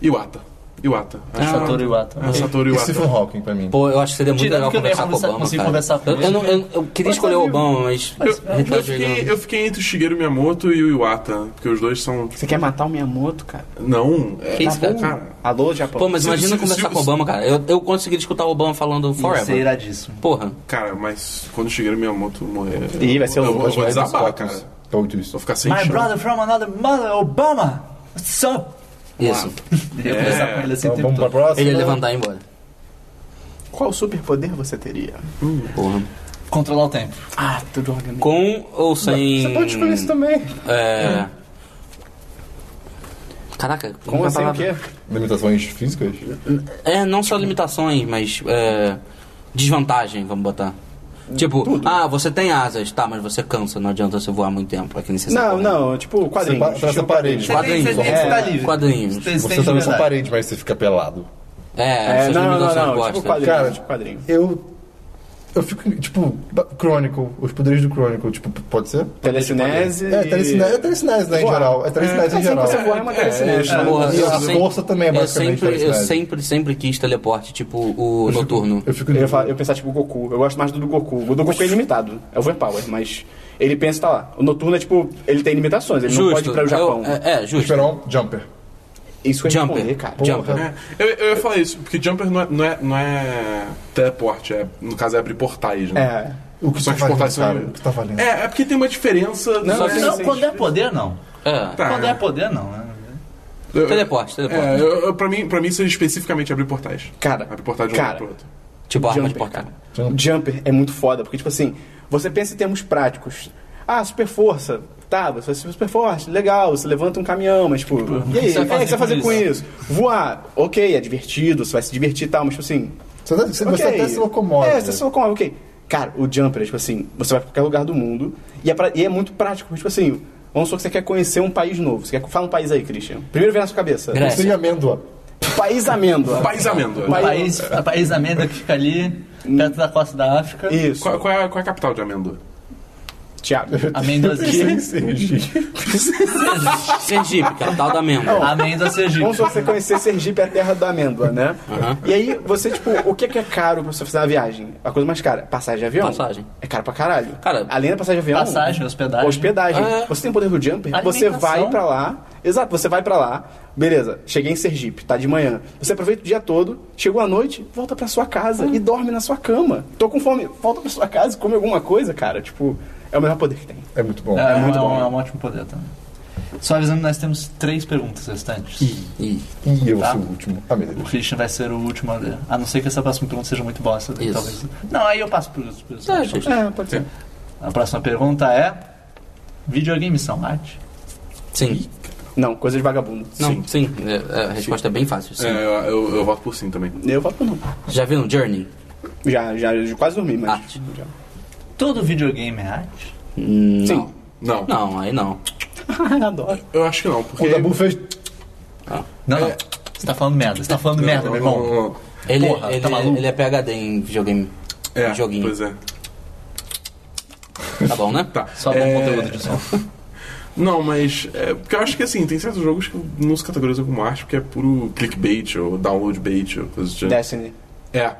[SPEAKER 3] Iwata. Iwata. Acho que-
[SPEAKER 1] Satoru Iwata.
[SPEAKER 3] É, Satoru
[SPEAKER 5] E
[SPEAKER 3] Iwata.
[SPEAKER 5] Stephen Hawking pra mim.
[SPEAKER 4] Pô, eu acho que seria muito
[SPEAKER 1] Tirando
[SPEAKER 4] legal
[SPEAKER 1] que eu não ia
[SPEAKER 4] conversar com o
[SPEAKER 1] conversar-
[SPEAKER 4] Obama,
[SPEAKER 1] conseguir
[SPEAKER 4] cara.
[SPEAKER 1] conversar com
[SPEAKER 4] eu, eu
[SPEAKER 1] ele.
[SPEAKER 4] não- eu- eu queria
[SPEAKER 1] Mas
[SPEAKER 4] escolher
[SPEAKER 1] tá
[SPEAKER 4] o
[SPEAKER 1] vivo.
[SPEAKER 4] Obama, mas...
[SPEAKER 3] Eu,
[SPEAKER 4] Heath
[SPEAKER 3] eu
[SPEAKER 4] Ledger
[SPEAKER 3] fiquei,
[SPEAKER 4] ganhou.
[SPEAKER 3] eu fiquei entre o Shigeru Miyamoto e o Iwata, porque os dois são. tipo,
[SPEAKER 2] Você quer matar o Miyamoto, cara?
[SPEAKER 3] Não. É,
[SPEAKER 4] Que isso,
[SPEAKER 3] tá bom.
[SPEAKER 4] cara?
[SPEAKER 2] Alô, Japão.
[SPEAKER 4] Pô, mas
[SPEAKER 3] Se-
[SPEAKER 4] imagina
[SPEAKER 3] se- se-
[SPEAKER 4] conversar com o Obama, cara. Eu, eu consegui escutar o Obama falando
[SPEAKER 1] Ia ser
[SPEAKER 4] forever.
[SPEAKER 1] iradíssimo.
[SPEAKER 4] Porra.
[SPEAKER 3] Cara, mas quando o Shigeru Miyamoto morrer.
[SPEAKER 2] Ih, vai ser
[SPEAKER 3] eu,
[SPEAKER 2] o-
[SPEAKER 3] eu, vou- eu vou
[SPEAKER 2] vai ser
[SPEAKER 3] desabar,
[SPEAKER 5] Fotos.
[SPEAKER 3] cara.
[SPEAKER 5] Fotos.
[SPEAKER 3] Vou ficar sem
[SPEAKER 1] My
[SPEAKER 3] chão.
[SPEAKER 1] brother from another mother, Obama! What's up?
[SPEAKER 4] Isso.
[SPEAKER 1] Eu ia conversar com ele assim o
[SPEAKER 5] Então,
[SPEAKER 1] tempo
[SPEAKER 5] vamos pra
[SPEAKER 1] todo.
[SPEAKER 5] próxima.
[SPEAKER 4] Ele ia levantar e ir embora.
[SPEAKER 2] Qual superpoder você teria?
[SPEAKER 4] Porra.
[SPEAKER 1] Controlar o tempo.
[SPEAKER 2] Ah, tudo organizado.
[SPEAKER 4] Com ou sem...
[SPEAKER 2] Você pode escolher isso também.
[SPEAKER 4] É... Caraca.
[SPEAKER 2] Com
[SPEAKER 4] uma
[SPEAKER 2] assim o
[SPEAKER 4] palavra-
[SPEAKER 2] quê?
[SPEAKER 5] Limitações físicas?
[SPEAKER 4] É, não só limitações, mas é, desvantagem, vamos botar. Tipo, ah, você tem asas, tá, mas você cansa, não adianta você voar muito tempo, é que nem você
[SPEAKER 2] Não,
[SPEAKER 4] sabe, né?
[SPEAKER 2] não, tipo quadrinho.
[SPEAKER 5] Sepa- traça
[SPEAKER 2] Tipo,
[SPEAKER 5] paredes.
[SPEAKER 1] Você tem- você
[SPEAKER 4] Quadrinhos.
[SPEAKER 1] tem- você tá livre.
[SPEAKER 4] Quadrinhos.
[SPEAKER 1] Você tem- você
[SPEAKER 5] Você
[SPEAKER 1] tem
[SPEAKER 5] também são
[SPEAKER 1] liberdade.
[SPEAKER 5] parede, mas você fica pelado.
[SPEAKER 4] É,
[SPEAKER 2] É,
[SPEAKER 4] essas
[SPEAKER 2] não, não,
[SPEAKER 4] limitações
[SPEAKER 2] não,
[SPEAKER 4] gostas.
[SPEAKER 2] tipo quadrinho.
[SPEAKER 5] Cara,
[SPEAKER 2] tipo quadrinho.
[SPEAKER 5] Eu. Eu fico, tipo, ba- Chronicle, os poderes do Chronicle, tipo, p- pode ser?
[SPEAKER 2] Telecinese.
[SPEAKER 5] É, telecinese, é telecinese, né, em
[SPEAKER 2] Voar.
[SPEAKER 5] geral. É telecinese em
[SPEAKER 2] É,
[SPEAKER 5] geral.
[SPEAKER 2] Sem você voar é uma telecinese.
[SPEAKER 3] É,
[SPEAKER 2] né?
[SPEAKER 4] Porra,
[SPEAKER 5] E
[SPEAKER 4] eu
[SPEAKER 5] a
[SPEAKER 4] sempre-
[SPEAKER 5] força também é
[SPEAKER 4] eu
[SPEAKER 5] basicamente
[SPEAKER 4] sempre, eu
[SPEAKER 5] felicidade.
[SPEAKER 4] sempre, sempre quis teleporte, tipo o
[SPEAKER 5] Eu fico-
[SPEAKER 4] noturno.
[SPEAKER 5] Eu fico.
[SPEAKER 2] Eu ia, falar, eu ia pensar tipo Goku. Eu gosto mais do do Goku. O do Goku é ilimitado. É overpower, mas ele pensa e tá lá. O noturno é tipo, ele tem limitações, ele não pode
[SPEAKER 4] Justo.
[SPEAKER 2] ir para o Japão.
[SPEAKER 4] eu- é, é, justo.
[SPEAKER 5] Esperar um jumper.
[SPEAKER 2] Isso que eu ia
[SPEAKER 4] Jumper.
[SPEAKER 2] responder, cara.
[SPEAKER 4] Jumper.
[SPEAKER 5] Porra.
[SPEAKER 3] É, eu, eu ia falar isso, porque jumper não é, não é, não é teleporte, é, no caso é abrir portais, né?
[SPEAKER 2] É.
[SPEAKER 5] O que
[SPEAKER 3] Só
[SPEAKER 5] tá
[SPEAKER 3] que
[SPEAKER 5] valendo,
[SPEAKER 3] exportação-
[SPEAKER 5] cara? O que tá valendo?
[SPEAKER 3] É, é porque tem uma diferença.
[SPEAKER 2] Não,
[SPEAKER 3] só que-
[SPEAKER 2] sim,
[SPEAKER 1] Não,
[SPEAKER 2] sim.
[SPEAKER 1] quando é poder, não.
[SPEAKER 4] É.
[SPEAKER 3] Tá.
[SPEAKER 1] Quando é poder, não. né?
[SPEAKER 3] Eu- eu-
[SPEAKER 4] Teleporte, teleporte.
[SPEAKER 3] É, eu, eu, pra, mim, pra mim seria especificamente abrir portais.
[SPEAKER 2] Cara,
[SPEAKER 3] Abrir portais de um
[SPEAKER 2] cara.
[SPEAKER 3] lado pro outro.
[SPEAKER 4] Tipo arma de
[SPEAKER 2] Jumper,
[SPEAKER 4] portal.
[SPEAKER 2] cara. Jumper é muito foda, porque, tipo assim, você pensa em termos práticos. Ah, super força. Tá, você é super forte, legal, você levanta um caminhão, mas tipo. e aí,
[SPEAKER 1] você vai
[SPEAKER 2] é, o que você vai
[SPEAKER 1] fazer
[SPEAKER 2] fazer
[SPEAKER 1] com
[SPEAKER 2] com isso? Voar, ok, é divertido, você vai se divertir e tal, mas tipo assim.
[SPEAKER 5] Você, tá- você, você
[SPEAKER 2] ok.
[SPEAKER 5] até se locomove. né?
[SPEAKER 2] É, você se locomove, ok. Cara, o Jumper é tipo assim, você vai pra qualquer lugar do mundo e é, pra- e é muito prático, porque, tipo assim. Vamos supor que você quer conhecer um país novo. Você quer... Fala um país aí, Christian. Primeiro vem na sua cabeça.
[SPEAKER 4] Grécia.
[SPEAKER 5] Sem amêndoa.
[SPEAKER 2] País amêndoa.
[SPEAKER 3] País amêndoa.
[SPEAKER 1] O
[SPEAKER 2] País-
[SPEAKER 1] país, a país da amêndoa que fica ali, perto da costa da África.
[SPEAKER 2] Isso.
[SPEAKER 3] Qual, qual é, a- qual é a capital de amêndoa?
[SPEAKER 2] Tiago.
[SPEAKER 1] Amêndoazinha.
[SPEAKER 4] Sergipe, capital da Menda.
[SPEAKER 1] Amêndoa
[SPEAKER 2] Vamos
[SPEAKER 1] Sergipe.
[SPEAKER 2] supor que você conhecer Sergipe, a terra da amêndoa, né? E aí, você, tipo, o que é, que é caro pra você fazer uma viagem? A coisa mais cara, passagem de avião.
[SPEAKER 4] Passagem.
[SPEAKER 2] É caro pra caralho.
[SPEAKER 4] Cara,
[SPEAKER 2] Além da passagem de avião...
[SPEAKER 1] Passagem, hospedagem.
[SPEAKER 2] Hospedagem.
[SPEAKER 4] É.
[SPEAKER 2] Você tem poder do jumper, você vai
[SPEAKER 1] Alimentação.
[SPEAKER 2] pra lá... Exato, você vai pra lá, beleza, cheguei em Sergipe, tá de manhã. Você aproveita o dia todo, chegou à noite, volta pra sua casa e dorme na sua cama. Tô com fome, volta pra sua casa e come alguma coisa, cara. Tipo, é o melhor poder que tem.
[SPEAKER 5] É muito bom.
[SPEAKER 1] É,
[SPEAKER 2] muito
[SPEAKER 1] é um-
[SPEAKER 2] bom.
[SPEAKER 1] é um ótimo poder também. Só avisando, nós temos três perguntas restantes.
[SPEAKER 4] Ih,
[SPEAKER 5] E eu
[SPEAKER 1] Tá.
[SPEAKER 5] sou o último. Ah, meu
[SPEAKER 1] O
[SPEAKER 5] Deus.
[SPEAKER 1] Christian vai ser o último a ler. A não ser que essa próxima pergunta seja muito bosta. daí
[SPEAKER 4] Isso.
[SPEAKER 1] Talvez. Não, aí eu passo por isso.
[SPEAKER 4] É, justo.
[SPEAKER 2] É, pode ser.
[SPEAKER 1] A próxima pergunta é... Videogames são arte?
[SPEAKER 4] Sim.
[SPEAKER 2] Não, coisa de vagabundo.
[SPEAKER 4] Não, sim. É, é, a resposta é bem fácil, sim.
[SPEAKER 3] É, eu, eu, eu voto por sim também.
[SPEAKER 2] Eu falo não.
[SPEAKER 4] Já viu no Journey?
[SPEAKER 2] Já, já, já quase dormi, mas...
[SPEAKER 4] Arte.
[SPEAKER 2] já.
[SPEAKER 1] Todo videogame é arte?
[SPEAKER 4] Hum,
[SPEAKER 2] Sim.
[SPEAKER 4] Não.
[SPEAKER 3] Não.
[SPEAKER 4] Não, aí não.
[SPEAKER 2] Adoro.
[SPEAKER 3] Eu acho que não,
[SPEAKER 5] O
[SPEAKER 3] porque.
[SPEAKER 5] Dabu fez.
[SPEAKER 1] Não, não. Você tá falando merda. Você tá falando
[SPEAKER 3] Não,
[SPEAKER 1] merda,
[SPEAKER 3] não,
[SPEAKER 1] meu irmão.
[SPEAKER 3] não, não.
[SPEAKER 4] Ele,
[SPEAKER 1] Porra, tá
[SPEAKER 4] ele,
[SPEAKER 1] maluco?
[SPEAKER 4] ele é PHD em videogame.
[SPEAKER 3] É,
[SPEAKER 4] Joguinho.
[SPEAKER 3] Pois é.
[SPEAKER 4] Tá bom, né?
[SPEAKER 3] Tá.
[SPEAKER 1] Só bom
[SPEAKER 3] É,
[SPEAKER 1] conteúdo de som.
[SPEAKER 3] Não, mas. é, porque eu acho que assim, tem certos jogos que eu não se categorizam como arte, porque é puro clickbait ou download bait ou coisa do tipo.
[SPEAKER 2] Destiny.
[SPEAKER 3] É,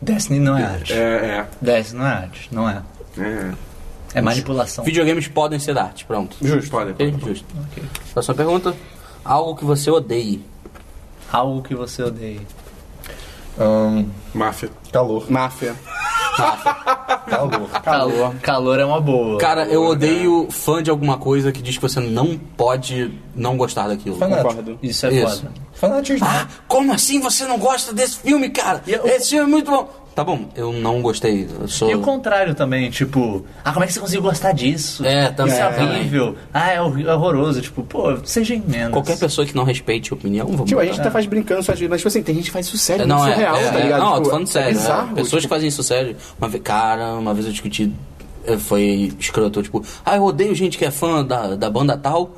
[SPEAKER 1] Destiny não é arte.
[SPEAKER 3] é, é.
[SPEAKER 1] Destiny não é arte. Não é.
[SPEAKER 3] é.
[SPEAKER 1] É manipulação.
[SPEAKER 4] Videogames podem ser arte, pronto.
[SPEAKER 3] Justo. Olha,
[SPEAKER 4] Ok, justo. Próxima pergunta. Algo que você odeie.
[SPEAKER 1] Algo que você odeia.
[SPEAKER 5] Ahn,
[SPEAKER 3] máfia.
[SPEAKER 5] calor.
[SPEAKER 2] Máfia.
[SPEAKER 5] Calor.
[SPEAKER 1] Calor. Calor é uma boa.
[SPEAKER 4] Cara, eu odeio fã de alguma coisa que diz que você não pode não gostar daquilo.
[SPEAKER 5] Fanático.
[SPEAKER 1] Isso é
[SPEAKER 4] Isso.
[SPEAKER 1] foda.
[SPEAKER 5] Fanatismo.
[SPEAKER 4] Ah, como assim você não gosta desse filme, cara?
[SPEAKER 1] E eu-
[SPEAKER 4] Esse filme é muito bom. Tá bom, eu não gostei. Eu sou...
[SPEAKER 1] E o contrário também, tipo, ah, como é que você conseguiu gostar disso?
[SPEAKER 4] É, também,
[SPEAKER 1] Isso é
[SPEAKER 4] também.
[SPEAKER 1] horrível. Ah, é hor- é horroroso. Tipo, pô, seja emenda.
[SPEAKER 4] Qualquer pessoa que não respeite a opinião, vamos
[SPEAKER 2] Tipo, a
[SPEAKER 4] botar.
[SPEAKER 2] gente tá faz brincando, só de- mas tipo assim, tem gente que faz isso sério, muito surreal, tá ligado?
[SPEAKER 4] é, Não, eu
[SPEAKER 2] Tipo,
[SPEAKER 4] tô falando sério.
[SPEAKER 2] É
[SPEAKER 4] né?
[SPEAKER 2] bizarro.
[SPEAKER 4] Pessoas que fazem isso sério. Uma vez, cara, uma vez eu discuti, eh, foi escroto, tipo, ah, eu odeio gente que é fã da, da banda tal.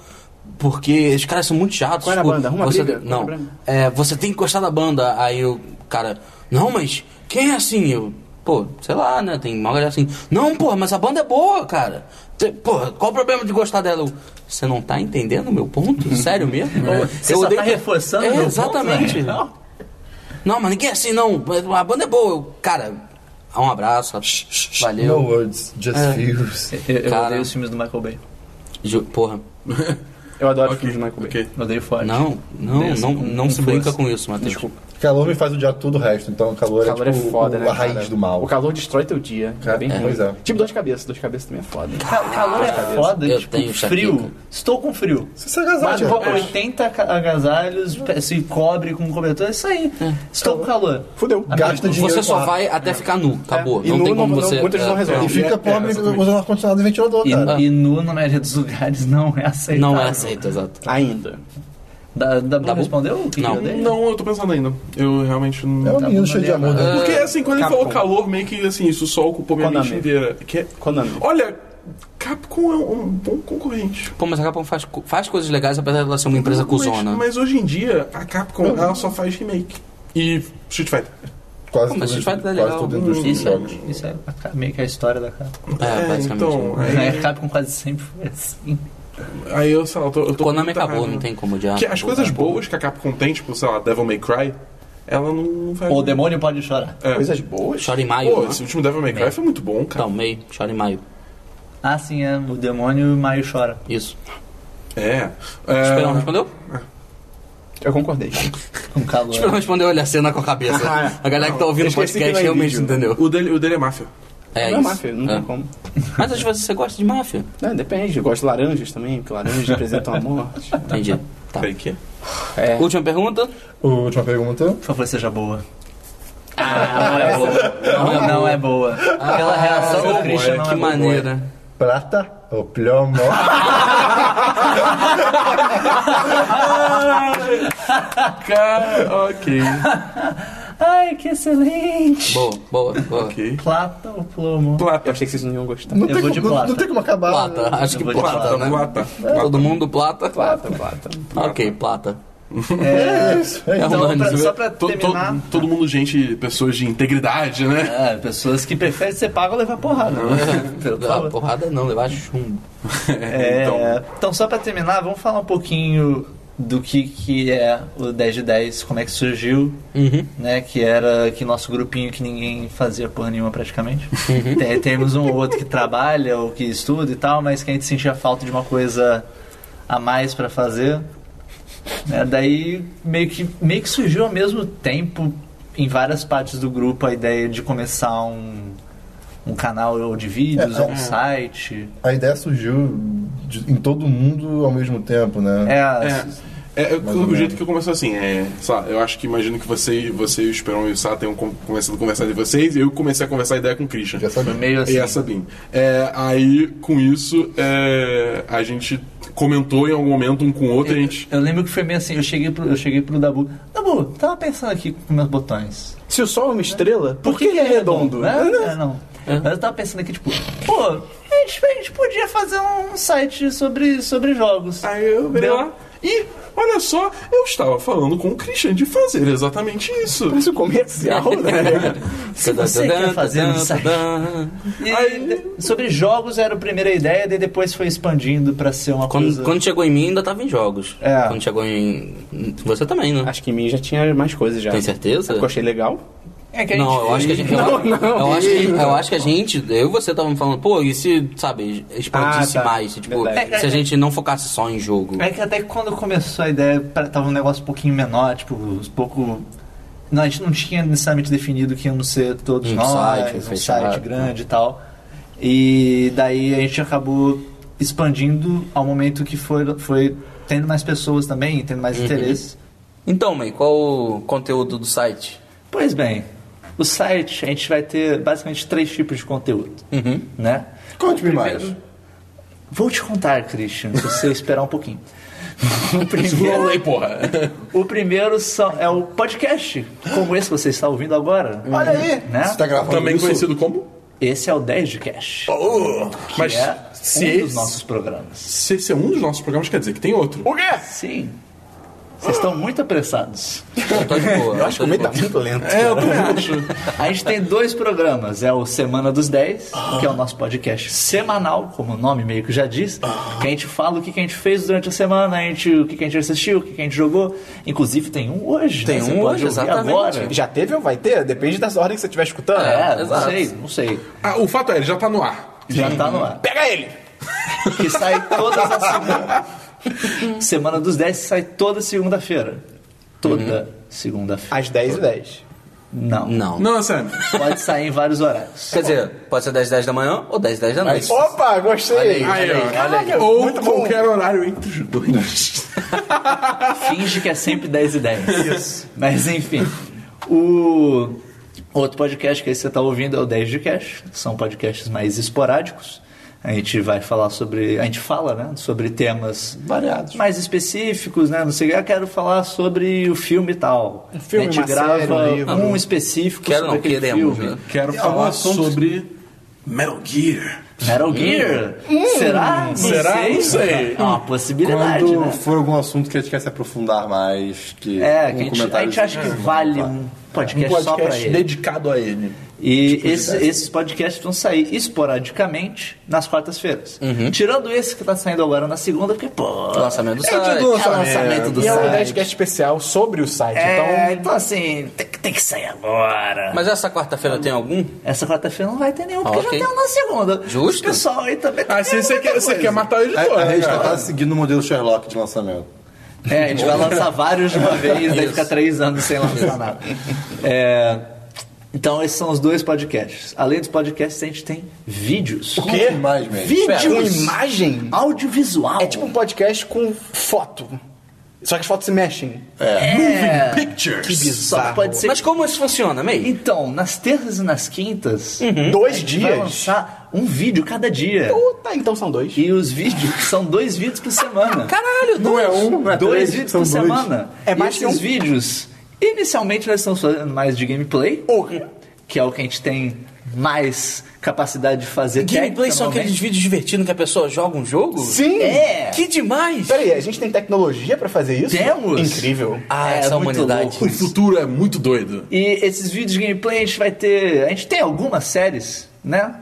[SPEAKER 4] Porque os caras são muito chatos.
[SPEAKER 2] Qual era a
[SPEAKER 4] tipo,
[SPEAKER 2] banda? Arruma
[SPEAKER 4] você,
[SPEAKER 2] briga, qual
[SPEAKER 4] Não.
[SPEAKER 2] era a banda?
[SPEAKER 4] É, você tem que gostar da banda. Aí o cara, não, mas quem é assim? Eu, pô, sei lá, né? Tem uma galera assim. Não, porra, mas a banda é boa, cara. Te- Porra, qual o problema de gostar dela? Eu, Você não tá entendendo o meu ponto? Sério mesmo?
[SPEAKER 1] É. Você só tá reforçando
[SPEAKER 4] É,
[SPEAKER 1] meu ponto, né?
[SPEAKER 4] exatamente.
[SPEAKER 1] Não.
[SPEAKER 4] Não, mas ninguém é assim, não. A banda é boa. Eu, cara, um abraço.
[SPEAKER 5] No
[SPEAKER 4] Valeu.
[SPEAKER 5] words, just feels.
[SPEAKER 1] Eu, eu
[SPEAKER 4] Cara.
[SPEAKER 1] odeio os filmes do Michael Bay.
[SPEAKER 4] Ju- Porra.
[SPEAKER 2] Eu adoro
[SPEAKER 3] Ok,
[SPEAKER 2] filmes de Michael Bay.
[SPEAKER 3] ok.
[SPEAKER 1] Eu odeio forte.
[SPEAKER 4] Não, não,
[SPEAKER 1] Desse,
[SPEAKER 4] não,
[SPEAKER 1] com-
[SPEAKER 4] não
[SPEAKER 1] com
[SPEAKER 4] se brinca
[SPEAKER 1] força.
[SPEAKER 4] com isso, Matheus.
[SPEAKER 2] Desculpa.
[SPEAKER 5] Calor me faz odiar todo o resto, então calor,
[SPEAKER 2] O calor
[SPEAKER 5] é
[SPEAKER 2] é
[SPEAKER 5] tipo
[SPEAKER 2] foda,
[SPEAKER 5] o-
[SPEAKER 2] né?
[SPEAKER 5] a raiz
[SPEAKER 2] cara?
[SPEAKER 5] do mal.
[SPEAKER 2] O calor destrói teu dia. É bem
[SPEAKER 5] é.
[SPEAKER 2] ruim.
[SPEAKER 5] Pois é.
[SPEAKER 2] Tipo dor de cabeça. Dor de cabeça também é foda.
[SPEAKER 1] Ca- calor é foda,
[SPEAKER 4] eu
[SPEAKER 1] tipo,
[SPEAKER 4] tenho enxaqueca.
[SPEAKER 1] frio. Estou com frio.
[SPEAKER 5] Se você
[SPEAKER 1] Bate
[SPEAKER 5] agasalha,
[SPEAKER 1] roupa, 80 ca- agasalhos, pe- se cobre com um cobertor, é isso aí. Estou com calor.
[SPEAKER 2] Fudeu.
[SPEAKER 5] gasta dinheiro
[SPEAKER 4] Você só
[SPEAKER 5] com a-
[SPEAKER 4] vai até ficar nu, acabou.
[SPEAKER 2] E
[SPEAKER 4] Não
[SPEAKER 2] nu
[SPEAKER 4] tem como
[SPEAKER 2] não-
[SPEAKER 4] você.
[SPEAKER 2] não- muitas não
[SPEAKER 4] é,
[SPEAKER 5] e
[SPEAKER 2] resolvem.
[SPEAKER 5] fica
[SPEAKER 3] É,
[SPEAKER 5] pobre
[SPEAKER 3] exatamente.
[SPEAKER 5] usando ar-condicionado e ventilador,
[SPEAKER 1] E,
[SPEAKER 5] cara. É
[SPEAKER 1] e nu na maioria dos lugares não é aceito.
[SPEAKER 4] Tá. Não é aceito, exato.
[SPEAKER 2] Ainda.
[SPEAKER 1] Da, da,
[SPEAKER 4] Dabu?
[SPEAKER 1] respondeu o que
[SPEAKER 4] Não.
[SPEAKER 1] eu odeio?
[SPEAKER 3] Não, eu tô pensando ainda. Eu realmente
[SPEAKER 5] É
[SPEAKER 3] não. tá
[SPEAKER 5] um menino cheio de amor. né?
[SPEAKER 3] Porque assim, quando ele
[SPEAKER 2] Capcom.
[SPEAKER 3] falou calor, meio que assim, isso só ocupou minha
[SPEAKER 2] Konami.
[SPEAKER 3] mente inteira. Que é-
[SPEAKER 2] Konami.
[SPEAKER 3] Olha, Capcom é um bom concorrente.
[SPEAKER 4] Pô, mas a Capcom faz, co- faz coisas legais, apesar de ela ser uma empresa
[SPEAKER 3] Mas-
[SPEAKER 4] cuzona.
[SPEAKER 3] Mas, hoje em dia, a Capcom ela só faz remake. E Street Fighter.
[SPEAKER 4] mas
[SPEAKER 5] Quase todos-
[SPEAKER 4] Street Fighter é
[SPEAKER 5] quase
[SPEAKER 4] legal.
[SPEAKER 5] todos os
[SPEAKER 1] Isso
[SPEAKER 5] jogos.
[SPEAKER 1] é, isso é a ca- meio que a história da Capcom.
[SPEAKER 4] É, basicamente.
[SPEAKER 3] então,
[SPEAKER 4] né?
[SPEAKER 3] É.
[SPEAKER 1] A Capcom quase sempre foi assim.
[SPEAKER 3] Aí eu, sei lá, eu tô, eu tô com
[SPEAKER 4] Konami
[SPEAKER 3] muita
[SPEAKER 4] acabou,
[SPEAKER 3] raiva.
[SPEAKER 4] não tem como odiar.
[SPEAKER 3] Que as coisas boas que a Capcom tem, tipo, sei lá, Devil May Cry, ela não, não faz.
[SPEAKER 1] O demônio pode chorar.
[SPEAKER 3] É.
[SPEAKER 2] Coisas boas.
[SPEAKER 4] Chora em maio.
[SPEAKER 3] Pô,
[SPEAKER 4] né?
[SPEAKER 3] esse último Devil May Cry foi muito bom, cara.
[SPEAKER 4] Então, meio, chora em maio.
[SPEAKER 1] Ah, sim, é. O demônio e Maio chora.
[SPEAKER 4] Isso.
[SPEAKER 3] É.
[SPEAKER 4] É... Esperão
[SPEAKER 3] é...
[SPEAKER 4] respondeu?
[SPEAKER 2] Eu concordei.
[SPEAKER 1] Com calor.
[SPEAKER 4] Esperão respondeu, olha a cena com a cabeça.
[SPEAKER 2] Ah,
[SPEAKER 4] A galera que tá ouvindo
[SPEAKER 2] eu
[SPEAKER 4] o
[SPEAKER 2] esqueci que não
[SPEAKER 4] podcast
[SPEAKER 2] é
[SPEAKER 4] realmente
[SPEAKER 2] vídeo.
[SPEAKER 4] entendeu.
[SPEAKER 3] O dele, o dele é máfia.
[SPEAKER 4] É
[SPEAKER 2] não é
[SPEAKER 4] isso.
[SPEAKER 2] máfia, não
[SPEAKER 4] É.
[SPEAKER 2] tem como.
[SPEAKER 4] Mas às vezes você gosta de máfia.
[SPEAKER 2] Não, depende. Eu gosto de laranjas também, porque laranjas representam a morte.
[SPEAKER 4] Entendi. Tá.
[SPEAKER 3] Peraí, que é?
[SPEAKER 2] É.
[SPEAKER 4] Última pergunta.
[SPEAKER 5] O- Última pergunta.
[SPEAKER 1] Por favor, seja boa. Ah, não é boa. Não, é- não é boa. Aquela reação do Christian não
[SPEAKER 4] que
[SPEAKER 1] é boa.
[SPEAKER 4] maneira.
[SPEAKER 5] Prata ou plomo?
[SPEAKER 3] Cara, Ah, ok.
[SPEAKER 1] Ai, que excelente.
[SPEAKER 4] Boa, boa, boa.
[SPEAKER 3] ok.
[SPEAKER 1] Plata ou plomo?
[SPEAKER 2] Eu
[SPEAKER 3] Plata.
[SPEAKER 2] achei que vocês não iam gostar.
[SPEAKER 5] Não
[SPEAKER 1] Eu
[SPEAKER 5] tem,
[SPEAKER 1] vou de
[SPEAKER 5] como, não,
[SPEAKER 1] plata.
[SPEAKER 5] não tem como acabar.
[SPEAKER 4] Plata, acho
[SPEAKER 1] Eu
[SPEAKER 4] que
[SPEAKER 1] vou de
[SPEAKER 4] plata,
[SPEAKER 1] plata,
[SPEAKER 4] né?
[SPEAKER 3] Plata.
[SPEAKER 4] Todo mundo plata?
[SPEAKER 2] Plata, plata.
[SPEAKER 4] Ok, plata. um-
[SPEAKER 5] É isso. É, isso.
[SPEAKER 1] Então,
[SPEAKER 4] Mano,
[SPEAKER 1] pra-
[SPEAKER 4] isso
[SPEAKER 1] só
[SPEAKER 4] é-
[SPEAKER 1] pra
[SPEAKER 3] To- to-
[SPEAKER 1] terminar...
[SPEAKER 3] todo mundo, gente, pessoas de integridade, né?
[SPEAKER 1] É, pessoas que preferem ser pago ou levar porrada. Pelo
[SPEAKER 4] Ah,
[SPEAKER 1] favor.
[SPEAKER 4] porrada não, levar chumbo.
[SPEAKER 1] É,
[SPEAKER 3] Então.
[SPEAKER 1] então. só pra terminar, vamos falar um pouquinho do que, que é o 10 de 10, como é que surgiu,
[SPEAKER 4] Uhum.
[SPEAKER 1] né? Que era que nosso grupinho que ninguém fazia porra nenhuma praticamente. Tem- temos um ou outro que trabalha ou que estuda e tal, mas que a gente sentia falta de uma coisa a mais pra fazer. né, daí meio que, meio que surgiu ao mesmo tempo em várias partes do grupo a ideia de começar um, um canal ou de vídeos
[SPEAKER 5] É,
[SPEAKER 1] ou
[SPEAKER 5] é.
[SPEAKER 1] um site.
[SPEAKER 5] A ideia surgiu de- em todo mundo ao mesmo tempo, né?
[SPEAKER 1] É,
[SPEAKER 3] É, é,
[SPEAKER 5] Mais ou
[SPEAKER 3] o
[SPEAKER 5] menos.
[SPEAKER 3] jeito que eu começou assim, é, sei lá, eu acho que imagino que você, você e o Esperão e o Sá tenham com- começado a conversar de vocês, e eu comecei a conversar a ideia com o Christian.
[SPEAKER 5] Já sabe.
[SPEAKER 1] foi meio assim.
[SPEAKER 3] E essa BIM. É, aí, com isso, é, a gente comentou em algum momento um com o outro, a gente.
[SPEAKER 1] Eu lembro que foi meio assim, eu cheguei pro, eu cheguei pro Dabu. Dabu, tava pensando aqui com meus botões.
[SPEAKER 2] Se o sol é uma estrela, por, que, ele é redondo?
[SPEAKER 1] É, é, não. Mas eu tava pensando aqui, tipo, pô, a gente, a gente podia fazer um site sobre, sobre jogos.
[SPEAKER 3] Aí eu virei
[SPEAKER 1] Deu.
[SPEAKER 3] lá. E, olha só, eu estava falando com o Christian de fazer exatamente isso.
[SPEAKER 2] Parece um comercial, né?
[SPEAKER 1] Se você quer fazer um site. E
[SPEAKER 3] Aí-
[SPEAKER 1] sobre jogos era a primeira ideia, daí depois foi expandindo pra ser uma coisa.
[SPEAKER 4] Quando, quando chegou em mim, ainda tava em jogos.
[SPEAKER 1] É.
[SPEAKER 4] Quando chegou em. Você também, né?
[SPEAKER 2] Acho que em mim já tinha mais coisas já.
[SPEAKER 4] Tem certeza?
[SPEAKER 2] Sabe o que eu achei legal?
[SPEAKER 1] É que a
[SPEAKER 4] não, eu acho que a gente. Eu, eu acho que, eu acho que a gente. Eu e você estavam falando, pô, e se, sabe, expandisse
[SPEAKER 2] Ah, tá.
[SPEAKER 4] mais? se, Tipo,
[SPEAKER 2] Verdade.
[SPEAKER 4] se a gente não focasse só em jogo.
[SPEAKER 1] É que até quando começou a ideia, pra- tava um negócio um pouquinho menor, tipo, um pouco não, a gente não tinha necessariamente definido que íamos ser todos
[SPEAKER 4] Um
[SPEAKER 1] nós,
[SPEAKER 4] site,
[SPEAKER 1] um
[SPEAKER 4] fechado.
[SPEAKER 1] site grande e tal. E daí a gente acabou expandindo ao momento que foi, foi tendo mais pessoas também, tendo mais
[SPEAKER 4] Uhum.
[SPEAKER 1] interesse.
[SPEAKER 4] Então, May, qual o conteúdo do site?
[SPEAKER 1] Pois bem, o site a gente vai ter basicamente três tipos de conteúdo,
[SPEAKER 4] Uhum.
[SPEAKER 1] né?
[SPEAKER 5] Conte-me mais.
[SPEAKER 1] Vou te contar, Christian, se você esperar um pouquinho. O
[SPEAKER 4] Rola
[SPEAKER 1] primeiro,
[SPEAKER 4] aí, porra.
[SPEAKER 1] o primeiro são- é o podcast, como esse que você está ouvindo agora. Olha aí! Né?
[SPEAKER 5] Você tá gravando
[SPEAKER 3] Também
[SPEAKER 5] isso?
[SPEAKER 3] conhecido como?
[SPEAKER 1] Esse é o 10 de Cash, que
[SPEAKER 3] Mas
[SPEAKER 1] é
[SPEAKER 3] se
[SPEAKER 1] um dos
[SPEAKER 3] esse-
[SPEAKER 1] nossos programas.
[SPEAKER 3] Se esse é um dos nossos programas, quer dizer que tem outro.
[SPEAKER 2] O quê?
[SPEAKER 1] Sim, vocês estão muito apressados.
[SPEAKER 4] Eu tô de boa.
[SPEAKER 2] Eu acho que o meio tá muito lento.
[SPEAKER 3] É, eu também acho.
[SPEAKER 1] A gente tem dois programas. É o Semana dos 10, que é o nosso podcast semanal, como o nome meio que já diz. Que a gente fala o que que a gente fez durante a semana, a gente, o que que a gente assistiu, o que que a gente jogou. Inclusive tem um hoje,
[SPEAKER 4] Tem
[SPEAKER 1] né? Você
[SPEAKER 4] um
[SPEAKER 1] pode
[SPEAKER 4] hoje,
[SPEAKER 1] ouvir
[SPEAKER 4] exatamente.
[SPEAKER 1] agora.
[SPEAKER 2] Já teve ou vai ter? Depende da ordem que você estiver escutando.
[SPEAKER 1] É, não
[SPEAKER 4] exato.
[SPEAKER 1] sei, não sei.
[SPEAKER 3] Ah, o fato é, ele já tá no ar.
[SPEAKER 1] Já tá no ar.
[SPEAKER 2] Pega ele!
[SPEAKER 1] Que sai todas as segundas. Semana dos 10 sai toda segunda-feira. Toda segunda-feira.
[SPEAKER 2] Às 10 e 10.
[SPEAKER 1] Não.
[SPEAKER 4] Não.
[SPEAKER 3] Não, é sério.
[SPEAKER 1] Pode sair em vários horários.
[SPEAKER 4] Quer dizer, pode ser 10 10 da manhã ou 10 10 da noite.
[SPEAKER 2] Opa, gostei!
[SPEAKER 3] Aí, ó.
[SPEAKER 2] Caraca,
[SPEAKER 3] Ou
[SPEAKER 2] muito bom.
[SPEAKER 3] qualquer horário entre os dois.
[SPEAKER 1] finge que é sempre 10 e 10. Mas enfim. O outro podcast que aí você está ouvindo é o 10 de Cash. São podcasts mais esporádicos. A gente vai falar sobre. A gente fala, né? Sobre temas
[SPEAKER 5] Variados.
[SPEAKER 1] mais específicos, né? Não sei, eu quero falar sobre o filme tal.
[SPEAKER 3] É
[SPEAKER 2] filme,
[SPEAKER 1] a gente
[SPEAKER 2] uma
[SPEAKER 1] grava
[SPEAKER 2] série, um livro.
[SPEAKER 1] um específico
[SPEAKER 4] Quero
[SPEAKER 1] sobre
[SPEAKER 4] não,
[SPEAKER 1] aquele
[SPEAKER 4] queremos,
[SPEAKER 1] filme.
[SPEAKER 4] né?
[SPEAKER 3] Quero falar sobre Metal Gear.
[SPEAKER 4] Hum.
[SPEAKER 3] Hum.
[SPEAKER 1] Metal Gear. Será? Não
[SPEAKER 3] Será?
[SPEAKER 1] Sei.
[SPEAKER 3] Não sei.
[SPEAKER 1] É uma possibilidade,
[SPEAKER 5] Quando
[SPEAKER 1] né?
[SPEAKER 5] for algum assunto que a gente quer se aprofundar mais, que
[SPEAKER 1] É,
[SPEAKER 5] um
[SPEAKER 1] que a, gente, a
[SPEAKER 5] comentário-
[SPEAKER 1] gente acha que vale um podcast, Tipo, só pra ele.
[SPEAKER 5] dedicado a ele.
[SPEAKER 1] E esses, esses podcasts vão sair esporadicamente nas quartas-feiras. Tirando esse que tá saindo agora na segunda, porque, pô.
[SPEAKER 4] Lançamento do
[SPEAKER 1] é
[SPEAKER 4] site.
[SPEAKER 1] o lançamento do
[SPEAKER 2] E é um
[SPEAKER 1] site.
[SPEAKER 2] 10 especial sobre o site,
[SPEAKER 1] É,
[SPEAKER 2] então.
[SPEAKER 1] então assim, tem, que- tem que sair agora.
[SPEAKER 4] Mas essa quarta-feira tem algum?
[SPEAKER 1] Essa quarta-feira não vai ter nenhum, porque
[SPEAKER 4] Ok.
[SPEAKER 1] já tem um na segunda.
[SPEAKER 4] Justo.
[SPEAKER 1] Os pessoal aí também tá tem
[SPEAKER 3] Ah, se você, quer, você quer matar o
[SPEAKER 5] A,
[SPEAKER 3] editor,
[SPEAKER 5] a
[SPEAKER 3] né,
[SPEAKER 5] gente
[SPEAKER 3] cara?
[SPEAKER 5] tá seguindo o modelo Sherlock de lançamento.
[SPEAKER 1] É, a gente vai lançar vários de uma vez, daí
[SPEAKER 4] Isso.
[SPEAKER 1] fica três anos sem lançar nada. É, então, esses são os dois podcasts. Além dos podcasts, a gente tem vídeos.
[SPEAKER 2] O quê?
[SPEAKER 5] mais, man.
[SPEAKER 2] Vídeo,
[SPEAKER 4] Espera.
[SPEAKER 2] uma imagem?
[SPEAKER 1] Audiovisual.
[SPEAKER 2] É tipo um podcast com foto. Só que as fotos se mexem.
[SPEAKER 3] Moving Pictures.
[SPEAKER 1] Só é. que pode ser tipo,
[SPEAKER 4] Mas como isso funciona, May?
[SPEAKER 1] Então, nas terças e nas quintas,
[SPEAKER 2] Dois
[SPEAKER 1] Uhum. vai
[SPEAKER 2] dias.
[SPEAKER 1] lançar um vídeo cada dia.
[SPEAKER 2] Puta, então são dois.
[SPEAKER 1] E os vídeos são dois vídeos por semana.
[SPEAKER 4] Caralho,
[SPEAKER 5] Não é um, não é
[SPEAKER 1] dois
[SPEAKER 5] três,
[SPEAKER 1] vídeos
[SPEAKER 5] são
[SPEAKER 1] por
[SPEAKER 5] dois.
[SPEAKER 1] semana.
[SPEAKER 2] É mais
[SPEAKER 1] e
[SPEAKER 2] que
[SPEAKER 1] esses
[SPEAKER 2] um.
[SPEAKER 1] vídeos, inicialmente, nós estamos fazendo mais de gameplay, que é o que a gente tem mais capacidade de fazer.
[SPEAKER 4] Gameplay são
[SPEAKER 1] tecnicamente.
[SPEAKER 4] aqueles vídeos divertidos que a pessoa joga um jogo?
[SPEAKER 2] Sim!
[SPEAKER 1] É.
[SPEAKER 4] Que demais!
[SPEAKER 2] Peraí, a gente tem tecnologia pra fazer isso?
[SPEAKER 1] Temos.
[SPEAKER 2] Incrível.
[SPEAKER 4] Ah,
[SPEAKER 1] É,
[SPEAKER 4] essa
[SPEAKER 1] muito
[SPEAKER 4] humanidade.
[SPEAKER 3] O futuro é muito doido.
[SPEAKER 1] E esses vídeos de gameplay a gente vai ter. A gente tem algumas séries, né?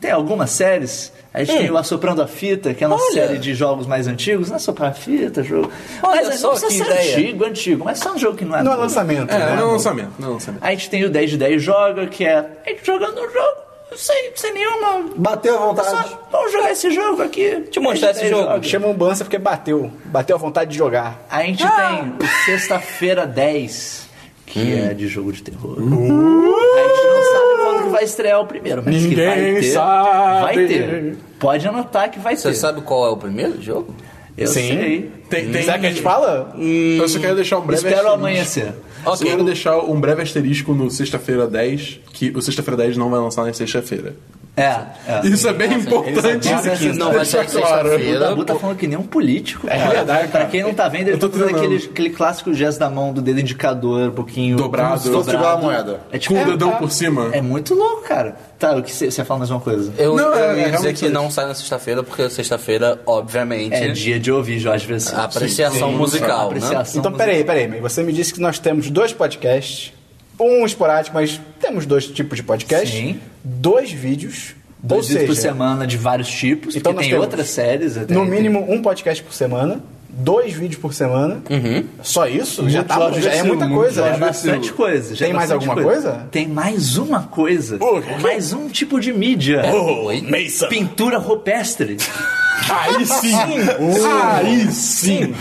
[SPEAKER 1] Tem algumas séries. A gente tem o Assoprando a Fita, que é uma
[SPEAKER 4] Olha.
[SPEAKER 1] série de jogos mais antigos. Não é Assoprar a Fita, jogo.
[SPEAKER 4] Olha
[SPEAKER 1] mas
[SPEAKER 4] só
[SPEAKER 1] não precisa
[SPEAKER 4] que
[SPEAKER 1] ser
[SPEAKER 4] ideia.
[SPEAKER 1] antigo, antigo. Mas só um jogo que não é
[SPEAKER 2] Não é
[SPEAKER 1] novo.
[SPEAKER 2] lançamento,
[SPEAKER 3] É,
[SPEAKER 2] né?
[SPEAKER 3] não é lançamento, não é lançamento.
[SPEAKER 1] A gente tem o 10 de 10 Joga, que é a gente jogando um jogo sem, sem nenhuma.
[SPEAKER 5] Bateu à vontade.
[SPEAKER 1] Só, vamos jogar esse jogo aqui.
[SPEAKER 4] Te mostrar
[SPEAKER 1] 10
[SPEAKER 4] esse
[SPEAKER 1] de 10
[SPEAKER 4] jogo.
[SPEAKER 1] Joga.
[SPEAKER 2] Chama a ambulância porque bateu. Bateu a vontade de jogar.
[SPEAKER 1] A gente tem o Sexta-feira 10, que é de jogo de terror. A gente não sabe quando que vai estrear o primeiro, mas que vai
[SPEAKER 2] Ninguém
[SPEAKER 1] ter.
[SPEAKER 2] sabe.
[SPEAKER 1] Vai ter. Pode anotar que vai
[SPEAKER 4] Você
[SPEAKER 1] ter.
[SPEAKER 4] sabe qual é o primeiro jogo?
[SPEAKER 1] Eu
[SPEAKER 2] Sim.
[SPEAKER 1] sei. Hum.
[SPEAKER 3] Tem, tem...
[SPEAKER 2] Será que a gente fala?
[SPEAKER 3] Eu só quero deixar um breve
[SPEAKER 1] Espero
[SPEAKER 3] asterisco.
[SPEAKER 1] amanhecer.
[SPEAKER 3] Eu
[SPEAKER 4] Ok.
[SPEAKER 3] quero deixar um breve asterisco no Sexta-feira 10, que o Sexta-feira 10 não vai lançar na sexta-feira.
[SPEAKER 1] É, é.
[SPEAKER 3] Isso é bem importante. é
[SPEAKER 1] Nossa,
[SPEAKER 3] isso aqui,
[SPEAKER 4] não vai ser
[SPEAKER 3] deixar claro.
[SPEAKER 1] O
[SPEAKER 4] é sexta-feira. é
[SPEAKER 1] Dabu tá falando que nem um político. É
[SPEAKER 3] verdade,
[SPEAKER 1] Pra quem não tá vendo, ele
[SPEAKER 3] Eu
[SPEAKER 1] tá
[SPEAKER 3] tô
[SPEAKER 1] fazendo
[SPEAKER 3] treinando.
[SPEAKER 1] aquele, aquele clássico gesto da mão do dedo indicador, um pouquinho
[SPEAKER 3] Dobrado.
[SPEAKER 5] Só
[SPEAKER 1] dobrado.
[SPEAKER 5] segurar a moeda.
[SPEAKER 1] É tipo,
[SPEAKER 3] Com o
[SPEAKER 1] é,
[SPEAKER 3] dedão por cima.
[SPEAKER 1] é muito louco, cara. Tá, o que você fala mais uma coisa?
[SPEAKER 4] Eu,
[SPEAKER 3] Não, é-
[SPEAKER 4] eu
[SPEAKER 3] é
[SPEAKER 4] ia dizer
[SPEAKER 3] realmente
[SPEAKER 4] que
[SPEAKER 3] isso.
[SPEAKER 4] não sai na sexta-feira, porque sexta-feira, obviamente,
[SPEAKER 1] É dia de ouvir Jorge Versus.
[SPEAKER 4] a apreciação musical, né?
[SPEAKER 1] apreciação
[SPEAKER 2] Então,
[SPEAKER 1] musical.
[SPEAKER 2] peraí, peraí, May. Você me disse que nós temos dois podcasts. Um esporádico, mas temos dois tipos de podcast.
[SPEAKER 1] Sim.
[SPEAKER 2] Dois vídeos.
[SPEAKER 1] Dois
[SPEAKER 2] ou
[SPEAKER 1] vídeos por
[SPEAKER 2] seja,
[SPEAKER 1] semana de vários tipos, porque
[SPEAKER 2] Então nós
[SPEAKER 1] tem
[SPEAKER 2] temos,
[SPEAKER 1] outras séries. até-
[SPEAKER 2] No mínimo um podcast por semana. Dois vídeos por semana. Só isso? já
[SPEAKER 5] Muito
[SPEAKER 2] tá,
[SPEAKER 5] Jorge
[SPEAKER 2] já é
[SPEAKER 5] Vecino,
[SPEAKER 2] muita
[SPEAKER 5] muito
[SPEAKER 2] coisa.
[SPEAKER 1] Tem
[SPEAKER 5] Jorge
[SPEAKER 1] é bastante coisa. já
[SPEAKER 2] Tem
[SPEAKER 1] é
[SPEAKER 2] mais
[SPEAKER 1] bastante
[SPEAKER 2] alguma coisa?
[SPEAKER 1] Tem mais uma coisa. mais um tipo de mídia.
[SPEAKER 4] Oi?
[SPEAKER 1] Pintura rupestre.
[SPEAKER 3] Aí sim!
[SPEAKER 5] Um.
[SPEAKER 3] Aí sim!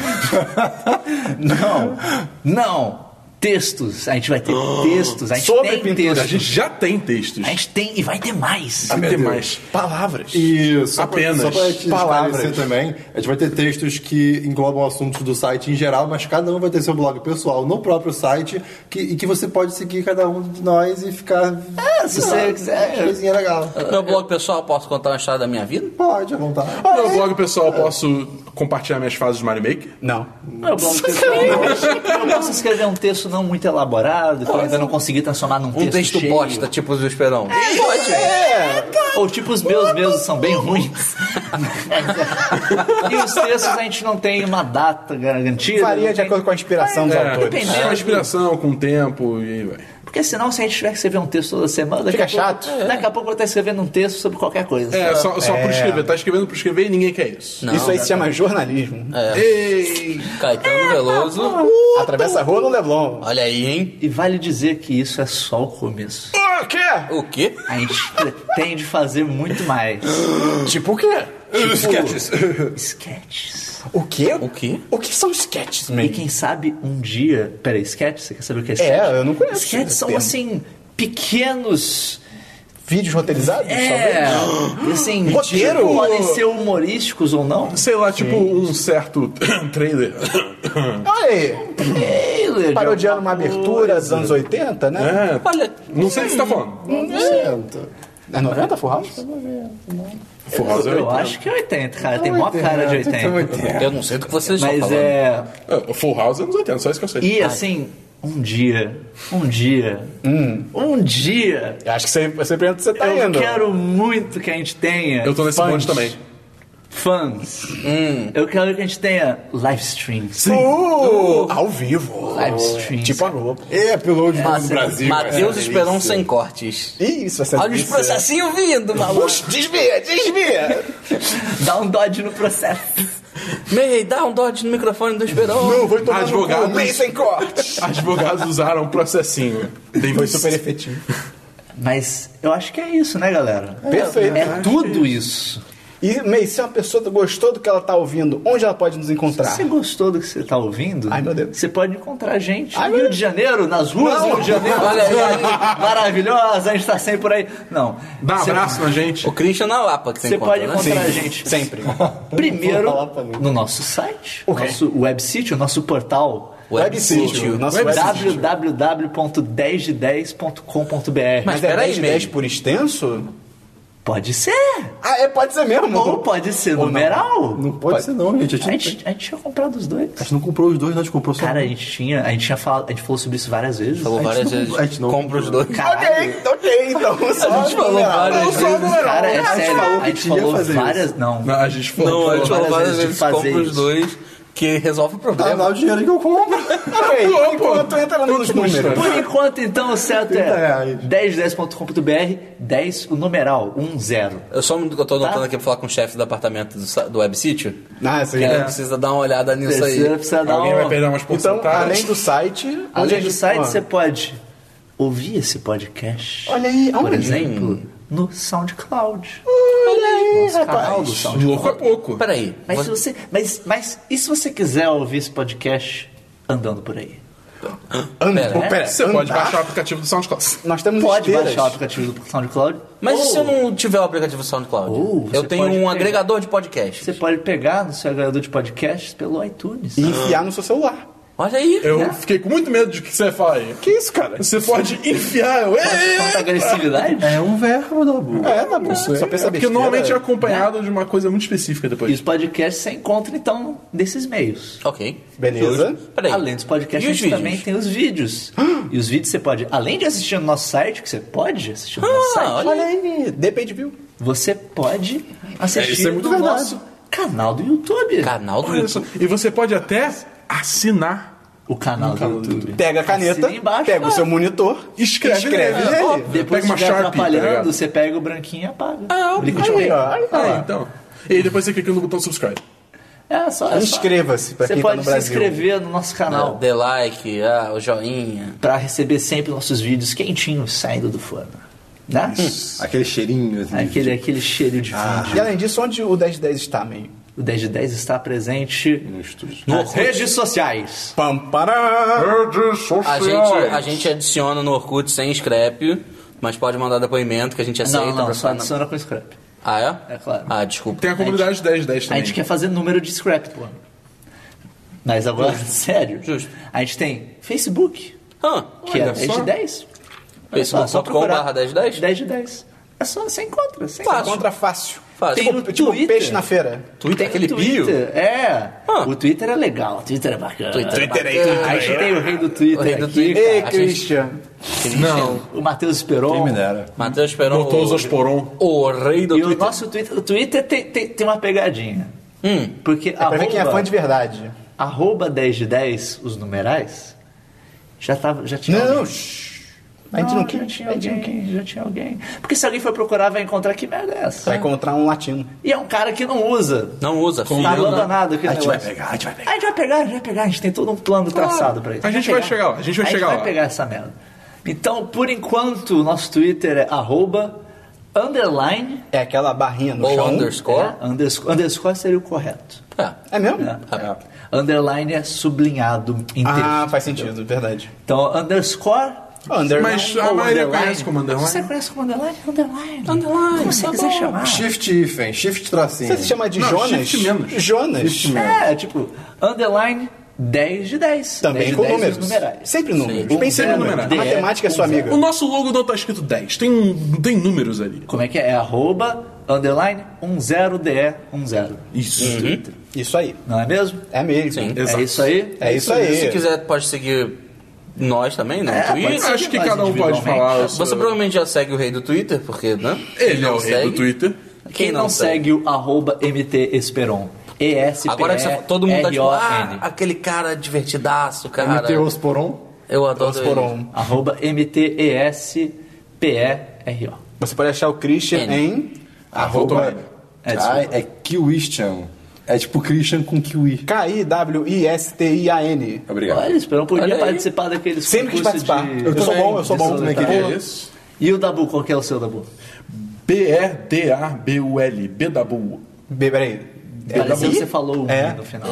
[SPEAKER 1] Não, não. Textos. A gente vai ter textos. A gente
[SPEAKER 2] Ah, Sobre
[SPEAKER 1] tem
[SPEAKER 2] pintura. Ah,
[SPEAKER 1] textos.
[SPEAKER 3] A gente já tem textos.
[SPEAKER 1] A gente tem e vai ter mais.
[SPEAKER 3] Vai ter mais.
[SPEAKER 2] Palavras.
[SPEAKER 5] E só
[SPEAKER 3] Apenas.
[SPEAKER 5] Pra, só pra te
[SPEAKER 2] Palavras.
[SPEAKER 5] esclarecer também, a gente vai ter textos que englobam assuntos do site em geral, mas cada um vai ter seu blog pessoal no próprio site que, e que você pode seguir cada um de nós e ficar. É,
[SPEAKER 1] se você quiser.
[SPEAKER 5] Coisinha legal.
[SPEAKER 4] Meu blog pessoal, posso contar uma história da minha vida?
[SPEAKER 5] Pode, à vontade.
[SPEAKER 2] Tá
[SPEAKER 3] No meu blog pessoal, eu posso compartilhar minas fases de Mario Maker.
[SPEAKER 2] Não.
[SPEAKER 1] Meu blog pessoal, eu posso escrever um texto não muito elaborado, que eu ainda não consegui transformar num
[SPEAKER 4] Um
[SPEAKER 1] texto
[SPEAKER 4] texto
[SPEAKER 1] cheio.
[SPEAKER 4] bosta, tipo o do Esperão.
[SPEAKER 1] Pode. Ou tipo, os meus mesmos são bem ruins. e os textos a gente não tem uma data garantida.
[SPEAKER 2] Varia
[SPEAKER 1] não
[SPEAKER 2] de
[SPEAKER 1] tem-
[SPEAKER 2] acordo com a inspiração dos
[SPEAKER 3] É,
[SPEAKER 2] autores.
[SPEAKER 1] dependendo.
[SPEAKER 3] com a inspiração, com o tempo, e aí vai.
[SPEAKER 1] Porque senão, se a gente tiver que escrever um texto toda semana, daqui
[SPEAKER 2] Fica
[SPEAKER 1] a pouco-
[SPEAKER 2] chato.
[SPEAKER 1] Daqui a pouco eu vou estar escrevendo um texto sobre qualquer coisa.
[SPEAKER 3] É, só, só por escrever. Tá escrevendo por escrever e ninguém quer isso.
[SPEAKER 4] Não,
[SPEAKER 2] Isso aí se chama jornalismo.
[SPEAKER 3] É. Ei!
[SPEAKER 4] Tipo, Caetano Veloso.
[SPEAKER 2] Atravessa a rua no Leblon.
[SPEAKER 4] Olha aí, hein?
[SPEAKER 1] E vale dizer que isso é só o começo.
[SPEAKER 2] O quê?
[SPEAKER 4] O quê?
[SPEAKER 1] A gente pretende fazer muito mais.
[SPEAKER 2] Tipo o quê?
[SPEAKER 3] Sketches.
[SPEAKER 1] Sketches.
[SPEAKER 2] O quê?
[SPEAKER 4] O quê?
[SPEAKER 2] O que são sketches, man?
[SPEAKER 1] E quem sabe um dia. Peraí, sketch? Você quer saber o que é sketch?
[SPEAKER 2] É, eu não conheço.
[SPEAKER 1] Sketches
[SPEAKER 2] esse
[SPEAKER 1] são
[SPEAKER 2] termo.
[SPEAKER 1] assim. Pequenos.
[SPEAKER 2] Vídeos roteirizados,
[SPEAKER 1] É.
[SPEAKER 2] talvez?
[SPEAKER 1] Assim,
[SPEAKER 2] Roteiro?
[SPEAKER 1] podem ser humorísticos ou não.
[SPEAKER 3] Sei lá, tipo um certo trailer.
[SPEAKER 2] Olha aí.
[SPEAKER 1] Trailer.
[SPEAKER 2] Parodiando uma abertura dos anos 80, né?
[SPEAKER 3] É,
[SPEAKER 4] Olha,
[SPEAKER 3] não sei o que você tá falando.
[SPEAKER 2] É 90, Full House?
[SPEAKER 3] Full House é
[SPEAKER 1] Eu
[SPEAKER 3] 80.
[SPEAKER 1] acho que é 80, cara. Tem mó cara de 80.
[SPEAKER 4] eu não sei do que vocês estão
[SPEAKER 1] Mas
[SPEAKER 4] falando.
[SPEAKER 1] é.
[SPEAKER 3] É, Full House é anos 80, só isso que eu sei.
[SPEAKER 1] E assim, um dia. Um dia. Um dia.
[SPEAKER 2] Eu acho que você, você pergunta onde você tá
[SPEAKER 1] eu
[SPEAKER 2] indo.
[SPEAKER 1] quero muito que a gente tenha
[SPEAKER 3] Eu tô nesse
[SPEAKER 2] Fãs.
[SPEAKER 3] bonde também.
[SPEAKER 1] fãs.
[SPEAKER 4] Hum.
[SPEAKER 1] Eu quero que a gente tenha live streams.
[SPEAKER 2] Uh, ao vivo.
[SPEAKER 1] Live streams.
[SPEAKER 2] Tipo a Globo.
[SPEAKER 5] É, upload do Brasil.
[SPEAKER 4] Matheus é Esperão sem cortes.
[SPEAKER 2] Ih, isso vai ser
[SPEAKER 4] Olha os
[SPEAKER 2] delícia.
[SPEAKER 4] processinhos vindo, maluco.
[SPEAKER 2] Puxa, desvia, desvia.
[SPEAKER 1] Dá um dodge no processo.
[SPEAKER 4] Meio, dá um dodge no microfone do Esperão.
[SPEAKER 5] Não, vai tomar
[SPEAKER 3] Advogados.
[SPEAKER 5] no cu,
[SPEAKER 2] Sem corte.
[SPEAKER 3] Advogados usaram um processinho. Tem
[SPEAKER 2] Foi super efetivo.
[SPEAKER 1] Mas eu acho que é isso, né, galera?
[SPEAKER 2] Perfeito.
[SPEAKER 1] É tudo isso.
[SPEAKER 2] E, May, se uma pessoa gostou do que ela tá ouvindo, onde ela pode nos
[SPEAKER 4] Tá.
[SPEAKER 2] encontrar?
[SPEAKER 1] Se você gostou do que você está ouvindo,
[SPEAKER 2] Ai, meu Deus.
[SPEAKER 1] você pode encontrar a gente
[SPEAKER 2] Ai,
[SPEAKER 1] no
[SPEAKER 2] meu
[SPEAKER 1] Rio de Janeiro, nas ruas do Rio de Janeiro.
[SPEAKER 4] Olha aí.
[SPEAKER 1] Maravilhosa, a gente está sempre por aí. Não.
[SPEAKER 3] Dá um
[SPEAKER 1] Você-
[SPEAKER 3] abraço na gente.
[SPEAKER 4] O Christian na Lapa que você
[SPEAKER 1] Você pode
[SPEAKER 4] encontra, né?
[SPEAKER 1] encontrar a gente
[SPEAKER 2] Sempre.
[SPEAKER 1] primeiro
[SPEAKER 5] Vou falar pra mim.
[SPEAKER 1] no nosso site, nosso website, o nosso portal
[SPEAKER 4] Web
[SPEAKER 2] Website.
[SPEAKER 4] Studio.
[SPEAKER 2] Nosso website.
[SPEAKER 1] www.10de10.com.br.
[SPEAKER 4] Mas
[SPEAKER 2] Mas é
[SPEAKER 4] peraí,
[SPEAKER 2] 10 de
[SPEAKER 4] May.
[SPEAKER 2] 10 por extenso?
[SPEAKER 1] Pode ser!
[SPEAKER 2] Ah, é, pode ser mesmo.
[SPEAKER 1] Ou pode ser numeral!
[SPEAKER 5] Não pode, ser não, gente. A
[SPEAKER 1] A
[SPEAKER 5] gente,
[SPEAKER 1] gente, a gente tinha comprado os dois.
[SPEAKER 5] a gente não comprou os dois, nós comprou só
[SPEAKER 1] Cara, a
[SPEAKER 5] um.
[SPEAKER 1] gente tinha. A gente tinha falado. A gente falou sobre isso várias vezes.
[SPEAKER 4] Falou várias
[SPEAKER 5] não- a
[SPEAKER 4] vezes.
[SPEAKER 5] gente não-
[SPEAKER 4] Compra os dois.
[SPEAKER 2] Ok, ok, então. Só
[SPEAKER 4] A gente falou
[SPEAKER 2] numeral.
[SPEAKER 4] várias
[SPEAKER 2] Não, só
[SPEAKER 4] vezes.
[SPEAKER 2] numeral.
[SPEAKER 1] Cara, é sério.
[SPEAKER 5] falou
[SPEAKER 1] A
[SPEAKER 5] que
[SPEAKER 1] gente
[SPEAKER 5] queria
[SPEAKER 1] falou
[SPEAKER 5] fazer
[SPEAKER 1] várias. Não.
[SPEAKER 3] Não, a gente falou.
[SPEAKER 4] Não, a gente
[SPEAKER 1] Várias
[SPEAKER 4] falou várias
[SPEAKER 1] vezes de
[SPEAKER 4] vezes,
[SPEAKER 1] fazer
[SPEAKER 4] compra os
[SPEAKER 1] isso.
[SPEAKER 4] dois, que resolve o
[SPEAKER 5] Tá
[SPEAKER 4] problema.
[SPEAKER 5] lá o dinheiro que eu compro.
[SPEAKER 2] Ok,
[SPEAKER 3] Pô, pô.
[SPEAKER 2] enquanto entra nos
[SPEAKER 3] Quanto custa?
[SPEAKER 2] números.
[SPEAKER 1] Por enquanto, então, o certo é
[SPEAKER 5] reais.
[SPEAKER 1] 1010.com.br, 10, o numeral, 10.
[SPEAKER 4] Eu só eu tô anotando
[SPEAKER 1] Tá.
[SPEAKER 4] aqui pra falar com o chefe do apartamento do, sa- do Web Sítio.
[SPEAKER 2] Ah, isso aí.
[SPEAKER 4] Ele
[SPEAKER 2] é.
[SPEAKER 4] precisa dar uma olhada
[SPEAKER 5] É
[SPEAKER 4] nisso aí.
[SPEAKER 1] Você precisa dar
[SPEAKER 3] Alguém
[SPEAKER 1] um-
[SPEAKER 3] vai perder umas
[SPEAKER 2] Então, além
[SPEAKER 3] porcentagens.
[SPEAKER 2] do site... onde a
[SPEAKER 1] Além do
[SPEAKER 2] gente-
[SPEAKER 1] site,
[SPEAKER 2] ó,
[SPEAKER 1] você pode ouvir esse podcast.
[SPEAKER 2] Olha aí,
[SPEAKER 1] Por
[SPEAKER 2] aonde?
[SPEAKER 1] exemplo,
[SPEAKER 4] Hum.
[SPEAKER 1] no SoundCloud.
[SPEAKER 2] Olha aí,
[SPEAKER 1] Canal do
[SPEAKER 2] rapaz.
[SPEAKER 1] SoundCloud.
[SPEAKER 3] Louco a pouco.
[SPEAKER 4] Peraí.
[SPEAKER 1] Mas, se
[SPEAKER 4] você-
[SPEAKER 1] você, mas, mas e se você quiser ouvir esse podcast andando por aí?
[SPEAKER 2] Anda,
[SPEAKER 4] Pera,
[SPEAKER 2] pô,
[SPEAKER 4] é?
[SPEAKER 2] pera,
[SPEAKER 3] Você pode
[SPEAKER 2] andar?
[SPEAKER 3] baixar o aplicativo do SoundCloud.
[SPEAKER 2] Nós temos
[SPEAKER 1] Pode
[SPEAKER 2] esteiras.
[SPEAKER 1] baixar o aplicativo do SoundCloud.
[SPEAKER 4] Mas e se eu
[SPEAKER 1] ou
[SPEAKER 4] não tiver o aplicativo SoundCloud?
[SPEAKER 1] Ou você
[SPEAKER 4] eu tenho
[SPEAKER 1] pode
[SPEAKER 4] um
[SPEAKER 1] pegar.
[SPEAKER 4] agregador de podcast.
[SPEAKER 1] Você pode pegar no seu agregador de podcasts pelo iTunes.
[SPEAKER 2] E enfiar no seu celular.
[SPEAKER 4] Olha aí.
[SPEAKER 3] Eu fiquei com muito medo de que você fala aí.
[SPEAKER 2] Que isso, cara?
[SPEAKER 3] Você pode enfiar. Eu, Ei,
[SPEAKER 1] Falta agressividade?
[SPEAKER 5] É um verbo, Dabu.
[SPEAKER 2] É, tá bom. Só pensa
[SPEAKER 3] porque
[SPEAKER 2] besteira.
[SPEAKER 3] normalmente é acompanhado de uma coisa muito específica
[SPEAKER 1] E
[SPEAKER 3] depois.
[SPEAKER 1] os podcasts você encontra, então, desses meios.
[SPEAKER 4] Ok.
[SPEAKER 2] Beleza.
[SPEAKER 4] Peraí.
[SPEAKER 1] Além dos podcasts,
[SPEAKER 4] E
[SPEAKER 1] a
[SPEAKER 4] os
[SPEAKER 1] gente
[SPEAKER 4] vídeos?
[SPEAKER 1] também tem os vídeos. e os vídeos você pode, além de assistir no nosso site, que você pode assistir no nosso
[SPEAKER 4] Ah,
[SPEAKER 1] site,
[SPEAKER 4] olha
[SPEAKER 2] Olha aí, depende, viu?
[SPEAKER 1] você pode assistir
[SPEAKER 3] isso é muito
[SPEAKER 1] no
[SPEAKER 3] verdade.
[SPEAKER 1] nosso canal do YouTube.
[SPEAKER 4] Canal do
[SPEAKER 3] Olha só.
[SPEAKER 4] YouTube.
[SPEAKER 3] E você pode até assinar.
[SPEAKER 1] O canal do YouTube.
[SPEAKER 2] Pega a caneta,
[SPEAKER 1] Assina embaixo. tá.
[SPEAKER 2] pega o seu monitor,
[SPEAKER 3] Escreve,
[SPEAKER 2] escreve
[SPEAKER 3] nele.
[SPEAKER 2] nele.
[SPEAKER 1] Depois
[SPEAKER 3] Pega
[SPEAKER 1] que
[SPEAKER 3] uma
[SPEAKER 1] estiver
[SPEAKER 3] Sharpie, tá
[SPEAKER 1] atrapalhando,
[SPEAKER 3] ligado?
[SPEAKER 1] você pega o branquinho e apaga.
[SPEAKER 4] Ah, ok.
[SPEAKER 1] Clica de play.
[SPEAKER 2] Olha
[SPEAKER 3] É,
[SPEAKER 2] lá.
[SPEAKER 3] então. E aí depois você clica no botão subscribe.
[SPEAKER 1] É só, é só.
[SPEAKER 2] Inscreva-se pra
[SPEAKER 1] Você
[SPEAKER 2] quem tá
[SPEAKER 1] pode
[SPEAKER 2] no
[SPEAKER 1] se
[SPEAKER 2] Brasil.
[SPEAKER 1] inscrever no nosso
[SPEAKER 4] Ah,
[SPEAKER 1] canal
[SPEAKER 4] Dê like, ah, o joinha.
[SPEAKER 1] pra receber sempre nossos vídeos quentinhos saindo do forno. Né?
[SPEAKER 5] Aquele cheirinho, assim.
[SPEAKER 2] Ah.
[SPEAKER 1] Aquele, aquele cheiro de vídeo.
[SPEAKER 2] E além disso, onde o 1010 está, meio?
[SPEAKER 1] O 10 de 10 está presente
[SPEAKER 3] No estúdio.
[SPEAKER 1] nas redes sociais.
[SPEAKER 2] Pam, pará.
[SPEAKER 3] Redes sociais.
[SPEAKER 4] A gente, a gente adiciona no Orkut sem scrap, mas pode mandar depoimento que a gente aceita.
[SPEAKER 1] Não, não,
[SPEAKER 4] pra-
[SPEAKER 1] só adiciona com scrap.
[SPEAKER 4] Ah, é?
[SPEAKER 1] É claro.
[SPEAKER 4] Ah, desculpa.
[SPEAKER 3] Tem a comunidade 1010
[SPEAKER 1] A
[SPEAKER 3] também.
[SPEAKER 1] gente quer fazer número de scrap, pô. Mas agora, sério.
[SPEAKER 4] Justo.
[SPEAKER 1] A gente tem Facebook,
[SPEAKER 4] Ah,
[SPEAKER 1] que é
[SPEAKER 3] Olha
[SPEAKER 1] 10
[SPEAKER 3] só.
[SPEAKER 1] de 10. Olha só, só
[SPEAKER 4] Facebook.com
[SPEAKER 1] procurar.
[SPEAKER 4] barra 1010?
[SPEAKER 1] 10 de 10. É só, você encontra. Você
[SPEAKER 4] Fácil.
[SPEAKER 1] encontra.
[SPEAKER 2] é Contra fácil.
[SPEAKER 4] Fácil. um
[SPEAKER 1] Tem um no
[SPEAKER 2] Tipo, tipo
[SPEAKER 1] Twitter.
[SPEAKER 2] peixe na feira.
[SPEAKER 4] Twitter, aquele
[SPEAKER 1] Twitter,
[SPEAKER 4] bio.
[SPEAKER 1] É.
[SPEAKER 4] Ah.
[SPEAKER 1] O Twitter é legal. O Twitter é bacana.
[SPEAKER 4] Twitter
[SPEAKER 1] é bacana. A gente tem o rei do Twitter
[SPEAKER 4] O rei do
[SPEAKER 1] aqui,
[SPEAKER 4] Twitter.
[SPEAKER 1] cara.
[SPEAKER 2] Ei,
[SPEAKER 4] gente-
[SPEAKER 2] Christian.
[SPEAKER 3] Não.
[SPEAKER 1] O Matheus Esperon.
[SPEAKER 5] Quem me dera.
[SPEAKER 4] Matheus Peron.
[SPEAKER 3] Botou os
[SPEAKER 4] o-
[SPEAKER 3] Osporon.
[SPEAKER 4] O rei do
[SPEAKER 1] E o
[SPEAKER 4] Twitter.
[SPEAKER 1] nosso Twitter, o Twitter tem, tem, tem uma pegadinha.
[SPEAKER 4] Hum.
[SPEAKER 1] Porque
[SPEAKER 2] Pra ver quem é fã de verdade.
[SPEAKER 1] arroba 10 de 10, os numerais, já, tava, já tinha
[SPEAKER 2] Não,
[SPEAKER 1] alguém. Ah,
[SPEAKER 2] não. shh. A gente não
[SPEAKER 1] já
[SPEAKER 2] quer.
[SPEAKER 1] tinha alguém, já tinha alguém. Porque se alguém for procurar, vai encontrar que merda é essa.
[SPEAKER 2] Vai encontrar um latino.
[SPEAKER 1] E é um cara que não usa.
[SPEAKER 4] Não usa, filho. né?
[SPEAKER 1] Tá abandonado aquele
[SPEAKER 2] A gente vai
[SPEAKER 1] negócio.
[SPEAKER 2] pegar, a gente vai pegar.
[SPEAKER 1] A gente vai pegar, a gente vai pegar, a gente tem todo um plano traçado pra isso.
[SPEAKER 3] A gente vai chegar lá, a gente vai chegar
[SPEAKER 1] A gente vai
[SPEAKER 3] lá.
[SPEAKER 1] pegar essa merda. Então, por enquanto, o nosso Twitter é arroba, underline,
[SPEAKER 2] É aquela barrinha no
[SPEAKER 4] Ou
[SPEAKER 2] chão.
[SPEAKER 4] underscore.
[SPEAKER 1] é, underscore, underscore seria o correto.
[SPEAKER 4] É.
[SPEAKER 2] É mesmo?
[SPEAKER 3] Ah, tá.
[SPEAKER 1] É. Underline é sublinhado em texto.
[SPEAKER 2] Ah, faz sentido, verdade.
[SPEAKER 1] Então, underscore.
[SPEAKER 2] Under
[SPEAKER 3] Mas
[SPEAKER 2] não.
[SPEAKER 3] a
[SPEAKER 2] Ou
[SPEAKER 3] maioria
[SPEAKER 2] underline.
[SPEAKER 3] conhece como underline.
[SPEAKER 1] é Você conhece como underline? Underline. Underline. Como você quiser chamar.
[SPEAKER 5] Shift hífen, shift tracinho.
[SPEAKER 2] Você se chama de
[SPEAKER 3] Não,
[SPEAKER 2] Jonas?
[SPEAKER 3] shift menos.
[SPEAKER 2] Jonas.
[SPEAKER 5] Shift menos.
[SPEAKER 1] É, tipo, underline 10 de 10.
[SPEAKER 2] Também
[SPEAKER 1] 10 de
[SPEAKER 2] com
[SPEAKER 1] 10
[SPEAKER 2] números.
[SPEAKER 1] numerais.
[SPEAKER 2] Sempre números.
[SPEAKER 1] Um
[SPEAKER 2] Pensa em
[SPEAKER 1] zero,
[SPEAKER 2] números.
[SPEAKER 1] DE,
[SPEAKER 2] A matemática é sua
[SPEAKER 1] um zero.
[SPEAKER 2] amiga.
[SPEAKER 3] O nosso logo não tá escrito 10. Tem, um- tem números ali.
[SPEAKER 1] Como é que é? É arroba, underline, 10DE10.
[SPEAKER 3] Isso.
[SPEAKER 2] Isso aí.
[SPEAKER 1] Não é mesmo?
[SPEAKER 2] É mesmo.
[SPEAKER 4] Sim.
[SPEAKER 1] É
[SPEAKER 3] Exato.
[SPEAKER 1] isso aí?
[SPEAKER 2] É isso aí.
[SPEAKER 4] Se quiser, pode seguir nós também, né?
[SPEAKER 1] É,
[SPEAKER 4] no Twitter.
[SPEAKER 1] pode ser.
[SPEAKER 3] Acho que
[SPEAKER 1] Mas
[SPEAKER 3] cada um pode
[SPEAKER 1] individualmente.
[SPEAKER 3] falar. o seu-
[SPEAKER 4] Você provavelmente já segue o rei do Twitter, porque, né?
[SPEAKER 3] Ele é
[SPEAKER 4] Não
[SPEAKER 3] o rei
[SPEAKER 4] segue.
[SPEAKER 3] do Twitter.
[SPEAKER 1] Quem, não, segue o arroba MT Esperon? ESPE.
[SPEAKER 4] Agora que você, todo mundo tá tipo, ah,
[SPEAKER 1] RON.
[SPEAKER 4] aquele cara divertidaço, cara.
[SPEAKER 5] MT Osporon.
[SPEAKER 4] Eu adoro ele.
[SPEAKER 2] Osporon.
[SPEAKER 1] Arroba MTESPERO.
[SPEAKER 2] Você pode achar o Christian
[SPEAKER 4] N.
[SPEAKER 2] em
[SPEAKER 5] Arroba.
[SPEAKER 1] É,
[SPEAKER 5] Ah,
[SPEAKER 1] desculpa.
[SPEAKER 5] é Kiwistian. É tipo Christian com Kiwi.
[SPEAKER 2] K-I-W-I-S-T-I-A-N.
[SPEAKER 5] Obrigado.
[SPEAKER 1] Olha, Esperon
[SPEAKER 4] Olha
[SPEAKER 1] podia
[SPEAKER 4] aí.
[SPEAKER 1] participar daqueles
[SPEAKER 2] Sempre quis
[SPEAKER 1] concursos
[SPEAKER 2] participar.
[SPEAKER 1] de-
[SPEAKER 2] Eu sou
[SPEAKER 5] também,
[SPEAKER 2] bom, eu sou bom.
[SPEAKER 1] também
[SPEAKER 5] queria.
[SPEAKER 1] Olha.
[SPEAKER 3] Esse.
[SPEAKER 1] E o Dabu, qual que é o seu Dabu?
[SPEAKER 3] B-E-D-A-B-U-L. Bedabu.
[SPEAKER 2] B, peraí. É
[SPEAKER 1] Pareceu
[SPEAKER 2] I?
[SPEAKER 1] que você falou um
[SPEAKER 2] É.
[SPEAKER 1] I no final.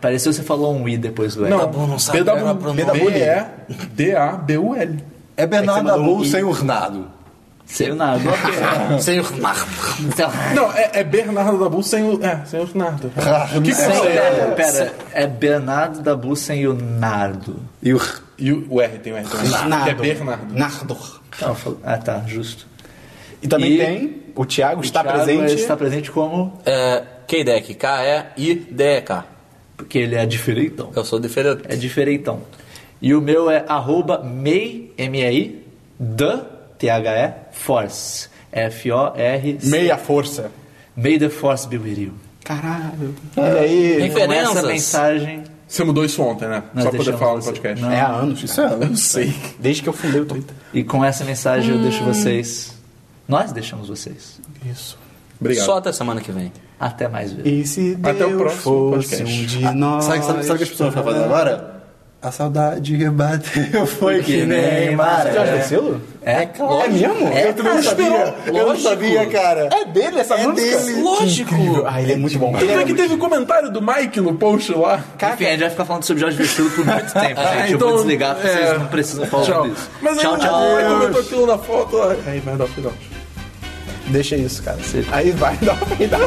[SPEAKER 1] Pareceu que você falou um I depois do E.
[SPEAKER 4] Bedabu não sabe
[SPEAKER 3] Bedabu.
[SPEAKER 4] pegar pronome.
[SPEAKER 3] B-E-D-A-B-U-L.
[SPEAKER 5] É Bernardo
[SPEAKER 2] mandou
[SPEAKER 5] Dabu
[SPEAKER 2] um i.
[SPEAKER 5] sem urnado.
[SPEAKER 1] Sei nada. ok.
[SPEAKER 4] Senhor
[SPEAKER 1] Então,
[SPEAKER 3] Não, é, é Bernardo Dabu sem o. É, sem o Nardo. que
[SPEAKER 1] sem-
[SPEAKER 3] você
[SPEAKER 1] pera, pera, é Bernardo Dabu sem o Nardo.
[SPEAKER 5] E ur-
[SPEAKER 3] E o, o R tem o R também. Que é Bernardo.
[SPEAKER 2] Nardo.
[SPEAKER 1] Então, eu falo- ah, tá, justo.
[SPEAKER 2] E também
[SPEAKER 1] E-
[SPEAKER 2] tem o Thiago, está
[SPEAKER 1] Thiago,
[SPEAKER 2] presente.
[SPEAKER 1] Ele está presente como?
[SPEAKER 4] É, K-Deck, K-E-I-D-E-K.
[SPEAKER 1] Porque ele é diferentão.
[SPEAKER 4] Eu sou diferente.
[SPEAKER 1] É diferentão. E o meu é arroba MEI, M-E-I, da, T-H-E, Force. F-O-R-C.
[SPEAKER 2] Meia força.
[SPEAKER 1] May the Force be with you.
[SPEAKER 2] Caralho. Olha aí.
[SPEAKER 4] Tem-
[SPEAKER 1] Com é essa
[SPEAKER 4] Diferenças.
[SPEAKER 1] mensagem...
[SPEAKER 3] Você mudou isso ontem, né?
[SPEAKER 1] Nós
[SPEAKER 3] Só pra poder
[SPEAKER 1] deixamos
[SPEAKER 3] falar no
[SPEAKER 1] você-
[SPEAKER 3] podcast.
[SPEAKER 1] Não.
[SPEAKER 2] É há anos.
[SPEAKER 5] Isso é.
[SPEAKER 3] Eu sei.
[SPEAKER 2] Desde que eu fundei o Twitter.
[SPEAKER 1] E com essa mensagem eu deixo vocês. Nós deixamos vocês.
[SPEAKER 2] Isso.
[SPEAKER 3] Obrigado.
[SPEAKER 4] Só até semana que vem.
[SPEAKER 1] Até mais vezes.
[SPEAKER 2] E se Deus
[SPEAKER 3] Até o próximo
[SPEAKER 2] fosse
[SPEAKER 3] podcast.
[SPEAKER 2] um de nós...
[SPEAKER 5] Sabe, sabe, sabe o que as pessoas estão fazendo agora? A saudade rebateu, foi que nem mar.
[SPEAKER 2] Você já esqueceu?
[SPEAKER 1] É,
[SPEAKER 2] É mesmo?
[SPEAKER 5] Eu também não sabia. Eu não
[SPEAKER 4] Lógico.
[SPEAKER 5] sabia, cara.
[SPEAKER 2] É dele essa
[SPEAKER 5] É
[SPEAKER 2] música?
[SPEAKER 5] dele.
[SPEAKER 4] Lógico!
[SPEAKER 2] Ah, ele é muito bom.
[SPEAKER 3] Como
[SPEAKER 2] Ele
[SPEAKER 3] é
[SPEAKER 2] é
[SPEAKER 3] que teve o comentário do Mike no post lá?
[SPEAKER 1] Enfim, a gente vai ficar falando sobre Jorge Vestido por muito tempo,
[SPEAKER 3] Ah,
[SPEAKER 1] gente. eu
[SPEAKER 3] então,
[SPEAKER 1] vou desligar, porque
[SPEAKER 3] é.
[SPEAKER 1] vocês não precisam falar
[SPEAKER 3] Tchau.
[SPEAKER 1] disso.
[SPEAKER 3] Mas é
[SPEAKER 1] tchau,
[SPEAKER 3] aí,
[SPEAKER 1] tchau.
[SPEAKER 3] o Mike comentou aquilo na foto. Aí vai dar o final.
[SPEAKER 2] Deixa isso, cara. Aí vai, dá, vai, dá.